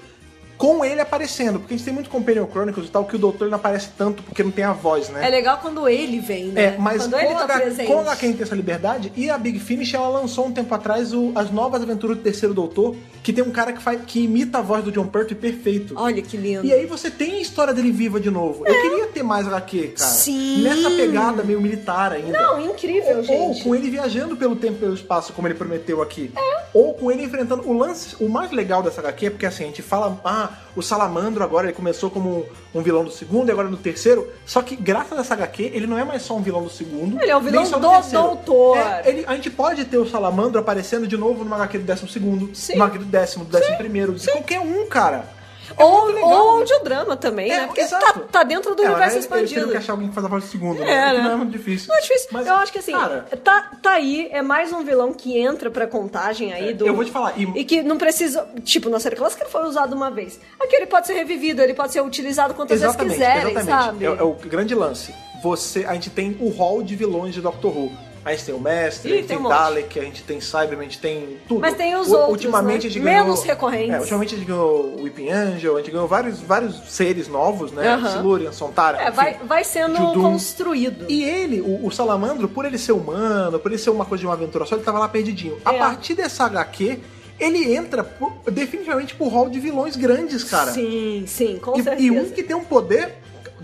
com ele aparecendo. Porque a gente tem muito Companion Chronicles e tal, que o doutor ele não aparece tanto porque não tem a voz, né? É legal quando ele vem, né? É, mas quando ele com, tá a, presente. com a quem tem essa liberdade e a Big Finish, ela lançou um tempo atrás o- as novas aventuras do Terceiro Doutor, que tem um cara que, faz, que imita a voz do John Pertwee perfeito. Olha que lindo. E aí você tem a história dele viva de novo. Eu queria ter mais HQ, cara. É. Sim. Nessa pegada meio militar ainda. Não, incrível, Ou gente. É. com ele viajando pelo tempo e pelo espaço, como ele prometeu aqui. Ou com ele enfrentando. O lance, o mais legal dessa HQ é porque assim, a gente fala, ah, o Salamandro agora ele começou como um vilão do segundo e agora no terceiro. Só que graças a essa HQ, ele não é mais só um vilão do segundo. Ele é um vilão nem só do terceiro. doutor. É, ele- a gente pode ter o Salamandro aparecendo de novo numa HQ do décimo segundo, Sim. numa HQ do décimo, do décimo primeiro, de qualquer um, cara. É ou muito legal. ou audiodrama também, É, né? Porque exato. tá, tá dentro do É, mas universo Eles teriam expandido. que achar alguém que faz a voz do segundo, né? O É, que né? Não é muito difícil. Não é difícil. Mas, eu acho que assim, Cara, tá, tá aí, é mais um vilão que entra pra contagem aí do. É, eu vou te falar, e- que não precisa. Tipo, na série clássica ele foi usado uma vez. Aqui ele pode ser revivido, ele pode ser utilizado quantas vezes exatamente, quiserem, exatamente. sabe? É, é o grande lance. Você, a gente tem o hall de vilões de Doctor Who. A gente tem o Mestre, Ih, a gente tem tem, um monte. Dalek, a gente tem Cyberman, a gente tem tudo. Mas tem os U- outros, Ultimamente né? a gente ganhou... Menos recorrentes. É, ultimamente a gente ganhou o Weeping Angel, a gente ganhou vários, vários seres novos, né? Aham. Silurian, Sontara. É, vai, enfim. vai sendo Judum. construído. E ele, o, o Salamandro, por ele ser humano, por ele ser uma coisa de uma aventura só, ele tava lá perdidinho. A É. partir dessa HQ, ele entra por- definitivamente pro hall de vilões grandes, cara. Sim, sim, com E- certeza. e, um que tem um poder.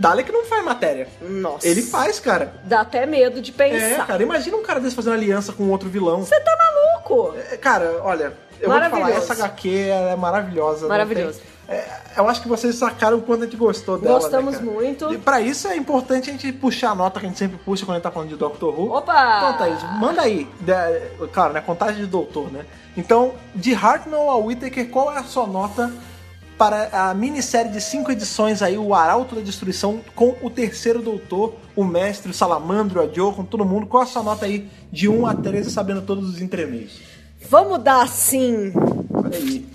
Dalek não faz matéria. Nossa. um Ele faz, cara. Dá até medo de É, pensar. cara, imagina um cara desse fazendo aliança com outro vilão. Você tá maluco? É, Cara, olha, eu vou te falar, Maravilhoso. essa HQ ela é maravilhosa. não Maravilhoso. tem- é, eu acho que vocês sacaram o quanto a gente gostou dela. né, Gostamos cara? muito. E pra isso é importante a gente puxar a nota que a gente sempre puxa quando a gente tá falando de Doctor Who. Opa! Então, Thaís, manda aí. Da- claro, né? Contagem de doutor, né? Então, de Hartnell a Whittaker, qual é a sua nota para a minissérie de cinco edições aí, o Arauto da Destruição, com o terceiro doutor, o mestre, o salamandro, a Joe, com todo mundo. Qual é a sua nota aí de 1 a 13, sabendo todos os entremeios? Vamos dar assim Olha aí.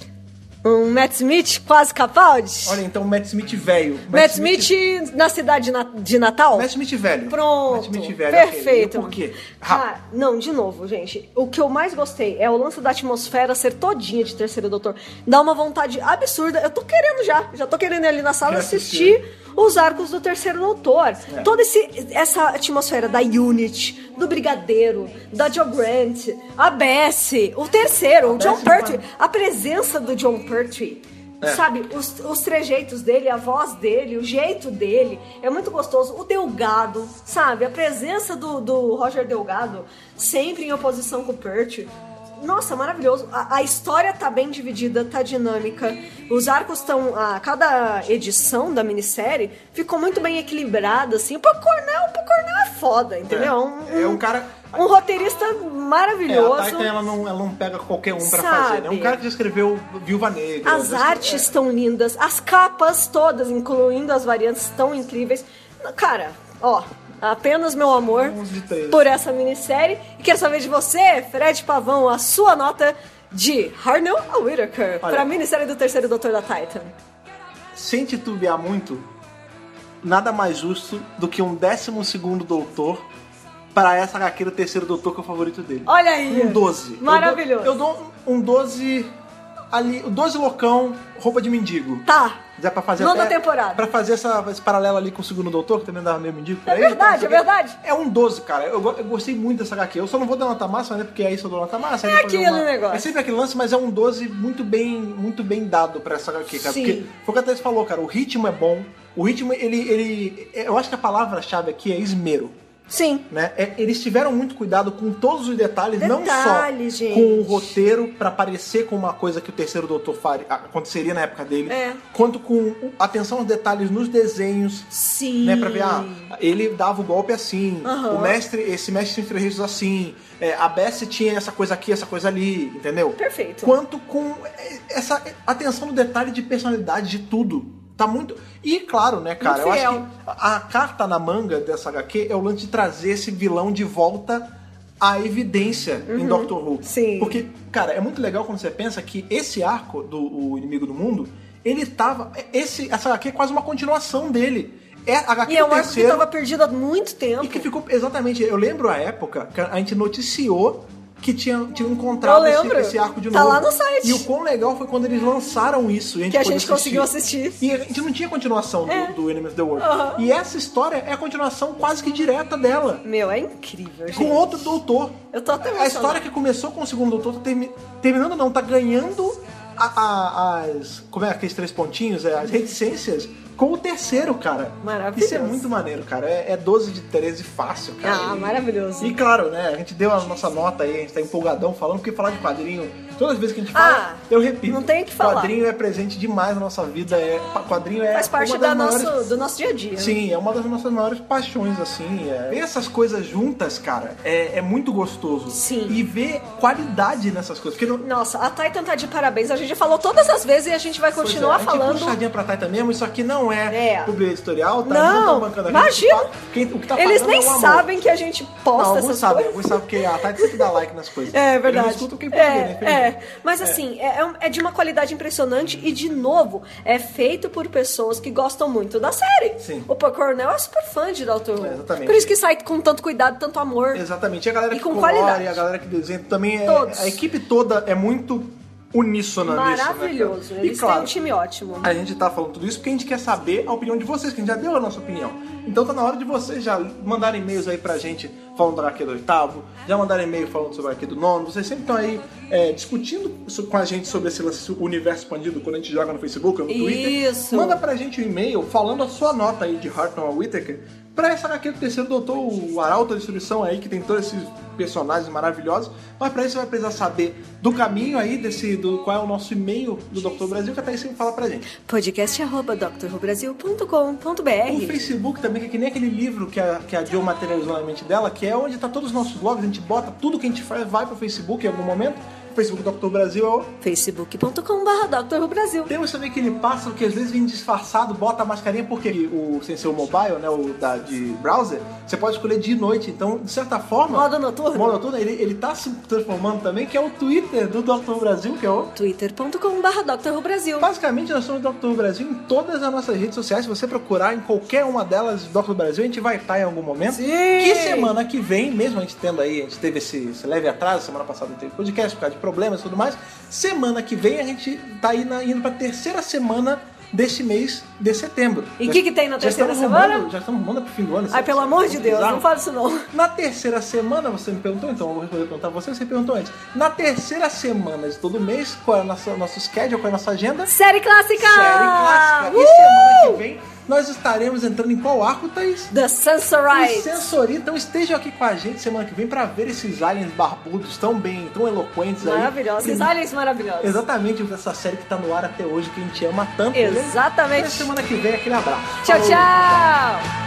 um Matt Smith quase Capaldi? Olha, então, Matt Smith velho. Matt Smith na cidade de Na- de Natal? Matt Smith velho. Pronto. Matt Smith velho. Perfeito. aquele. E Por quê? Ra- Cara, não, de novo, gente. O que eu mais gostei é o lance da atmosfera ser todinha de Terceiro Doutor. Dá uma vontade absurda. Eu tô querendo já. Já tô querendo ir ali na sala Já assistir os arcos do terceiro doutor. É. Toda esse, essa atmosfera da Unity, do Brigadeiro, da Joe Grant, a Bessie, o terceiro, o John Bessie é uma- Pertwee. A presença do John Pertwee. É. Sabe, os, os trejeitos dele, a voz dele, o jeito dele, é muito gostoso. O Delgado, sabe? A presença do, do Roger Delgado, sempre em oposição com o Pert. Nossa, maravilhoso. A, a história tá bem dividida, tá dinâmica. Os arcos estão. A cada edição da minissérie ficou muito bem equilibrada, assim. Pô, Cornel, pô, Cornel é foda, entendeu? É, é um cara- Um roteirista É, a maravilhoso. Taika, ela não, ela não pega qualquer um pra Sabe. fazer, né? É um cara que já escreveu Viúva Negra. As já artes estão lindas, as capas todas, incluindo as variantes, estão incríveis. Cara, ó, apenas meu amor 11 de 13. por essa minissérie. E quero saber de você, Fred Pavão, a sua nota de Harnell a Whittaker Olha. para a minissérie do Terceiro Doutor da Titan. É, sem titubear muito, nada mais justo do que um 12 doutor para essa HQ do terceiro doutor que é o favorito dele. Olha aí! Um 12. Maravilhoso. Eu dou, eu dou um 12 ali, 12 loucão, roupa de mendigo. Tá. Dá pra fazer Nona até- temporada. Pra fazer essa, esse paralelo ali com o segundo doutor, que também dava meio mendigo pra É ele. verdade, então, não sei é o quê. verdade. É um 12, cara. Eu, go- eu gostei muito dessa HQ. Eu só não vou dar nota máxima, né? Porque aí se eu dou nota máxima... aí É depois eu aquele dou uma- negócio. É sempre aquele lance, mas é um 12 muito bem, muito bem dado pra essa HQ, cara. Sim. Porque foi o que a Thaís falou, cara. O ritmo é bom. O ritmo, ele... ele é, eu acho que a palavra-chave aqui é esmero Sim. né? É, eles tiveram muito cuidado com todos os detalhes, não só Detalhes, gente. com o roteiro pra parecer com uma coisa que o terceiro doutor faria, aconteceria na época dele, É. quanto com atenção aos detalhes nos desenhos. Sim. Né, pra ver, ah, ele dava o golpe assim, Aham. o mestre, esse mestre tem trejeitos assim, é, a Bessie tinha essa coisa aqui, essa coisa ali, entendeu? Perfeito. Quanto com essa atenção no detalhe de personalidade de tudo. Tá muito. E claro, né, cara, Muito eu acho fiel. que a a carta na manga dessa HQ é o lance de trazer esse vilão de volta à evidência em Doctor Who. Uhum. Sim. Porque, cara, é muito legal quando você pensa que esse arco do o Inimigo do Mundo, ele tava. Esse, essa HQ é quase uma continuação dele. É a HQ E é do um arco que terceiro. tava perdido há muito tempo. E que ficou. Exatamente, eu lembro a época que a gente noticiou que tinha, tinha encontrado Eu esse, lembro. esse arco de Tá novo. lá no site. E o quão legal foi quando eles lançaram isso. E a gente Que a pôde gente conseguiu assistir. E a gente não tinha continuação do, É. do Enemies of the World. Aham. E essa história é a continuação quase que direta dela. Meu, é incrível, gente. Com outro doutor. Eu tô A até emocionada. história que começou com o segundo doutor tá termi- terminando, não, tá ganhando a- a- as. Como é aqueles três pontinhos? É, as reticências com o terceiro, cara. Maravilhoso. Isso é muito maneiro, cara. É, é 12 de 13 fácil, cara. Ah, E- maravilhoso. E claro, né? A gente deu a nossa nota aí, a gente tá empolgadão falando, porque falar de quadrinho, todas as vezes que a gente fala, Ah, eu repito. não tem o que falar. Quadrinho é presente demais na nossa vida. É, pa- quadrinho é Faz parte uma das da maiores nosso, do nosso dia a dia. Sim, é uma das nossas maiores paixões, assim. É. Ver essas coisas juntas, cara, é, é muito gostoso. Sim. E ver qualidade nessas coisas. Porque não. Nossa, a Titan tá de parabéns. A gente já falou todas as vezes e a gente vai continuar Pois é, A gente falando. puxa a sardinha pra Taita mesmo, isso aqui não é, É. publi editorial, tá? Não, Eles tá bancando a gente, imagina. tá? Quem- o que tá Eles pagando nem é o amor. sabem que a gente posta Não, alguns essas sabem, coisas. alguns sabem, porque a Taita sempre dá like nas coisas. É Eles verdade. não escutam quem publica, né? é, infelizmente. é. Mas assim, é, é um- é de uma qualidade impressionante e, de novo, é feito por pessoas que gostam muito da série. Sim. O Paul Cornell é super fã de Doctor Who. É, exatamente. Por isso que sai com tanto cuidado, tanto amor. Exatamente. E a galera E que com colore, qualidade. a galera que desenha também é. Todos. A equipe toda é muito uníssona nisso. né, Maravilhoso. cara? Eles e claro, têm um time ótimo. A gente tá falando tudo isso porque a gente quer saber a opinião de vocês, que a gente já deu a nossa opinião. Então tá na hora de vocês já mandarem e-mails aí pra gente falando do HQ do oitavo, já mandarem e-mail falando sobre o HQ do nono. Vocês sempre estão aí é, discutindo so- com a gente sobre esse lance o universo expandido quando a gente joga no Facebook ou no Twitter. Isso. Manda pra gente um e-mail falando a sua nota aí de Hartnell a Whittaker pra essa HQ do terceiro doutor, o Arauto da Destruição aí, que tem todos esses personagens maravilhosos. Mas pra isso você vai precisar saber do caminho aí, desse, do qual é o nosso e-mail do Doutor Brasil, que a Thaís sempre fala pra gente. O podcast.drrobrasil.com.br Facebook também, que é que nem aquele livro que a, que a Jill materializou na mente dela, que é onde tá todos os nossos blogs, a gente bota tudo que a gente faz, vai pro Facebook em algum momento. O Facebook do Dr. Brasil é o... facebook.com.br Dr. Brasil. Temos também aquele pássaro que às vezes vem disfarçado, bota a mascarinha, porque o sem ser o mobile, né, o da, de browser, você pode escolher de noite. Então, de certa forma... Modo noturno. Modo noturno, ele, ele tá se transformando também, que é o Twitter do Dr. Brasil, que é o... twitter.com.br Dr. Brasil. Basicamente, nós somos Dr. Brasil em todas as nossas redes sociais. Se você procurar em qualquer uma delas, Dr. Brasil, a gente vai estar em algum momento. Sim! Que semana que vem, mesmo a gente tendo aí, a gente teve esse, esse leve atraso, semana passada não teve podcast por causa de problemas e tudo mais. Semana que vem a gente tá aí na- indo pra terceira semana desse mês de setembro. E o Já- que que tem na já terceira estamos arrumando- semana? Já estamos arrumando pro fim do ano. Ai, isso- pelo amor de isso é Deus, bizarro. não fala isso não. Na terceira semana, você me perguntou, então eu vou responder perguntar você, você perguntou antes. Na terceira semana de todo mês, qual é o nosso, nosso schedule, qual é a nossa agenda? Série clássica! Uh! Série clássica. E semana que vem nós estaremos entrando em qual arco, Thaís? The E Sensorite. Sensorita, então estejam aqui com a gente semana que vem pra ver esses aliens barbudos tão bem, tão eloquentes aí. Maravilhosa. Esses aliens maravilhosos. Exatamente essa série que tá no ar até hoje, que a gente ama tanto. né? Exatamente. Até semana que vem, aquele abraço. Tchau, Falou. tchau!